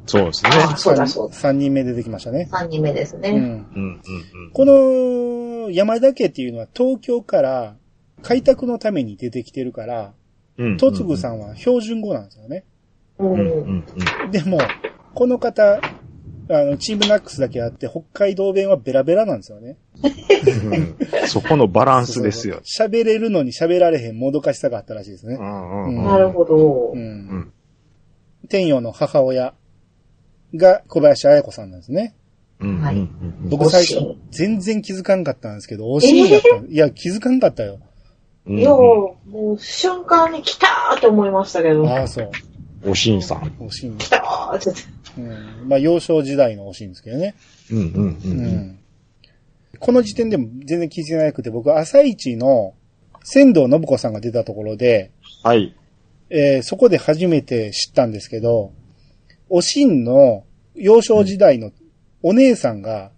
[SPEAKER 2] そうですね。
[SPEAKER 3] あ、そうだそうだ。
[SPEAKER 1] 3人目出てきましたね。
[SPEAKER 3] 3人目です
[SPEAKER 1] う
[SPEAKER 3] ね。
[SPEAKER 1] ん。
[SPEAKER 2] うん、うん、うん。
[SPEAKER 1] この、山田家っていうのは東京から、開拓のために出てきてるから、
[SPEAKER 2] の
[SPEAKER 1] とつぐさんは標準語なんですよね。
[SPEAKER 3] お
[SPEAKER 2] うん、うん、
[SPEAKER 3] う
[SPEAKER 2] うん。
[SPEAKER 1] でも、この方、あの、チームナックスだけあって、北海道弁はベラベラなんですよね。
[SPEAKER 2] うん そこのバランスですよ。
[SPEAKER 1] そうそう喋れるのに喋られへんもどかしさがあったらしいですね
[SPEAKER 2] う。んうんうん
[SPEAKER 3] なるほど
[SPEAKER 1] う。。
[SPEAKER 2] うんん。
[SPEAKER 1] 天陽の母親が小林彩子さんなんですね。
[SPEAKER 2] うん
[SPEAKER 3] はい
[SPEAKER 2] うん
[SPEAKER 1] 僕最
[SPEAKER 3] 惜し
[SPEAKER 1] 初
[SPEAKER 3] い、
[SPEAKER 1] 全然気づかんかったんですけど、惜しいんやった。いや、気づかんかったよ。
[SPEAKER 2] うん
[SPEAKER 3] よう、もう瞬間に来たーって思いましたけど、
[SPEAKER 1] ああ、そう。
[SPEAKER 2] おしんさん。
[SPEAKER 1] 惜しいん
[SPEAKER 3] 来たーって。
[SPEAKER 1] うん。まあ、幼少時代の惜しいんですけどね。
[SPEAKER 2] うん、うん、う。
[SPEAKER 1] うんん。この時点でも全然気づいてなくて、僕、朝一の仙道信子さんが出たところで、
[SPEAKER 2] はい。
[SPEAKER 1] えーそこで初めて知ったんですけど、おしんの幼少時代のお姉さんが、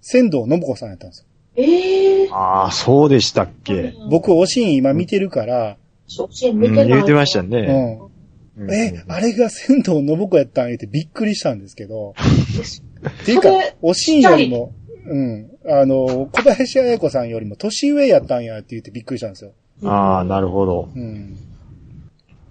[SPEAKER 1] 仙道信子さんやったんですよ。
[SPEAKER 3] えー。
[SPEAKER 2] ああ、そうでしたっけ。
[SPEAKER 1] 僕、おしん今見てるから、
[SPEAKER 3] 初心
[SPEAKER 2] う
[SPEAKER 3] 見て
[SPEAKER 2] ん、
[SPEAKER 3] ない。
[SPEAKER 2] 言うてました
[SPEAKER 1] う
[SPEAKER 2] ね。
[SPEAKER 1] ん。
[SPEAKER 2] うん
[SPEAKER 1] え、あれが仙道信子やったんやってびっくりしたんですけ ど、っていう
[SPEAKER 3] そ
[SPEAKER 1] か
[SPEAKER 3] れ、
[SPEAKER 1] おしんよりも、うん、あの、小林彩子さんよりも年上やったんやって言ってびっくりしたんですよ。
[SPEAKER 2] ああ、なるほど。
[SPEAKER 1] うん。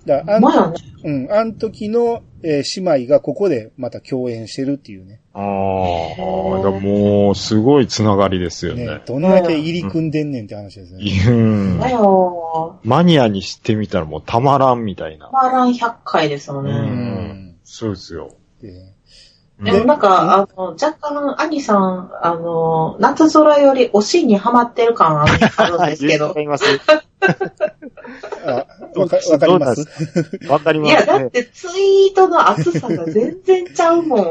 [SPEAKER 1] だからあん、
[SPEAKER 3] まあね、
[SPEAKER 1] うん、あん時の、えー姉妹がここでまた共演してるっていうね。
[SPEAKER 2] ああ、もう、すごいつながりですよ
[SPEAKER 1] ね
[SPEAKER 2] ね、。
[SPEAKER 1] どんだけ入り組んでんねんって話ですね。
[SPEAKER 2] うん
[SPEAKER 3] だよ
[SPEAKER 2] マニアにしてみたらもうたまらんみたいな
[SPEAKER 3] ー。。マーラン100回です
[SPEAKER 2] う
[SPEAKER 3] よ
[SPEAKER 1] うん
[SPEAKER 3] ね。
[SPEAKER 1] ん。
[SPEAKER 2] そうですよ。
[SPEAKER 1] で
[SPEAKER 3] でもなんか、あの、若干、兄さん、あの、夏空よりおしんにハマってる感あ るんですけど。
[SPEAKER 2] ります。
[SPEAKER 1] あ、わか、わかります
[SPEAKER 2] わかり
[SPEAKER 3] い
[SPEAKER 2] ま
[SPEAKER 3] や、
[SPEAKER 2] す
[SPEAKER 3] だっ
[SPEAKER 2] ね。
[SPEAKER 3] てツイートの厚さが全然ちゃう もん。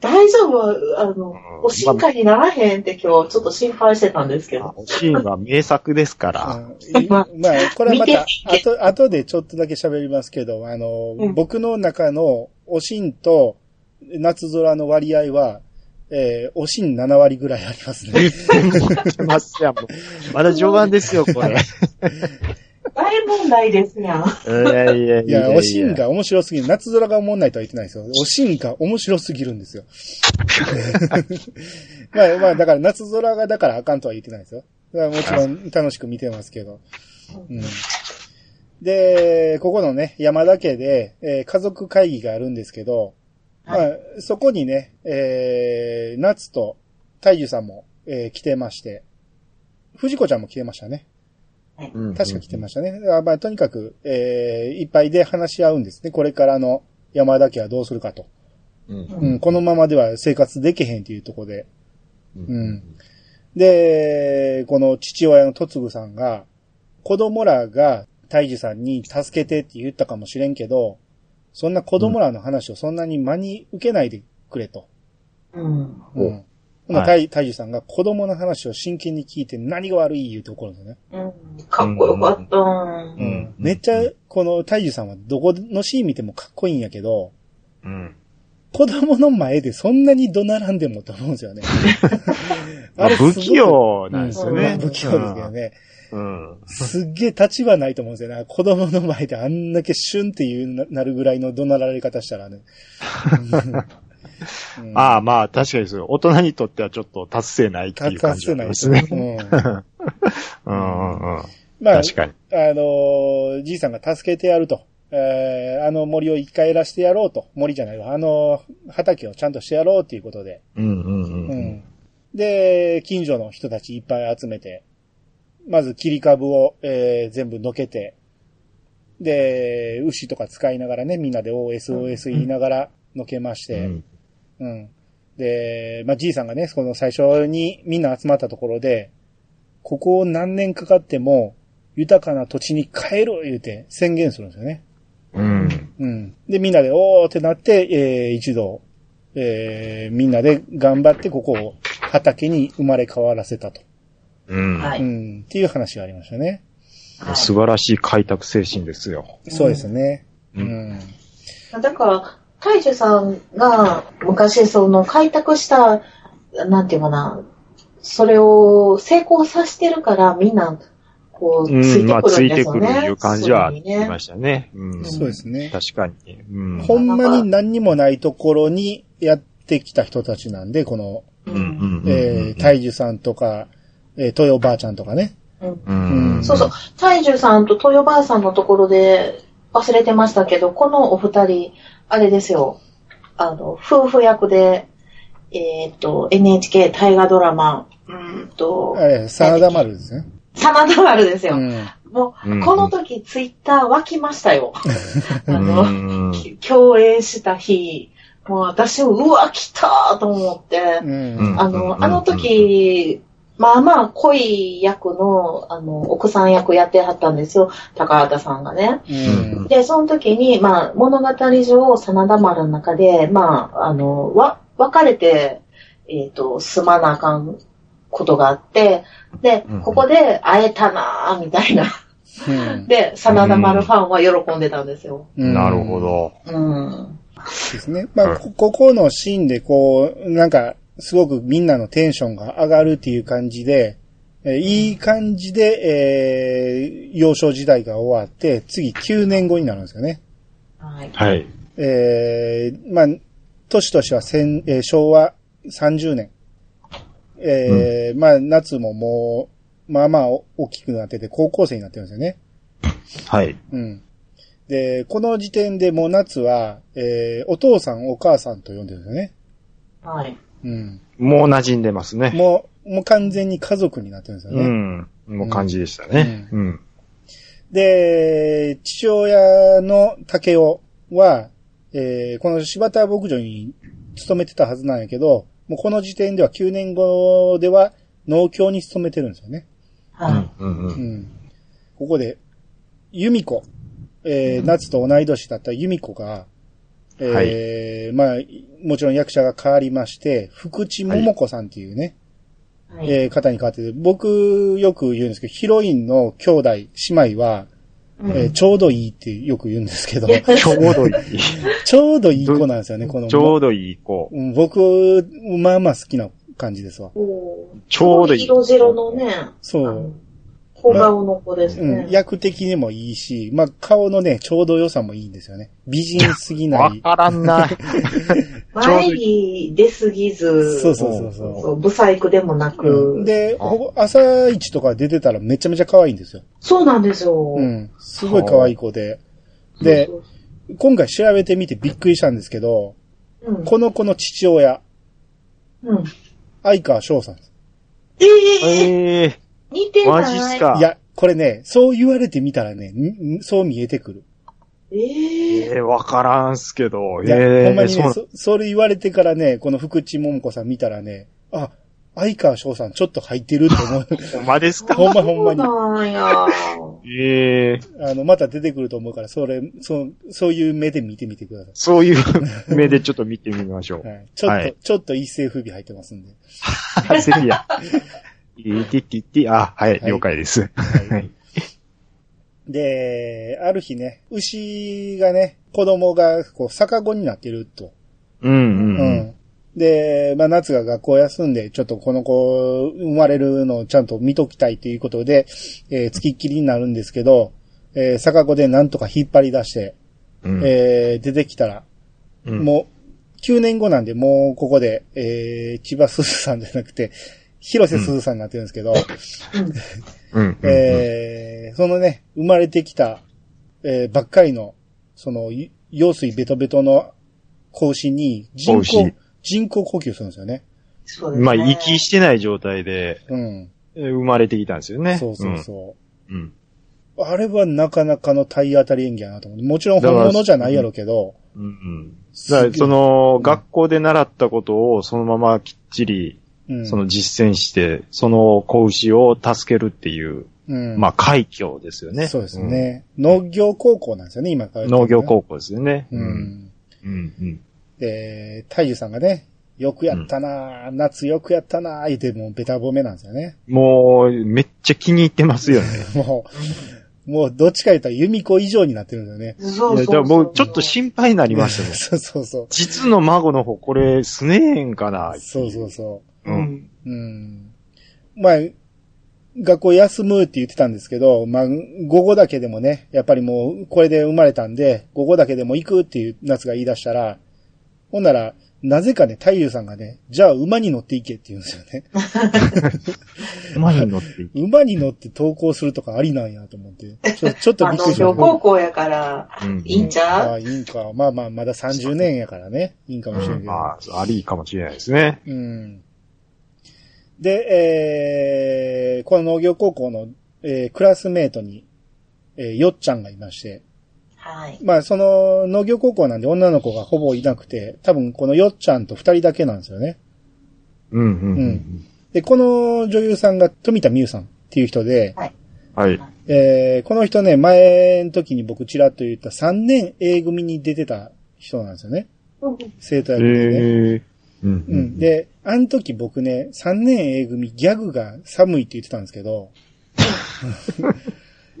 [SPEAKER 3] 大丈夫あの、おしんかにならへんって今日ちょっと心配してたんですけど。
[SPEAKER 2] おシーンは名作ですか
[SPEAKER 1] う
[SPEAKER 2] ら。
[SPEAKER 1] んいまあ、これはまた、
[SPEAKER 3] 見
[SPEAKER 1] 後、後でちょっとだけ喋りますけど、あの、
[SPEAKER 3] うん
[SPEAKER 1] 僕の中のおしんと夏空の割合は、えーおしん7割ぐらいありますね。
[SPEAKER 2] してますやん。まだ序盤ですよ、これ。
[SPEAKER 3] 大問題ですやん。
[SPEAKER 2] いやいやい
[SPEAKER 1] いや、おしん。が面白すぎる。夏空がおもんないとは言ってないですよ。おしんが面白すぎるんですよ。 まあまあ、だから夏空がだからあかんとは言ってないですよ。だからもちろん楽しく見てますけど。うん、で、ここのね、山田家で、えー家族会議があるんですけど、
[SPEAKER 3] は
[SPEAKER 1] まあ、そこにね、えー、夏と太樹さんも、えー来てまして、藤子ちゃんも来てましたね。確か来てましたね。あまあ、とにかく、えー、いっぱいで話し合うんですね。これからの山田家はどうするかと。
[SPEAKER 2] す。
[SPEAKER 1] うん、このままでは生活できへんというところで。
[SPEAKER 2] うん。
[SPEAKER 1] で、この父親のとつぐさんが、子供らが大樹さんに助けてって言ったかもしれんけど、そんな子供らの話をそんなに真に受けないでくれと。
[SPEAKER 3] うん。
[SPEAKER 2] お
[SPEAKER 1] うん。まあ、
[SPEAKER 2] は
[SPEAKER 1] 大樹さんが子供の話を真剣に聞いて何が悪い言うところですね。
[SPEAKER 3] うん。かっこよかった。
[SPEAKER 2] うん
[SPEAKER 1] うんめっちゃ、この大樹さんはどこのシーン見てもかっこいいんやけど、
[SPEAKER 2] うん。。
[SPEAKER 1] 子供の前でそんなに怒鳴らんでもと思うんですよね
[SPEAKER 2] まあ、
[SPEAKER 1] すご
[SPEAKER 2] 不
[SPEAKER 1] い
[SPEAKER 2] 器用なんですよ
[SPEAKER 1] う
[SPEAKER 2] ね。
[SPEAKER 1] ん不器用ですけどね。
[SPEAKER 2] うん。
[SPEAKER 1] すっげえ立場ないと思うんですよね。子供の前であんだけシュンっていうななるぐらいの怒鳴られ方した らね。
[SPEAKER 2] あ
[SPEAKER 1] あ、
[SPEAKER 2] あ、まあ、確かにそう。大人にとってはちょっと達成ないって
[SPEAKER 1] た
[SPEAKER 2] いう感
[SPEAKER 1] 達
[SPEAKER 2] じ
[SPEAKER 1] せ
[SPEAKER 2] は
[SPEAKER 1] な
[SPEAKER 2] あ
[SPEAKER 1] い
[SPEAKER 2] りますね。
[SPEAKER 1] うん
[SPEAKER 2] うんうんうん。
[SPEAKER 1] まあ、
[SPEAKER 2] 確かに。
[SPEAKER 1] あのーじいさんが助けてやると。えーあの森を一回らしてやろうと。森じゃないわ。あの畑をちゃんとしてやろうということで。
[SPEAKER 2] うんうん
[SPEAKER 1] う
[SPEAKER 2] うん
[SPEAKER 1] ん。で、近所の人たちいっぱい集めて、まず切り株を、えー全部のけて、で、牛とか使いながらね、みんなで OSOS 言いながらのけまし
[SPEAKER 2] う
[SPEAKER 1] て、
[SPEAKER 2] ん。
[SPEAKER 1] うん。で、まあ、じいさんがね、その最初にみんな集まったところで、ここを何年かかっても、豊かな土地に変えろ言うて宣言するんですよね。
[SPEAKER 2] うん。
[SPEAKER 1] うん。で、みんなで、おーってなって、えー一度、えーみんなで頑張ってここを畑に生まれ変わらせたと。
[SPEAKER 2] うん。
[SPEAKER 3] は
[SPEAKER 1] う
[SPEAKER 3] い。
[SPEAKER 1] ん。っていう話がありましたね。
[SPEAKER 3] はい
[SPEAKER 2] 素晴らしい開拓精神ですよ。
[SPEAKER 1] そうですね。
[SPEAKER 2] う
[SPEAKER 1] うんん。
[SPEAKER 3] だから、大樹さんが昔その開拓した、なんていうかな、それを成功させてるからみんな、こう、
[SPEAKER 2] う
[SPEAKER 3] つい
[SPEAKER 2] ん、
[SPEAKER 3] て
[SPEAKER 2] まあ、
[SPEAKER 3] く
[SPEAKER 2] つ
[SPEAKER 3] るん
[SPEAKER 2] い
[SPEAKER 3] で
[SPEAKER 2] て
[SPEAKER 3] す
[SPEAKER 2] く
[SPEAKER 3] よ
[SPEAKER 2] る
[SPEAKER 3] ね。
[SPEAKER 2] という感じはあ
[SPEAKER 3] そうい
[SPEAKER 2] り
[SPEAKER 3] うふうに
[SPEAKER 2] ま
[SPEAKER 3] ね。
[SPEAKER 2] したね。うん。
[SPEAKER 1] そうですね。
[SPEAKER 2] 確かに。うん。
[SPEAKER 1] ほんまに何にもないところにやってきた人たちなんで、この、
[SPEAKER 3] う
[SPEAKER 2] うんんうんうん
[SPEAKER 1] えー、大樹さんとか、えー、豊おばあちゃんとかね。
[SPEAKER 3] うん
[SPEAKER 2] うん
[SPEAKER 1] うん
[SPEAKER 3] そうそう。。大樹さんと豊ばあさんのところで忘れてましたけど、このお二人、あれですよ。あの、夫婦役で、えーっ、と、NHK 大河ドラマ、うーんと、
[SPEAKER 1] あれ、真田丸ですね。
[SPEAKER 3] 真田丸です
[SPEAKER 1] う
[SPEAKER 3] よ。
[SPEAKER 1] ん。
[SPEAKER 3] もう、
[SPEAKER 2] うん
[SPEAKER 3] この時ツイッター沸きましたよ。あの、
[SPEAKER 2] うん
[SPEAKER 3] き共演した日、もう私も、うわ、来たーと思って、
[SPEAKER 1] うん。
[SPEAKER 3] あ
[SPEAKER 2] うんうんうん
[SPEAKER 3] の、あの時、まあまあ濃い役の、あの、奥さん役やってはったんですよ、高畑さんがね。
[SPEAKER 1] うん。
[SPEAKER 3] で、その時に、まあ、物語上、真田丸の中で、まあ、あの、わ、別れて、えっ、と、住まなあかんことがあって、で
[SPEAKER 2] うんうん、
[SPEAKER 3] ここで会えたなあみたいな。
[SPEAKER 1] うん
[SPEAKER 3] で、真田丸ファンは喜んでたんですよ。
[SPEAKER 1] うん
[SPEAKER 2] なるほ。ど。
[SPEAKER 3] うん。
[SPEAKER 1] ですね。まあ、こここのシーンでこう、なんか、すごくみんなのテンションが上がるっていう感じで、えーいい感じで、えー幼少時代が終わって、次9年後になるんですよね。
[SPEAKER 3] はい。
[SPEAKER 2] はい。
[SPEAKER 1] えーまあ、年としては戦、えー昭和30年。えーまあ、夏ももう、まあまあお大きくなってて、高校生になってるんですよね。
[SPEAKER 2] はい。
[SPEAKER 1] うん。で、この時点でもう夏は、えーお父さんお母さんと呼んでるんですよね。
[SPEAKER 3] はい。
[SPEAKER 1] うん。
[SPEAKER 2] もう馴染んでますね。
[SPEAKER 1] もう、もう完全に家族になってるんですよね。
[SPEAKER 2] うん。もう感じでしたね。うん。
[SPEAKER 1] で、父親の竹雄は、えーこの柴田牧場に勤めてたはずなんやけど、もうこの時点では9年後では農協に勤めてるんですよね。
[SPEAKER 2] う
[SPEAKER 3] はい
[SPEAKER 2] ん。。うんう。
[SPEAKER 1] うんん。ここで、由美子、えー夏と同い年だった由美子が、えーまあ、もちろん役者が変わりまして、福地桃子さんっていうね、
[SPEAKER 3] はい。
[SPEAKER 1] えー方に変わってて、僕よく言うんですけど、ヒロインの兄弟、姉妹は、
[SPEAKER 3] うん
[SPEAKER 1] えーちょうどいいってよく言うんですけど、
[SPEAKER 2] ちょうどいい。
[SPEAKER 1] ちょうどいい子なんですよね、この。
[SPEAKER 2] ちょうどいい子。
[SPEAKER 1] うん僕、まあまあ好きな感じですわ。
[SPEAKER 3] おー
[SPEAKER 2] ちょうどいい。
[SPEAKER 3] 色白のね、
[SPEAKER 1] そ
[SPEAKER 3] あの
[SPEAKER 1] う。
[SPEAKER 3] 小顔の子です
[SPEAKER 1] う
[SPEAKER 3] ね
[SPEAKER 1] ん、。役的にもいいし、まあ顔のね、ちょうど良さもいいんですよね。美人すぎな
[SPEAKER 2] わ
[SPEAKER 1] い。
[SPEAKER 2] からんな。
[SPEAKER 3] 前に出すぎず、
[SPEAKER 1] そうそうそうそ
[SPEAKER 3] そう不細工でもな
[SPEAKER 1] う。
[SPEAKER 3] く、
[SPEAKER 1] うんで、ほぼ朝一とか出てたらめちゃめちゃ可愛いんですよ。
[SPEAKER 3] そうなんですよ。
[SPEAKER 1] うん。すごい可愛い子で。で
[SPEAKER 3] そ、う
[SPEAKER 1] 今回調べてみてびっくりしたんですけど、
[SPEAKER 3] そう、うん。
[SPEAKER 1] この子の父親、
[SPEAKER 3] うん、
[SPEAKER 1] 相川翔さんです。
[SPEAKER 3] え え
[SPEAKER 2] ええ
[SPEAKER 3] 似て
[SPEAKER 2] ー、
[SPEAKER 3] ない。
[SPEAKER 2] マジっすか。
[SPEAKER 1] いや、これね、そう言われてみたらね、んんそう見えてくる。
[SPEAKER 3] ええ
[SPEAKER 2] ええわからんすけど。
[SPEAKER 1] いや、ほ
[SPEAKER 2] え
[SPEAKER 1] ん
[SPEAKER 2] え
[SPEAKER 1] まに
[SPEAKER 2] そうな
[SPEAKER 1] ね
[SPEAKER 2] ん
[SPEAKER 1] そ、それ言われてからね、この福地桃子さん見たらね、あ、相川翔さんちょっと入ってると 思う。
[SPEAKER 2] ほんまですか
[SPEAKER 1] ほんまほん
[SPEAKER 3] そ
[SPEAKER 1] ま
[SPEAKER 3] う
[SPEAKER 1] に。
[SPEAKER 3] なんや。
[SPEAKER 2] ええ
[SPEAKER 1] あの、また出てくると思うから、それ、そう、そういう目で見てみてくださ
[SPEAKER 2] そういう目でちょっと見てみましょ
[SPEAKER 1] い。。
[SPEAKER 2] う
[SPEAKER 1] はい。ちょっと、
[SPEAKER 2] はい
[SPEAKER 1] ちょっと一世不備入ってますんで。
[SPEAKER 2] セリア。いてってって、あ、はい、
[SPEAKER 1] はい
[SPEAKER 2] 了解です。
[SPEAKER 1] は
[SPEAKER 2] はいい。
[SPEAKER 1] で、ある日ね、牛がね、子供が、こう、逆子になってると。
[SPEAKER 2] うんうん
[SPEAKER 1] う
[SPEAKER 2] うん。
[SPEAKER 1] ん。で、まあ、夏が学校休んで、ちょっとこの子、生まれるのをちゃんと見ときたいということで、えー付きっきりになるんですけど、えー逆子でなんとか引っ張り出して、
[SPEAKER 2] うん
[SPEAKER 1] えー出てきたら、
[SPEAKER 2] うん
[SPEAKER 1] もう、9年後なんで、もうここで、えー千葉すずさんじゃなくて、広瀬すずさんになってるんですけど、
[SPEAKER 2] うんうん
[SPEAKER 1] えーそのね、生まれてきた、えーばっかりの、その、い羊水ベトベトの子牛に人
[SPEAKER 2] 子牛
[SPEAKER 1] 工、人工呼吸するんですよね。
[SPEAKER 3] そうですね。
[SPEAKER 2] まあ、息してない状態で
[SPEAKER 1] うん。
[SPEAKER 2] えー生まれてきたんですよね。
[SPEAKER 1] そうそうそう。
[SPEAKER 2] うん。
[SPEAKER 1] あれはなかなかの体当たり演技やなと思って。もちろん
[SPEAKER 2] だ
[SPEAKER 1] 本
[SPEAKER 2] から
[SPEAKER 1] 物じゃないやろうけど、
[SPEAKER 2] うん。うん。
[SPEAKER 1] す
[SPEAKER 2] だ
[SPEAKER 1] げえ
[SPEAKER 2] から、そ、の、学校で習ったことをそのままきっちり、
[SPEAKER 1] うん、
[SPEAKER 2] その実践して、その子牛を助けるっていう、
[SPEAKER 1] うん、
[SPEAKER 2] まあ、快挙ですよね。
[SPEAKER 1] そうですね、農業高校なんですよね、今か
[SPEAKER 2] う
[SPEAKER 1] ら。
[SPEAKER 2] ん。農業高校ですよね。
[SPEAKER 1] う。
[SPEAKER 2] うんうんうん。
[SPEAKER 1] で、太樹さんがね、よくやったなぁ、夏よくやったなぁ、言うてもうベタ褒めなんですよね。
[SPEAKER 2] もう、めっちゃ気に入ってますよね。
[SPEAKER 1] もう、もうどっちか言ったら由美子以上になってるんだよね。
[SPEAKER 3] そ
[SPEAKER 2] いうや、じ
[SPEAKER 3] そう
[SPEAKER 2] ゃ
[SPEAKER 3] そ
[SPEAKER 2] あ
[SPEAKER 3] う。
[SPEAKER 2] もうちょっと心配になりましたね。
[SPEAKER 1] そうそうそう。
[SPEAKER 2] 実の孫の方、これ、すねえんかな。。
[SPEAKER 1] そうそうそう
[SPEAKER 3] う
[SPEAKER 2] うん。
[SPEAKER 3] ん。
[SPEAKER 1] う。うん。まあ、学校休むって言ってたんですけど、まあ、午後だけでもね、やっぱりもうこれで生まれたんで、午後だけでも行くっていう夏が言い出したら、ほんなら、なぜかね、太夫さんがね、じゃあ馬に乗って行けって言うんですよ ね。
[SPEAKER 2] 馬に乗ってい
[SPEAKER 1] 馬に乗って登校するとかありなんやと思って。ちょちょっと
[SPEAKER 3] まあ、
[SPEAKER 1] びっくり
[SPEAKER 3] 農
[SPEAKER 1] しま
[SPEAKER 3] 業
[SPEAKER 1] し
[SPEAKER 3] 高
[SPEAKER 1] た。
[SPEAKER 3] 校やから、
[SPEAKER 2] く。うん。
[SPEAKER 3] いいんちゃ
[SPEAKER 1] あ
[SPEAKER 3] う
[SPEAKER 1] あ、いいんか。まあまあ、まだ30年やからね。いいんかもしれん
[SPEAKER 2] う
[SPEAKER 1] け
[SPEAKER 2] ん
[SPEAKER 1] ど。
[SPEAKER 2] まあ、ありかもしれないですね。
[SPEAKER 1] うん。で、えー、この農業高校の、えークラスメートに、えーよっちゃんがいまして、
[SPEAKER 3] はい。
[SPEAKER 1] まあその農業高校なんで女の子がほぼいなくて、多分このよっちゃんと二人だけなんですよね。
[SPEAKER 2] うん、うん、う。
[SPEAKER 1] うんで、この女優さんが富田美優さんっていう人で、
[SPEAKER 3] はい。
[SPEAKER 2] はい。
[SPEAKER 1] えーこの人ね、前の時に僕ちらっと言った3年 A 組に出てた人なんですよね。生徒
[SPEAKER 2] え
[SPEAKER 1] 役でね。
[SPEAKER 2] ー。うん、う
[SPEAKER 1] うん。
[SPEAKER 2] ん。
[SPEAKER 1] で、あの時僕ね、3年 A 組ギャグが寒いって言ってたんですけど、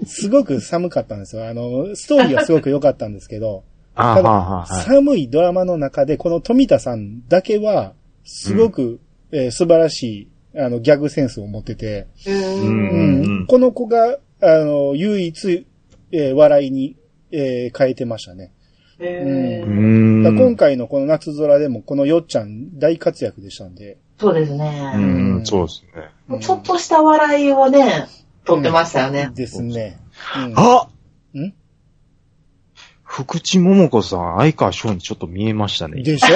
[SPEAKER 1] すごく寒かったんですよ。あの、ストーリーはすごく良かったんですけど、
[SPEAKER 2] あ
[SPEAKER 1] た
[SPEAKER 2] ー
[SPEAKER 1] だ
[SPEAKER 2] はあはあはあ
[SPEAKER 1] 寒いドラマの中で、この富田さんだけは、すごく、えー素晴らしい、あの、ギャグセンスを持ってて、
[SPEAKER 3] うん。
[SPEAKER 2] うんうん
[SPEAKER 1] この子が、あの、唯一、えー笑いに、えー変えてましたね。
[SPEAKER 3] え
[SPEAKER 2] う
[SPEAKER 3] ー
[SPEAKER 2] ん。
[SPEAKER 1] だから今回のこの夏空でも、このよっちゃん大活躍でしたんで、
[SPEAKER 3] そうです
[SPEAKER 2] う
[SPEAKER 3] ね。
[SPEAKER 2] ん、うんそうですね。
[SPEAKER 1] うん
[SPEAKER 3] ちょっとした笑いをね、取ってましたよね。
[SPEAKER 1] ですね。うん
[SPEAKER 2] あ
[SPEAKER 1] ん
[SPEAKER 2] 福地桃子さん、相川翔にちょっと見えましたね。
[SPEAKER 1] でしょ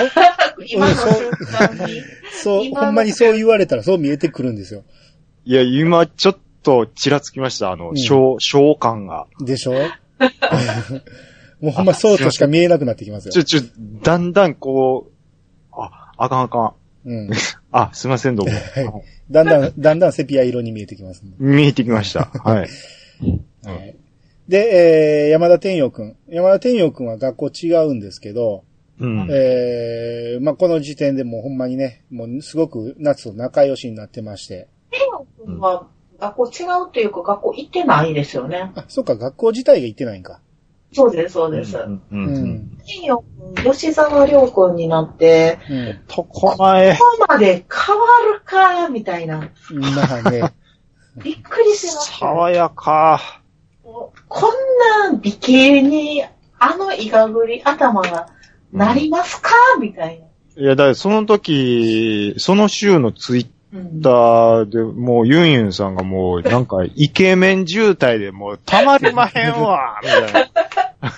[SPEAKER 3] 今の瞬間に。
[SPEAKER 1] そう、
[SPEAKER 3] 今の
[SPEAKER 1] ほんまにそう言われたらそう見えてくるんですよ。
[SPEAKER 2] いや、今ちょっとちらつきました、あ
[SPEAKER 1] う
[SPEAKER 2] の、
[SPEAKER 1] ん
[SPEAKER 2] 翔、翔感が。
[SPEAKER 1] で しょもうほんまそうとしか見えなくなってきますよ
[SPEAKER 2] ち。ょ、ちょ、だんだんこう、あ、あかんあかん。
[SPEAKER 1] うん。
[SPEAKER 2] あ、すいません、どうも。
[SPEAKER 1] だんだん、だんだんセピア色に見えてきますね、
[SPEAKER 2] 見えてきました。はい。うん
[SPEAKER 1] はい。で、えー、山田天陽くん。山田天陽くんは学校違うんですけど、
[SPEAKER 2] うん。
[SPEAKER 1] えー、まあ、この時点でもうほんまにね、もうすごく夏と仲良しになってまして。
[SPEAKER 3] 天王君は学校違うというか、学校行ってないですよね。
[SPEAKER 1] あ、そうか、学校自体が行ってないんか。
[SPEAKER 3] そうです、そう
[SPEAKER 2] う
[SPEAKER 3] です。
[SPEAKER 2] ん。う。
[SPEAKER 1] うんん。
[SPEAKER 3] 天陽君、吉沢亮君になって、
[SPEAKER 1] う
[SPEAKER 2] とこ前。
[SPEAKER 3] ここまで変わるか、みたいな。
[SPEAKER 1] ん。まあね。
[SPEAKER 3] びっくりしましたよ。
[SPEAKER 2] 爽やか。
[SPEAKER 3] こんな美形に、あのイガグリ頭がなりますか、みたいな。
[SPEAKER 2] いや、だからその時、その週のツイッ
[SPEAKER 3] うん
[SPEAKER 2] ターで、もうユンユンさんがもう、なんか、イケメン渋滞でもう、たまりまへん わ、みたいな。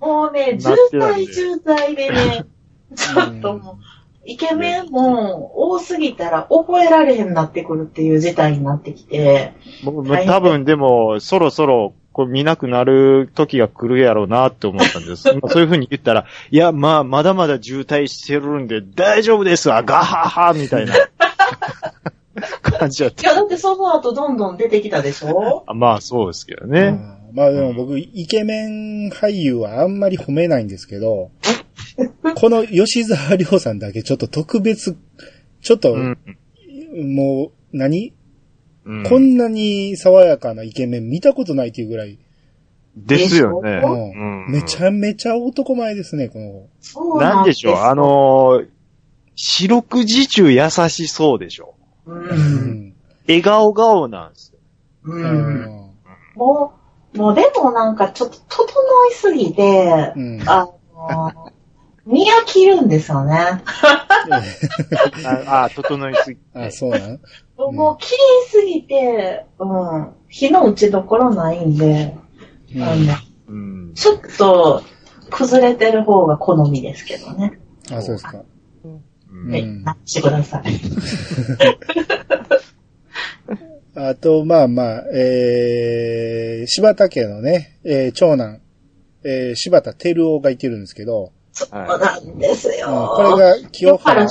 [SPEAKER 3] もうね、
[SPEAKER 2] な
[SPEAKER 3] 渋
[SPEAKER 2] ってたんで
[SPEAKER 3] 滞渋滞でね、 ちょっともう、イケメンも多すぎたら覚えられへんなってくるっていう事態になってきて、
[SPEAKER 2] 僕も多分でも、そろそろ、これ見なくなる時が来るやろうなって思った んです。まあそういう風に言ったら、いや、まあ、まだまだ渋滞してるんで、大丈夫ですわ、ガハハみ たいな感じだっ
[SPEAKER 3] いや、だ
[SPEAKER 2] た
[SPEAKER 3] っ。てその後どんどん出てきたでしょ
[SPEAKER 2] あまあ、そうですけど
[SPEAKER 1] う
[SPEAKER 2] ね。
[SPEAKER 1] んまあでも僕、イケメン俳優はあんまり褒めないんですけど、この吉沢亮さんだけちょっと特別、ちょっと、
[SPEAKER 2] うん。
[SPEAKER 1] もう何、
[SPEAKER 2] うん
[SPEAKER 1] こんなに爽やかなイケメン見たことないというぐらい、
[SPEAKER 2] ですよね。
[SPEAKER 1] うん
[SPEAKER 2] うん
[SPEAKER 1] めちゃめちゃ男前ですね、この
[SPEAKER 3] そう
[SPEAKER 2] な
[SPEAKER 3] なん
[SPEAKER 2] んでしょう、あ、のー四六時中優しそうでしょ。
[SPEAKER 3] う。
[SPEAKER 1] 子。うんん
[SPEAKER 2] 笑顔顔なんですよ。
[SPEAKER 3] うん。もう、もうでもなんかちょっと整いすぎて、
[SPEAKER 1] うん
[SPEAKER 3] あの、見飽きるんですよね。
[SPEAKER 2] ああ、整いすぎて。
[SPEAKER 1] あ、そうなんん
[SPEAKER 3] もう綺麗すぎて、うん、火の打ちどころないんで、
[SPEAKER 1] うん
[SPEAKER 3] あの
[SPEAKER 2] うん。
[SPEAKER 3] ちょっと崩れてる方が好みですけどね。
[SPEAKER 1] あ、そうですか。
[SPEAKER 2] うん
[SPEAKER 3] はい、
[SPEAKER 1] うん
[SPEAKER 3] なってください。
[SPEAKER 1] あと、まあまあ、えー、柴田家のね、えー長男、えー柴田照夫がいてるんですけど、
[SPEAKER 3] そう
[SPEAKER 2] はい
[SPEAKER 3] なんですよ。
[SPEAKER 1] うんこれが清原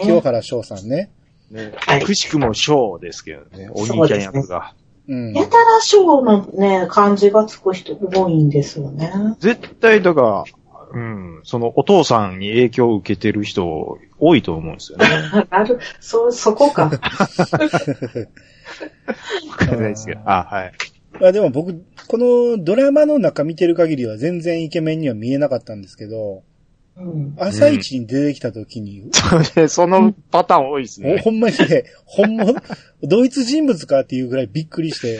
[SPEAKER 3] 清翔さ
[SPEAKER 1] 清
[SPEAKER 3] んね
[SPEAKER 1] 原翔さんね。
[SPEAKER 2] ね
[SPEAKER 3] はい
[SPEAKER 2] くしくも翔ですけどね、お兄ちゃん役が。
[SPEAKER 1] うん。
[SPEAKER 3] やたら章のね、漢字がつく人多いんですよね。
[SPEAKER 2] 絶対だから、うん、そのお父さんに影響を受けてる人多いと思うんですよね。
[SPEAKER 3] ある、そ、そこ か。
[SPEAKER 2] わかんないですけど。あ、はい。
[SPEAKER 1] まあでも僕、このドラマの中見てる限りは全然イケメンには見えなかったんですけど、
[SPEAKER 3] うん。
[SPEAKER 1] 朝一に出てきた時に、
[SPEAKER 2] それそのパターン多いです
[SPEAKER 1] お
[SPEAKER 2] ね。
[SPEAKER 1] ほんまにね、ほんま、同一人物かっていうぐらいびっくりして、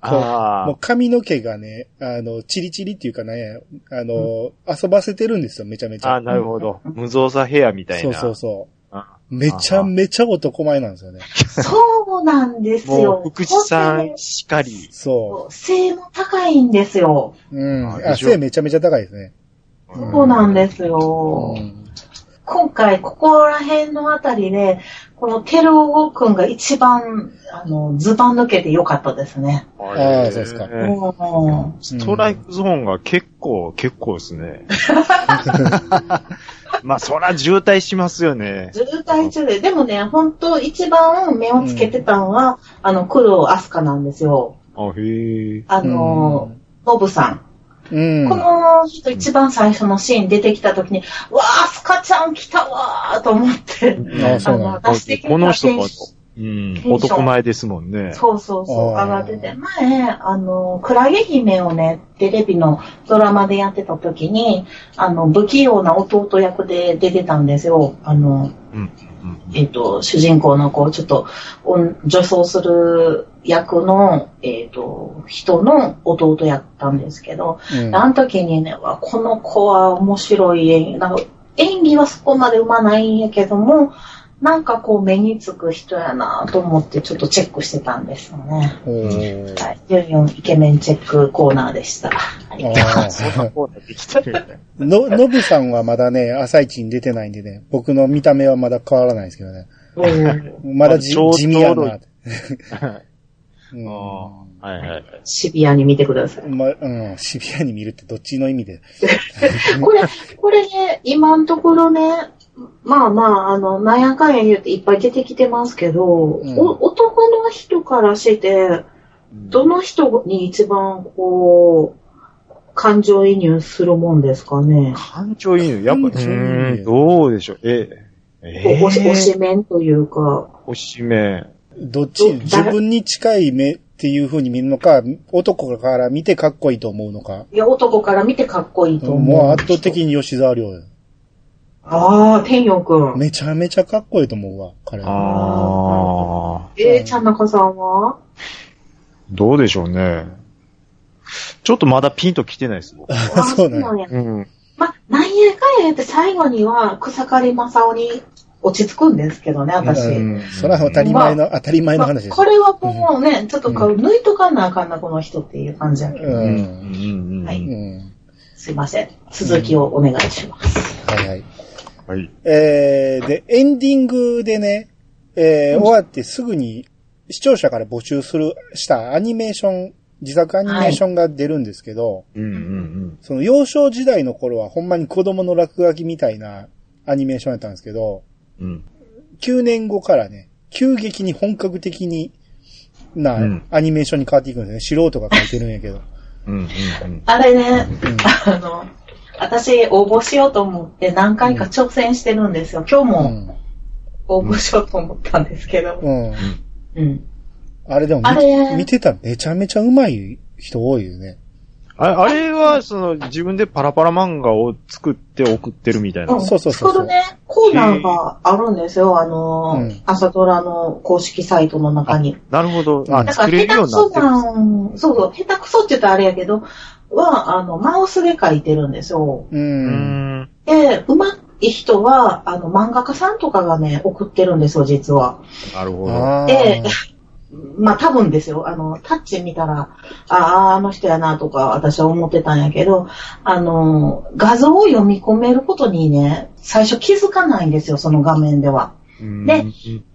[SPEAKER 1] も
[SPEAKER 2] あ
[SPEAKER 1] う髪の毛がね、あの、チリチリっていうかね、あの、遊ばせてるんですよ、めちゃめち
[SPEAKER 2] あ。あ
[SPEAKER 1] ゃ。
[SPEAKER 2] なるほど。無造作ヘアみたい
[SPEAKER 1] そう
[SPEAKER 2] な。
[SPEAKER 1] そうそ
[SPEAKER 2] あ
[SPEAKER 1] う。めちゃめちゃ男前なんですよね。
[SPEAKER 3] そうなんです
[SPEAKER 2] も
[SPEAKER 3] よ。
[SPEAKER 2] う、福地さ
[SPEAKER 3] 本当
[SPEAKER 2] んしかり。
[SPEAKER 1] そ
[SPEAKER 3] に性能高いんですよ。
[SPEAKER 1] う。うん。
[SPEAKER 2] あ
[SPEAKER 1] あ、
[SPEAKER 2] でしょ
[SPEAKER 1] 背めちゃめちゃ高いですね。うん
[SPEAKER 3] そうなんです
[SPEAKER 1] う
[SPEAKER 3] よ。
[SPEAKER 1] ん。
[SPEAKER 3] 今回、ここら辺のあたりで、このテルオくんが一番、あの、ズバン抜けてよかったですね。
[SPEAKER 2] れ
[SPEAKER 1] ああそうですか
[SPEAKER 2] ね
[SPEAKER 3] うん
[SPEAKER 2] ストライクゾーンが結構、結構ですね。まあ、そら渋滞しますよね。
[SPEAKER 3] 渋滞中で、でもね、本当一番目をつけてたのは、あの、工藤飛鳥なんですよ。
[SPEAKER 2] あ、へえ。
[SPEAKER 3] あの、ノブさん。
[SPEAKER 1] うん。
[SPEAKER 3] この人一番最初のシーン出てきた時に、わあ、スカちゃん来たわーと思って、
[SPEAKER 1] あそうなん
[SPEAKER 3] あの私的に
[SPEAKER 2] この人
[SPEAKER 3] テン
[SPEAKER 2] が
[SPEAKER 3] ション、
[SPEAKER 2] うん、男前ですもんね。
[SPEAKER 3] そうそうそう、
[SPEAKER 1] あー
[SPEAKER 3] 上がってて。前、あの、クラゲ姫をね、テレビのドラマでやってた時に、あの、不器用な弟役で出てたんですよ。あの、
[SPEAKER 2] うんうん
[SPEAKER 3] えっ、と、主人公のこう、ちょっと、おん女装する役の、えっ、と、人の弟やったんですけど、
[SPEAKER 1] うん
[SPEAKER 3] あの時にね、わこの子は面白い演技。なんか演技はそこまでうまないんやけども、なんかこう目につく人やなと思ってちょっとチェックしてたんですよね。
[SPEAKER 1] お ー
[SPEAKER 3] はい。ユンユンイケメンチェックコーナーでした。はい
[SPEAKER 1] あ
[SPEAKER 2] そん
[SPEAKER 1] ー
[SPEAKER 2] なコーナーでき てるよね。
[SPEAKER 1] の、のぶさんはまだね、朝一に出てないんでね、僕の見た目はまだ変わらないですけどね。まだじ
[SPEAKER 2] ちょうど
[SPEAKER 1] 地味やなって。うん
[SPEAKER 2] ああはいはいはい。
[SPEAKER 3] シビアに見てください。
[SPEAKER 1] ま、うん、シビアに見るってどっちの意味で。
[SPEAKER 3] これ、これね、今のところね、まあまあ、あの、なんやかんや言うていっぱい出てきてますけど、
[SPEAKER 1] ん
[SPEAKER 3] お男の人からして、どの人に一番こう、感情移入するもんですかね。
[SPEAKER 2] 感情移入、やっぱ、う
[SPEAKER 1] 感情移入
[SPEAKER 2] ーん、どうでしょう。え、え
[SPEAKER 3] こうおし、お
[SPEAKER 2] ー、
[SPEAKER 3] し面というか、
[SPEAKER 2] おしめ。
[SPEAKER 1] どっち、
[SPEAKER 3] ど
[SPEAKER 1] 自分に近い目っていう風に見るのか、男から見てかっこいいと思うのか。
[SPEAKER 3] いや、男から見てかっこいいと思う。
[SPEAKER 1] もう圧倒的に吉沢亮や
[SPEAKER 3] ああ、天陽くん。
[SPEAKER 1] めちゃめちゃかっこいいと思うわ、彼は。
[SPEAKER 2] ああ、
[SPEAKER 3] えー、ちゃんなかさんは
[SPEAKER 2] どうでしょうね。ちょっとまだピンと来てないです、僕。
[SPEAKER 3] あ
[SPEAKER 1] そうなんや
[SPEAKER 2] う
[SPEAKER 3] や。
[SPEAKER 2] ん。
[SPEAKER 3] ま、なんやかんや言って最後には草刈正雄に落ち着くんですけどね、私。
[SPEAKER 1] うんそれは当たり前の、当たり前の話で
[SPEAKER 3] まあ
[SPEAKER 1] す
[SPEAKER 3] こ。れはもうね、ちょっとこう抜いとかなあかんな、この人っていう感じやけど。
[SPEAKER 2] う。
[SPEAKER 1] うん。
[SPEAKER 2] うんん。
[SPEAKER 3] は
[SPEAKER 2] うん。
[SPEAKER 1] うん。
[SPEAKER 3] すいません。続きをお願いします。
[SPEAKER 1] はいはい。
[SPEAKER 2] はい。
[SPEAKER 1] えー、で、エンディングでね、えー、終わってすぐに視聴者から募集する、したアニメーション、自作アニメーションが出るんですけど、
[SPEAKER 2] うんうんうん。
[SPEAKER 1] その幼少時代の頃はほんまに子供の落書きみたいなアニメーションやったんですけど、
[SPEAKER 2] うん。
[SPEAKER 1] 9年後からね、急激に本格的にな
[SPEAKER 2] うん
[SPEAKER 1] アニメーションに変わっていくんですね。素人が書いてるんやけど。
[SPEAKER 2] うんうん
[SPEAKER 3] あれね、あの、私応募しようと思って何回か挑戦してるんですよ。今日
[SPEAKER 1] う
[SPEAKER 3] も
[SPEAKER 1] ん。
[SPEAKER 3] 応募しようと思ったんですけど。
[SPEAKER 1] うん。
[SPEAKER 3] うん。
[SPEAKER 1] あれでも
[SPEAKER 3] あれ
[SPEAKER 1] 見見てたらめちゃめちゃ上手い人多いよね。
[SPEAKER 2] ああれは、その、自分でパラパラ漫画を作って送ってるみたいな。
[SPEAKER 3] ん
[SPEAKER 1] そうそうそうそう
[SPEAKER 3] ちょうどね、コーナーがあるんですよ。あの、
[SPEAKER 1] うん
[SPEAKER 3] 朝ドラの公式サイトの中に。
[SPEAKER 2] なるほど。
[SPEAKER 1] うん
[SPEAKER 2] あ、
[SPEAKER 3] だか
[SPEAKER 2] 作
[SPEAKER 3] ら、
[SPEAKER 2] れ
[SPEAKER 3] 下手
[SPEAKER 2] るように
[SPEAKER 3] く
[SPEAKER 2] な
[SPEAKER 3] そ
[SPEAKER 2] ってるんですね。
[SPEAKER 3] なん、そうそう、下手くそって言ったらあれやけど、は、あの、マウスで書いてるんですよ。
[SPEAKER 1] う。
[SPEAKER 2] うんん。
[SPEAKER 3] で、うまい人は、あの、漫画家さんとかがね、送ってるんですよ、実は。
[SPEAKER 2] なるほど。
[SPEAKER 1] ああ。
[SPEAKER 3] で、まあ多分ですよ、あの、タッチ見たら、ああ、あの人やなとか私は思ってたんやけど、あの、画像を読み込めることにね、最初気づかないんですよ、その画面では。
[SPEAKER 2] うん
[SPEAKER 3] で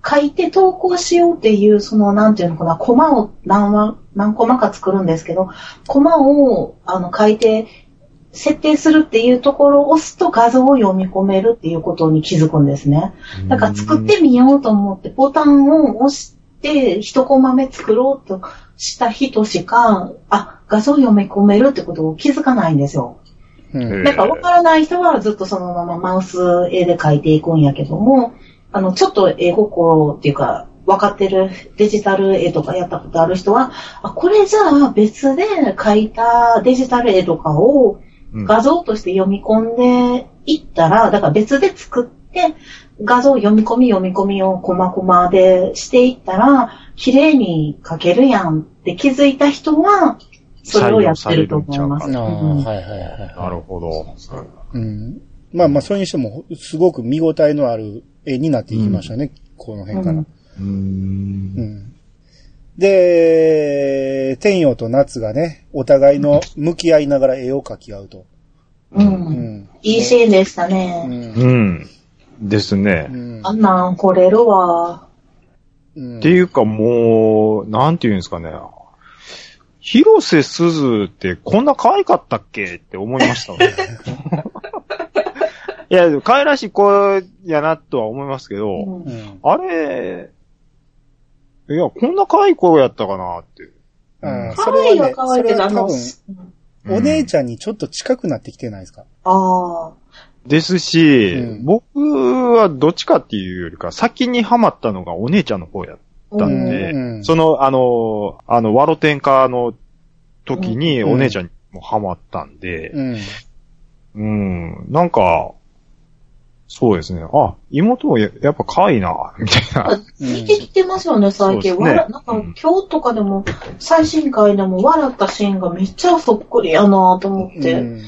[SPEAKER 3] 書いて投稿しようっていう、その、なんていうのかな、コマを何話、何コマか作るんですけど、コマを、あの、書いて、設定するっていうところを押すと画像を読み込めるっていうことに気づくんですね。だから作ってみようと思って、ボタンを押して、一コマ目作ろうとした人しか、あ、画像読み込めるってことを気づかないんですよ。
[SPEAKER 1] うん。
[SPEAKER 2] え
[SPEAKER 3] だから分からない人はずっとそのままマウス絵で描いていくんやけども、あの、ちょっと絵心っていうか、分かってるデジタル絵とかやったことある人は、あ、これじゃあ別で描いたデジタル絵とかを
[SPEAKER 2] うん
[SPEAKER 3] 画像として読み込んでいったら、だから別で作って、画像読み込み読み込みをコマコマでしていったら、綺麗に描けるやんって気づいた人は、それをやってると思います。
[SPEAKER 1] ああ、
[SPEAKER 3] うん
[SPEAKER 1] はいはいはい。
[SPEAKER 2] なるほど。
[SPEAKER 1] うん。まあまあ、それにしても、すごく見応えのある絵になっていきましたね。この辺から。
[SPEAKER 3] うん
[SPEAKER 2] う
[SPEAKER 1] う
[SPEAKER 2] ー。
[SPEAKER 1] んんで、天陽と夏がね、お互いの向き合いながら絵を描き合うと。
[SPEAKER 3] う。
[SPEAKER 1] うんん。
[SPEAKER 3] いいシーンでした
[SPEAKER 1] う
[SPEAKER 3] ね。
[SPEAKER 1] ん。
[SPEAKER 2] うん。ですね。
[SPEAKER 1] うん
[SPEAKER 3] あんなん来れるわ。
[SPEAKER 1] うん
[SPEAKER 2] っていうかもう、なんていうんですかね。広瀬すずってこんな可愛かったっけって思いましたね。いや、可愛らしい子やなとは思いますけど、
[SPEAKER 3] うん
[SPEAKER 1] うん
[SPEAKER 2] あれ、いや、こんな可愛い子やったかなって。
[SPEAKER 1] あーそ
[SPEAKER 3] 可愛
[SPEAKER 1] れ
[SPEAKER 3] い
[SPEAKER 1] は
[SPEAKER 3] は
[SPEAKER 1] ね、
[SPEAKER 3] 可愛
[SPEAKER 1] そ
[SPEAKER 3] いけ
[SPEAKER 1] れ
[SPEAKER 3] ど、
[SPEAKER 1] は
[SPEAKER 3] あ
[SPEAKER 1] 多
[SPEAKER 3] の、
[SPEAKER 1] 分、
[SPEAKER 3] うん
[SPEAKER 1] お姉ち
[SPEAKER 2] ゃん。
[SPEAKER 1] ゃんにちょっと近くなってきてないですか
[SPEAKER 3] ああ、
[SPEAKER 2] ですし、
[SPEAKER 1] うん
[SPEAKER 2] 僕はどっちかっていうよりか、先にハマったのがお姉ちゃんの方やっ
[SPEAKER 3] う
[SPEAKER 2] たん
[SPEAKER 3] ん
[SPEAKER 2] で、
[SPEAKER 1] うん
[SPEAKER 2] その、あの、あの、ワロテンカの時に
[SPEAKER 1] うん
[SPEAKER 2] お姉ちゃんにもハマったんで、
[SPEAKER 1] うん。
[SPEAKER 2] うん、なんか、そうですね。あ、妹もややっぱ可愛いな、みたいな。
[SPEAKER 3] 出てきてますよね、最近。
[SPEAKER 2] そうですね
[SPEAKER 3] わらなんか
[SPEAKER 2] うん
[SPEAKER 3] 今日とかでも、最新回でも笑ったシーンがめっちゃそっくりやなと思って。
[SPEAKER 1] うん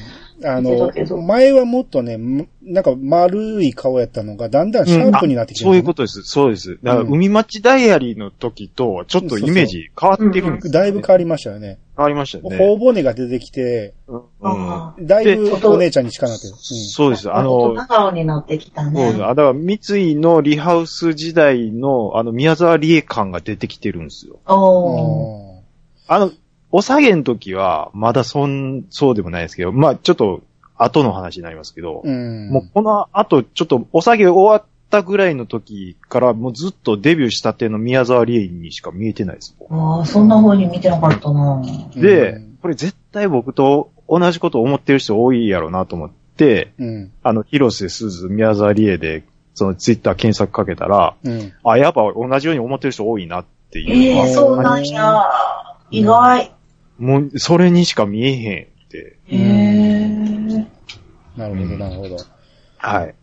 [SPEAKER 1] あ
[SPEAKER 3] 見て
[SPEAKER 1] の
[SPEAKER 3] たけ、ど
[SPEAKER 1] 前はもっとね、むなんか丸い顔やったのが、だんだ んシャープになってきて
[SPEAKER 2] そういうこととです。そうです。だから、
[SPEAKER 1] うん
[SPEAKER 2] 海町ダイアリーの時と、ちょっとイメージ変わってるんですよね、
[SPEAKER 1] だいぶ変わりましたよね。
[SPEAKER 2] 変わりましたよね。
[SPEAKER 1] 頬骨が出てきて、
[SPEAKER 2] うん
[SPEAKER 3] ああ
[SPEAKER 1] だいぶお姉ちゃんに近なってる。
[SPEAKER 2] そうです。あ
[SPEAKER 3] 大
[SPEAKER 2] の、
[SPEAKER 3] 人顔になってきた
[SPEAKER 2] そうです
[SPEAKER 3] ね。
[SPEAKER 2] あだから、三井のリハウス時代の、あの、宮沢りえ感が出てきてるんですよ。
[SPEAKER 3] おー
[SPEAKER 1] うん
[SPEAKER 2] あの、お下げの時は、まだそん、そうでもないですけど、まあちょっと、後の話になりますけど、
[SPEAKER 1] うん。
[SPEAKER 2] もうこの後、ちょっと、お下げ終わったぐらいの時から、もうずっとデビューしたての宮沢りえにしか見えてないです。僕
[SPEAKER 3] ああ、そんな風に見てなかったな
[SPEAKER 2] で
[SPEAKER 1] うん、
[SPEAKER 2] これ絶対僕と同じこと思ってる人多いやろうなと思って、
[SPEAKER 1] うん。
[SPEAKER 2] あの、広瀬すず、宮沢りえで、そのツイッター検索かけたら、
[SPEAKER 1] うん。
[SPEAKER 2] あ、やっぱ同じように思ってる人多いなっていう。
[SPEAKER 3] ええそうなんや。意外。
[SPEAKER 2] もう、それにしか見えへんって。
[SPEAKER 1] ん
[SPEAKER 3] へえ。
[SPEAKER 1] なるほど、なるほど。
[SPEAKER 2] はい。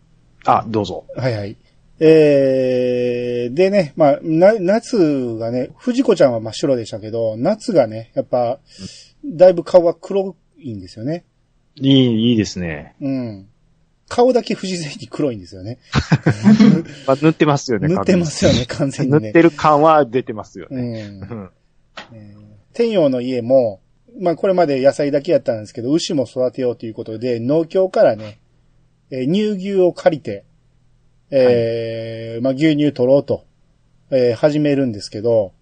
[SPEAKER 2] あ、どうぞ。
[SPEAKER 1] はいはい。えー、でね、まあ、な、夏がね、藤子ちゃんは真っ白でしたけど、夏がね、やっぱ、だいぶ顔は黒いんですよね。
[SPEAKER 2] いい、いいですね。
[SPEAKER 1] うん。顔だけ不自然に黒いんですよね。
[SPEAKER 2] まあ、塗ってますよね、
[SPEAKER 1] 塗ってますよね、完全
[SPEAKER 2] 完全
[SPEAKER 1] に
[SPEAKER 2] に。塗
[SPEAKER 1] ね
[SPEAKER 2] っ。てる感は出てますよ
[SPEAKER 1] う
[SPEAKER 2] ね。
[SPEAKER 1] ん。
[SPEAKER 2] うん
[SPEAKER 1] えー天陽の家も、まあこれまで野菜だけやったんですけど、牛も育てようということで、農協からね、えー乳牛を借りて、えーまあ牛乳取ろうと、えー始めるんですけど、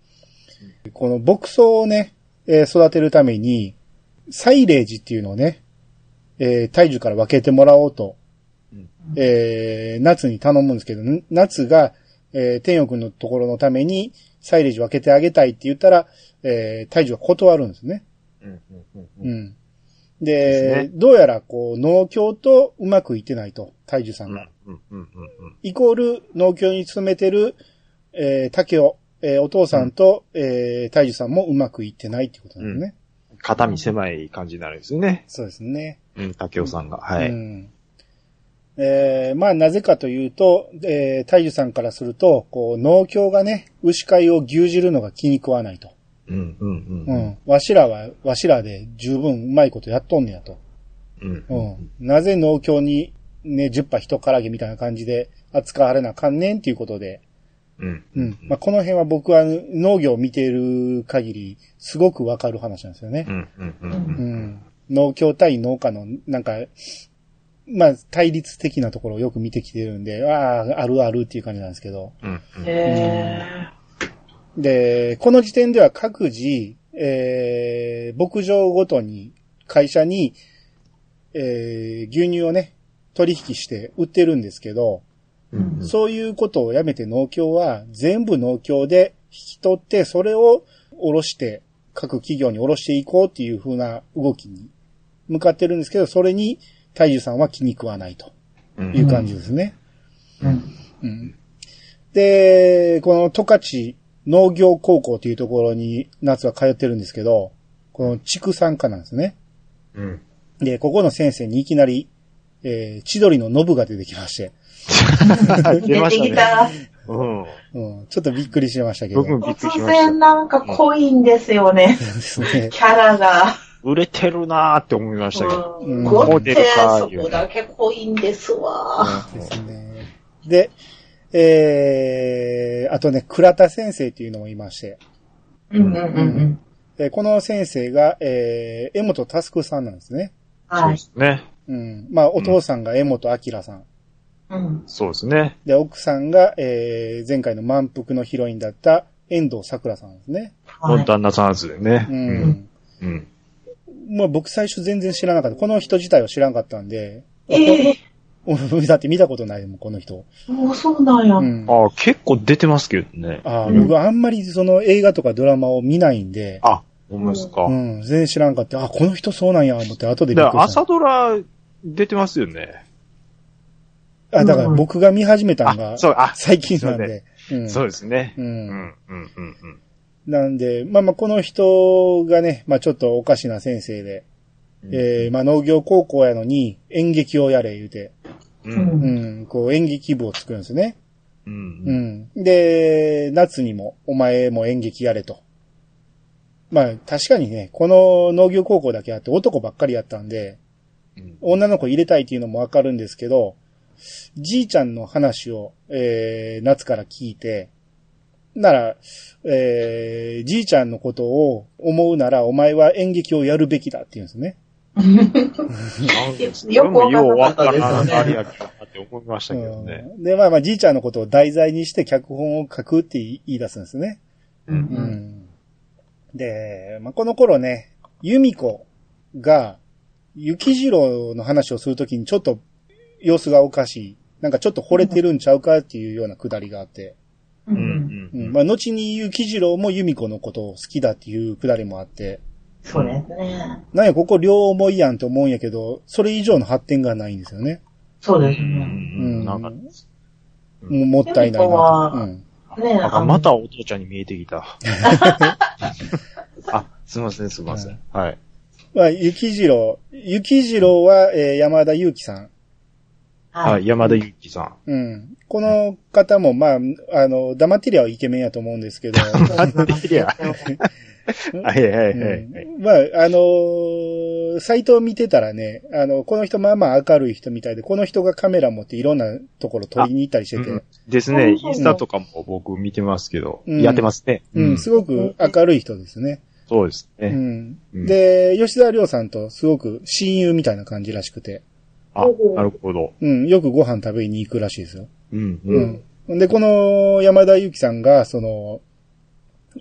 [SPEAKER 1] この牧草をね、えー育てるために、サイレージっていうのをね、えー大樹から分けてもらおうと
[SPEAKER 2] うん、
[SPEAKER 1] えー夏に頼むんですけど、ん夏が、えー天陽くんのところのために、サイレージ分けてあげたいって言ったら、えー、大樹は断るんですね。
[SPEAKER 2] うんうんうんう
[SPEAKER 1] うんん。
[SPEAKER 2] で
[SPEAKER 1] で、
[SPEAKER 2] すね
[SPEAKER 1] どうやらこう、農協とうまくいってないと、大樹さんが。
[SPEAKER 2] うんうんうんうん
[SPEAKER 1] イコール農協に勤めてる、えー、竹雄、えーお父さんと、えー、大樹さんもうまくいってないってことなんですね。
[SPEAKER 2] 肩身狭い感じになるんですよね。
[SPEAKER 1] そうですね。
[SPEAKER 2] うん、竹雄さんが。は
[SPEAKER 1] う
[SPEAKER 2] い。
[SPEAKER 1] ん。えーまあなぜかというと、えー、大樹さんからすると、こう、農協がね、牛飼いを牛耳るのが気に食わないと。
[SPEAKER 2] うんうんう
[SPEAKER 1] うんん。わしらは、わしらで十分うまいことやっとんねやと。
[SPEAKER 2] うん
[SPEAKER 1] う
[SPEAKER 2] うん
[SPEAKER 1] ん。なぜ農協にね、10羽一からげみたいな感じで扱われなあかんねんっていうことで。
[SPEAKER 2] うん
[SPEAKER 1] う
[SPEAKER 2] うんん。
[SPEAKER 1] まあ、この辺は僕は農業を見ている限り、すごくわかる話なんですよね。
[SPEAKER 2] うんうんうんう
[SPEAKER 1] うんん。農協対農家の、なんか、まあ、対立的なところをよく見てきてるんで、ああ、あるあるっていう感じなんですけど。
[SPEAKER 2] うん
[SPEAKER 3] へえ。
[SPEAKER 1] で、この時点では各自、えー、牧場ごとに会社に、えー、牛乳をね、取引して売ってるんですけど、
[SPEAKER 2] うんうん
[SPEAKER 1] そういうことをやめて農協は全部農協で引き取って、それを下ろして、各企業に下ろしていこうっていう風な動きに向かってるんですけど、それに大樹さんは気に食わないと
[SPEAKER 2] うん
[SPEAKER 1] いう感じですね。
[SPEAKER 3] うん。
[SPEAKER 1] うん。で、この十勝農業高校というところに夏は通ってるんですけど、この畜産科なんですね。
[SPEAKER 2] うん。
[SPEAKER 1] で、ここの先生にいきなり、えー千鳥のノブが出てきまして、
[SPEAKER 2] 出
[SPEAKER 3] 出
[SPEAKER 2] ま
[SPEAKER 3] て
[SPEAKER 2] し
[SPEAKER 3] き
[SPEAKER 2] たね。
[SPEAKER 3] た。
[SPEAKER 2] うん。
[SPEAKER 1] うん、ちょっとびっくりしましたけど。
[SPEAKER 2] 僕もびっく
[SPEAKER 3] 突
[SPEAKER 2] りしました
[SPEAKER 3] 然。なんか濃いんですよね。
[SPEAKER 1] ですね。
[SPEAKER 3] キャラが。
[SPEAKER 2] 売れてるなーって思いましたけど。
[SPEAKER 3] うん。
[SPEAKER 1] うん
[SPEAKER 3] ごって
[SPEAKER 2] モデルか、
[SPEAKER 3] そこだけ濃いんですわ。
[SPEAKER 1] ですね。で、えー、あとね、倉田先生っていうのもいまして、
[SPEAKER 3] うんうんうんうん。
[SPEAKER 1] えーこの先生が、えー、江本佑さんなんですね。
[SPEAKER 2] そう
[SPEAKER 3] は
[SPEAKER 2] で
[SPEAKER 3] い。
[SPEAKER 2] すね。
[SPEAKER 1] うん。まあ、お父さんが江本明さん。
[SPEAKER 3] うん。
[SPEAKER 2] そうですね。
[SPEAKER 1] で、奥さんが、えー、前回の満腹のヒロインだった遠藤桜さんですね。
[SPEAKER 2] モ
[SPEAKER 3] は
[SPEAKER 2] ン
[SPEAKER 3] い。
[SPEAKER 2] タンナサンズでね。
[SPEAKER 1] う。
[SPEAKER 2] うんうん。
[SPEAKER 1] まあ、僕最初全然知らなかった。この人自体は知らなかったんで、
[SPEAKER 3] ええ
[SPEAKER 1] 俺だって見たことないもん、この人。
[SPEAKER 3] もうそうなんや。
[SPEAKER 1] う
[SPEAKER 3] うん
[SPEAKER 1] ん。
[SPEAKER 2] ああ、結構出てますけどね。
[SPEAKER 1] あ
[SPEAKER 2] う
[SPEAKER 1] ー
[SPEAKER 2] ん
[SPEAKER 1] 僕あんまりその映画とかドラマを見ないんで、
[SPEAKER 2] あ、思いますか
[SPEAKER 1] う。ん、全然知らんかった。あ、この人そうなんや、思って、後でびっ
[SPEAKER 2] だ
[SPEAKER 1] く
[SPEAKER 2] か
[SPEAKER 1] り
[SPEAKER 2] ら
[SPEAKER 1] した。
[SPEAKER 2] 朝ドラ出てますよね。
[SPEAKER 1] あ、だから僕が見始めたのが
[SPEAKER 2] あ、、そう、あ、
[SPEAKER 1] 最近なんで。うん
[SPEAKER 2] そうですね。
[SPEAKER 1] う。
[SPEAKER 2] うんん、うん、うん、うん。
[SPEAKER 1] なんで、まあまあ、この人がね、まあちょっとおかしな先生で、えー、まあ農業高校やのに演劇をやれ言うて、
[SPEAKER 2] うん
[SPEAKER 1] う。ん、こう演劇部を作るんですね。
[SPEAKER 2] うん、
[SPEAKER 1] う
[SPEAKER 2] うん。
[SPEAKER 1] ん。で、夏にも、お前も演劇やれと。まあ確かにね、この農業高校だけあって男ばっかりやったんで、
[SPEAKER 2] うん
[SPEAKER 1] 女の子入れたいっていうのもわかるんですけど、じいちゃんの話を、えー、夏から聞いて、なら、えー、じいちゃんのことを思うなら、お前は演劇をやるべきだって言うんですね。
[SPEAKER 3] よくわかんなかったですよね
[SPEAKER 2] あれやったなって思いましたけどね。
[SPEAKER 1] うんで、まあまあ、じいちゃんのことを題材にして脚本を書くって言い出すんですね。
[SPEAKER 2] うん
[SPEAKER 3] う
[SPEAKER 1] うんんで、まあ、この頃ね、由美子が、雪次郎の話をするときにちょっと様子がおかしい。なんかちょっと惚れてるんちゃうかっていうようなくだりがあって。
[SPEAKER 2] う
[SPEAKER 3] う。
[SPEAKER 2] んん、
[SPEAKER 1] う。
[SPEAKER 2] うんん。
[SPEAKER 1] まあ、後に雪次郎も由美子のことを好きだっていうくだりもあって。
[SPEAKER 3] そうですね。
[SPEAKER 1] なんや、ここ両思いやんと思うんやけど、それ以上の発展がないんですよね。
[SPEAKER 3] そう
[SPEAKER 2] う
[SPEAKER 3] ですね。
[SPEAKER 2] ん、なんか、うん
[SPEAKER 1] もうもったいない
[SPEAKER 3] 由美
[SPEAKER 1] な
[SPEAKER 3] 子は
[SPEAKER 1] と。うん。
[SPEAKER 3] ね
[SPEAKER 2] あ
[SPEAKER 3] の
[SPEAKER 2] またお父ちゃんに見えてき た。あ、すみません、すみません。はい。
[SPEAKER 1] まあ、雪次郎。雪次郎は、えー山田裕貴さん。
[SPEAKER 2] は、
[SPEAKER 3] はいい。
[SPEAKER 2] 山田裕貴さん。
[SPEAKER 1] うん。この方も、まあ、あの、黙ってりゃイケメンやと思うんですけど、
[SPEAKER 2] あ、いや。はいはいはい。
[SPEAKER 1] うんまあ、あのーサイトを見てたらね、あの、この人まあまあ明るい人みたいで、この人がカメラ持っていろんなところ撮りに行ったりしてて、
[SPEAKER 2] う
[SPEAKER 1] うん
[SPEAKER 2] です
[SPEAKER 3] あ
[SPEAKER 2] ね。イン
[SPEAKER 3] そうなの
[SPEAKER 2] スタとかも僕見てますけど、
[SPEAKER 1] うん
[SPEAKER 2] やってますね。
[SPEAKER 1] ん、すごく明るい人ですね。
[SPEAKER 2] そうです
[SPEAKER 1] う
[SPEAKER 2] ね。
[SPEAKER 1] ん。
[SPEAKER 2] うん
[SPEAKER 1] で、吉沢亮さんとすごく親友みたいな感じらしくて、
[SPEAKER 2] あ、なるほど。
[SPEAKER 1] うん、よくご飯食べに行くらしいですよ。
[SPEAKER 2] うん、
[SPEAKER 1] う
[SPEAKER 2] うん。
[SPEAKER 1] ん。で、この山田裕貴さんが、その、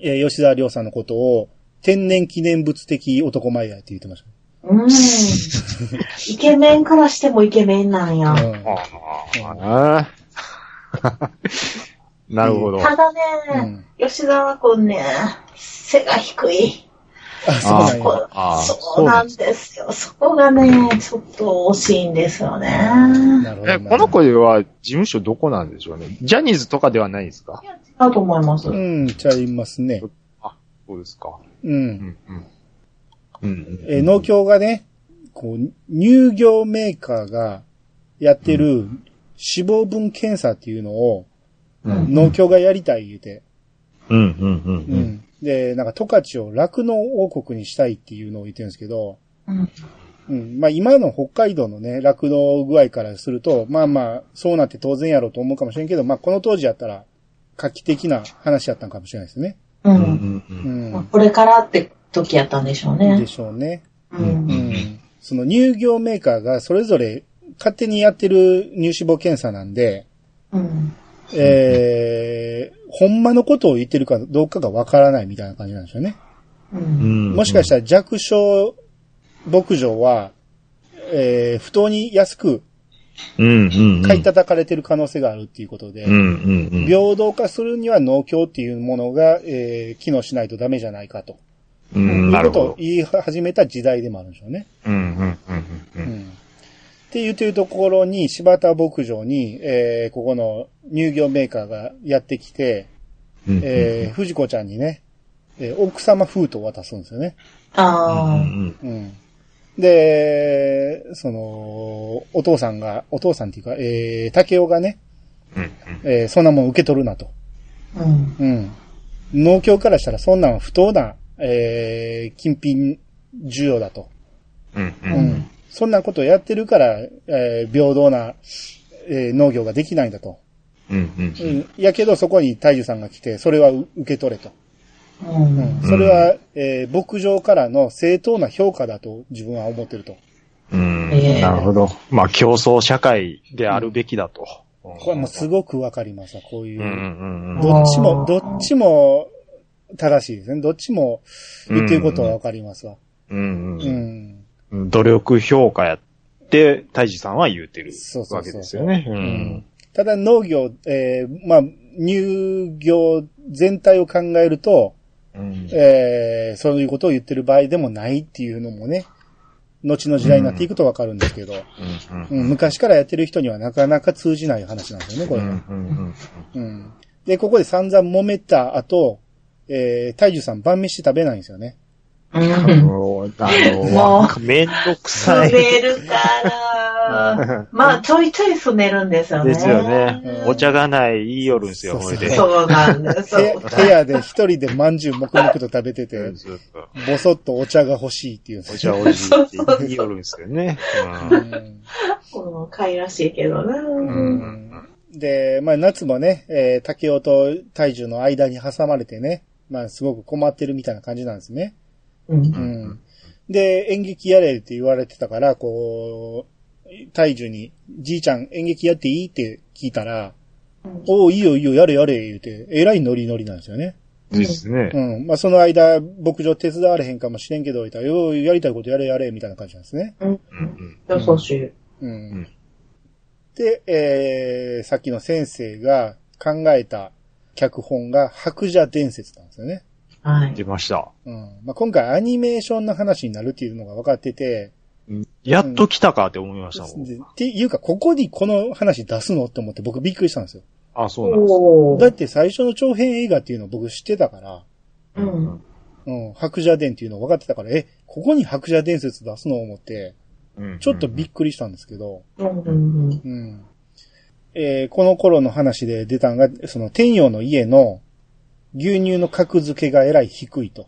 [SPEAKER 1] えー吉沢亮さんのことを、天然記念物的男前やって言ってまし
[SPEAKER 3] うん。イケメンからしてもイケメンなんや。
[SPEAKER 1] た。うん
[SPEAKER 2] ああ、なるほど。
[SPEAKER 3] ただね、
[SPEAKER 1] うん
[SPEAKER 3] 吉沢くんね、背が低い。
[SPEAKER 1] あ、そうなんや。
[SPEAKER 3] こ
[SPEAKER 2] あー
[SPEAKER 3] そうなんですよ。そこがね、ちょっと惜しいんですよね。
[SPEAKER 1] なるほど
[SPEAKER 2] え、。この子では事務所どこなんでしょうね。ジャニーズとかではないですか
[SPEAKER 3] だと思います。
[SPEAKER 1] うん、ちゃいますね。
[SPEAKER 2] そうですか。
[SPEAKER 1] う。
[SPEAKER 2] うんん、うん。うん、うん。
[SPEAKER 1] えー農協がね、こう、乳業メーカーがやってる脂肪分検査っていうのを
[SPEAKER 2] うん、
[SPEAKER 1] 農協がやりたい言うて。
[SPEAKER 2] うん、うん、うん
[SPEAKER 1] う。ん。で、なんか十勝を酪農王国にしたいっていうのを言ってるんですけど、
[SPEAKER 3] うん
[SPEAKER 1] うん。まあ今の北海道のね、酪農具合からすると、まあまあ、そうなって当然やろうと思うかもしれんけど、まあこの当時やったら画期的な話やったのかもしれないですね。
[SPEAKER 3] う。
[SPEAKER 2] うんん、う。
[SPEAKER 1] うんん
[SPEAKER 3] まあ。これからって時やったんでしょう
[SPEAKER 1] で
[SPEAKER 3] ね。
[SPEAKER 1] しょうね。
[SPEAKER 3] う。
[SPEAKER 1] うんん。その乳業メーカーがそれぞれ勝手にやってる乳脂肪検査なんで、
[SPEAKER 3] うん。
[SPEAKER 1] えー、ほんまのことを言ってるかどうかがわからないみたいな感じなんですよね。
[SPEAKER 3] う。
[SPEAKER 2] うんん。
[SPEAKER 1] もしかしたら弱小牧場は、えー、不当に安く
[SPEAKER 2] ら、うん、うん。
[SPEAKER 1] 買い叩かれてる可能性があるっていうことで、
[SPEAKER 2] うん、うん、うん。
[SPEAKER 1] 平等化するには農協っていうものが、えー、機能しないとダメじゃないかと。
[SPEAKER 2] うん、
[SPEAKER 1] い
[SPEAKER 2] な
[SPEAKER 1] う
[SPEAKER 2] る
[SPEAKER 1] こと
[SPEAKER 2] ほ
[SPEAKER 1] を
[SPEAKER 2] ど。
[SPEAKER 1] 言い始めた時代でもあるんでしょうね。
[SPEAKER 2] うん、うん、うん、うん。
[SPEAKER 1] うん。って言ってるところに、柴田牧場に、えー、ここの乳業メーカーがやってきて、
[SPEAKER 2] うん
[SPEAKER 1] えー、藤子ちゃんにね、えー奥様封筒を渡すんですよね。
[SPEAKER 2] うん
[SPEAKER 3] あ
[SPEAKER 2] うん
[SPEAKER 1] うん。で、その、お父さんが、お父さんっていうか、えー、竹雄がね、
[SPEAKER 2] うんうん
[SPEAKER 1] えー、そんなもん受け取るなと。
[SPEAKER 3] あ、うん。
[SPEAKER 1] うん。農協からしたらそんなんは不当な、えー、金品需要だと。
[SPEAKER 2] うんう
[SPEAKER 1] うんん。そんなことをやってるから、えー、平等な、えー、農業ができないんだと。
[SPEAKER 2] うんうん
[SPEAKER 1] う。ん。やけどそこに大樹さんが来て、それは受け取れと。
[SPEAKER 3] うん。
[SPEAKER 1] う。
[SPEAKER 3] うんん。
[SPEAKER 1] それは、えー、牧場からの正当な評価だと自分は思ってると。
[SPEAKER 2] うん
[SPEAKER 3] ええ
[SPEAKER 2] なるほど。まあ、競争社会であるべきだと。こ
[SPEAKER 1] これはもうすごくわかりますわこういうう。
[SPEAKER 2] んうんうん。
[SPEAKER 1] どっちも、
[SPEAKER 3] あー
[SPEAKER 1] どっちも正しいですね。どっちも言ってることはわかりますわ。
[SPEAKER 2] う
[SPEAKER 1] う
[SPEAKER 2] んうん
[SPEAKER 1] ん。
[SPEAKER 2] うん努力評価やって、大治さんは言うてる
[SPEAKER 1] そうそうそう
[SPEAKER 2] わけですよね。う
[SPEAKER 1] うんんただ農業、えーまあ、乳業全体を考えると、
[SPEAKER 2] うん
[SPEAKER 1] えーそういうことを言ってる場合でもないっていうのもね、後の時代になっていくとわかるんですけど、
[SPEAKER 2] うん
[SPEAKER 1] うん昔からやってる人にはなかなか通じない話なんですよね、これは。
[SPEAKER 2] うんうん
[SPEAKER 1] うんで、ここで散々揉めた後、えー、大樹さん晩飯食べないんですよね。
[SPEAKER 2] あの、
[SPEAKER 3] も
[SPEAKER 2] あの、めんどくさい。
[SPEAKER 3] 詰めるから。まあ、ちょいちょい詰めるんですよね。
[SPEAKER 2] ですよね
[SPEAKER 1] う。ん
[SPEAKER 2] お茶がない、言いよるんですよ、
[SPEAKER 1] そう
[SPEAKER 2] こ
[SPEAKER 1] そう
[SPEAKER 2] れで。
[SPEAKER 3] そうなんです。
[SPEAKER 1] 部屋部屋で一人で饅頭黙々と食べて
[SPEAKER 2] う
[SPEAKER 1] て
[SPEAKER 2] ん、ずっと
[SPEAKER 1] ぼそっとお茶が欲しいっていうんです
[SPEAKER 2] お
[SPEAKER 1] よ
[SPEAKER 2] 茶おいしいって言いよるんですよね。
[SPEAKER 1] うん
[SPEAKER 3] この回らしいけどね。
[SPEAKER 2] う
[SPEAKER 3] うんん。
[SPEAKER 1] で、まあ夏もね、えー竹雄と大樹の間に挟まれてね、まあすごく困ってるみたいな感じなんですね。
[SPEAKER 3] うん
[SPEAKER 1] う
[SPEAKER 2] うん
[SPEAKER 1] ん。で、演劇やれって言われてたから、こう、大樹に、じいちゃん演劇やっていいって聞いたら、おお、いいよいいよ、やれやれ、言うて、えらいノリノリなんですよね。
[SPEAKER 2] ですね。
[SPEAKER 1] うん。まあその間、牧場手伝われへんかもしれんけど、言ったらようやりたいことやれやれ、みたいな感じなんですね。
[SPEAKER 2] うん
[SPEAKER 3] 優しい。
[SPEAKER 1] うん
[SPEAKER 2] ん
[SPEAKER 1] で、えー、さっきの先生が考えた脚本が白蛇伝説なんですよね。
[SPEAKER 3] は
[SPEAKER 2] うん
[SPEAKER 3] い。
[SPEAKER 2] 出ました。
[SPEAKER 1] うんまあ、今回アニメーションの話になるっていうのが分かってて、
[SPEAKER 2] やっと来たかって思いましたもん。
[SPEAKER 1] でっていうか、ここにこの話出すのって思って僕びっくりしたんですよ。
[SPEAKER 2] あ、そうなんです。
[SPEAKER 3] お
[SPEAKER 1] だ
[SPEAKER 3] ー
[SPEAKER 1] って最初の長編映画っていうの僕知ってたから、
[SPEAKER 3] うんうん
[SPEAKER 1] うん、白蛇伝っていうの分かってたから、え、ここに白蛇伝説出すの思って、
[SPEAKER 2] うん
[SPEAKER 1] ちょっとびっくりしたんですけど、
[SPEAKER 3] うんう
[SPEAKER 1] う
[SPEAKER 3] ん。
[SPEAKER 1] ん。えーこの頃の話で出たんが、その天陽の家の牛乳の格付けがえらい低いと。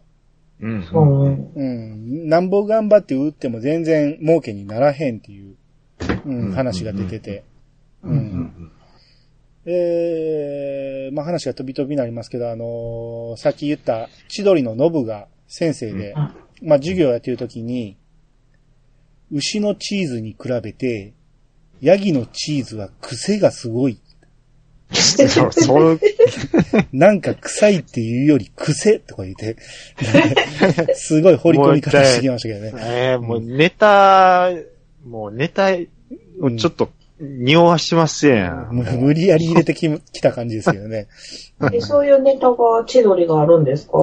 [SPEAKER 2] うん
[SPEAKER 3] う
[SPEAKER 2] うん
[SPEAKER 3] ん
[SPEAKER 1] うん。なんぼ頑張って売っても全然儲けにならへんっていう、うん、話が出てて。
[SPEAKER 3] う
[SPEAKER 1] うんんえーまあ話が飛び飛びになりますけど、あのーさっき言った千鳥のノブが先生で、まあ授業やってる時に、牛のチーズに比べて、ヤギのチーズは癖がすごい。
[SPEAKER 2] そうそう、
[SPEAKER 1] なんか臭いっていうより癖とか言って、 すごい掘り込み方してきましたけどね。
[SPEAKER 2] えーもうネタ、もうネタ、をちょっと匂わしてますやん。
[SPEAKER 1] む 無理やり入れてききた感じですけどね。
[SPEAKER 3] えそういうネタが千鳥があるんですか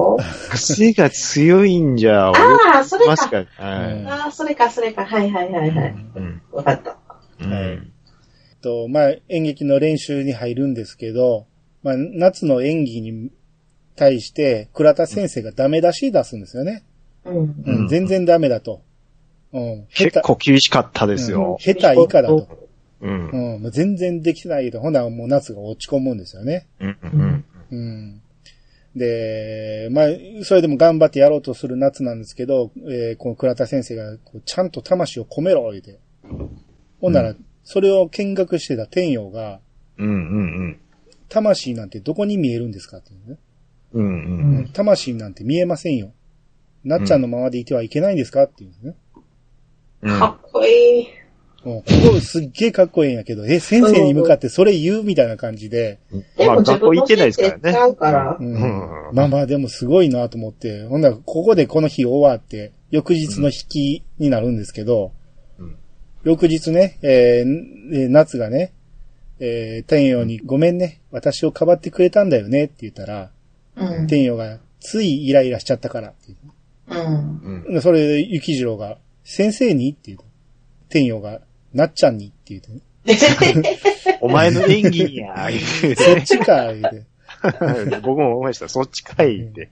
[SPEAKER 2] 癖が強いんじゃ、俺
[SPEAKER 3] ああ、それ
[SPEAKER 2] 確
[SPEAKER 3] か。
[SPEAKER 2] かに。はい
[SPEAKER 3] ああ、それか、それか。はいはいはいはい。
[SPEAKER 2] うん
[SPEAKER 3] わかった。
[SPEAKER 2] うん
[SPEAKER 1] と、まあ、演劇の練習に入るんですけど、まあ、夏の演技に対して、倉田先生がダメ出し出すんですよね。
[SPEAKER 3] うん。
[SPEAKER 1] うん
[SPEAKER 2] うん
[SPEAKER 1] 全然ダメだと。うん、
[SPEAKER 2] 結構厳しかったですよ。
[SPEAKER 1] 下手以下だと。
[SPEAKER 2] うん
[SPEAKER 1] う。ん、もう全然できてないと、ほなもう夏が落ち込むんですよね。
[SPEAKER 2] うんうん
[SPEAKER 1] うんで、まあ、それでも頑張ってやろうとする夏なんですけど、えーこの倉田先生が、こうちゃんと魂を込めろ、言うて。ほんなら、それを見学してた天陽が、
[SPEAKER 2] うんうん
[SPEAKER 1] 魂なんてどこに見えるんですかっていうね、
[SPEAKER 2] うんうんうんうん
[SPEAKER 1] 魂なんて見えませんよ。なっちゃんのままでいてはいけないんですかっていうね。
[SPEAKER 2] うん
[SPEAKER 3] かっこいい。
[SPEAKER 1] もうここすっげえかっこいいんやけど、え、先生に向かってそれ言うみたいな感じで、
[SPEAKER 3] で
[SPEAKER 2] ま
[SPEAKER 3] も
[SPEAKER 2] あ、
[SPEAKER 3] 自
[SPEAKER 2] 学校行
[SPEAKER 3] 分の
[SPEAKER 2] ってないです
[SPEAKER 3] せ
[SPEAKER 2] から
[SPEAKER 3] いちゃうから
[SPEAKER 1] う。
[SPEAKER 2] ね。
[SPEAKER 1] んまあまあでもすごいなと思って、ほんならここでこの日終わって、翌日の引きになるんですけど、
[SPEAKER 2] うん
[SPEAKER 1] 翌日ね、えーえー夏がね、えー天陽にごめんね、私をかばってくれたんだよねって言ったら、
[SPEAKER 3] うん。
[SPEAKER 1] 天陽がついイライラしちゃったからって言
[SPEAKER 3] うん。
[SPEAKER 2] うん
[SPEAKER 1] う。それで、ゆきじろうが、先生にって言う。天陽が、なっちゃんにって言うて ね。
[SPEAKER 2] お前の演技や、言う
[SPEAKER 1] そってちか、言うて。
[SPEAKER 2] 僕も思いました。そっちかいって。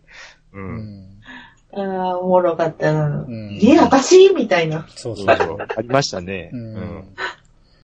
[SPEAKER 2] う。
[SPEAKER 1] うんん。
[SPEAKER 3] あ あ、おもろかったな。
[SPEAKER 1] ん
[SPEAKER 3] え、私みたいな。
[SPEAKER 1] そう
[SPEAKER 2] そ
[SPEAKER 1] そうう
[SPEAKER 2] そ
[SPEAKER 1] そうう。
[SPEAKER 2] ありましたね。
[SPEAKER 1] う
[SPEAKER 2] うん
[SPEAKER 1] ん。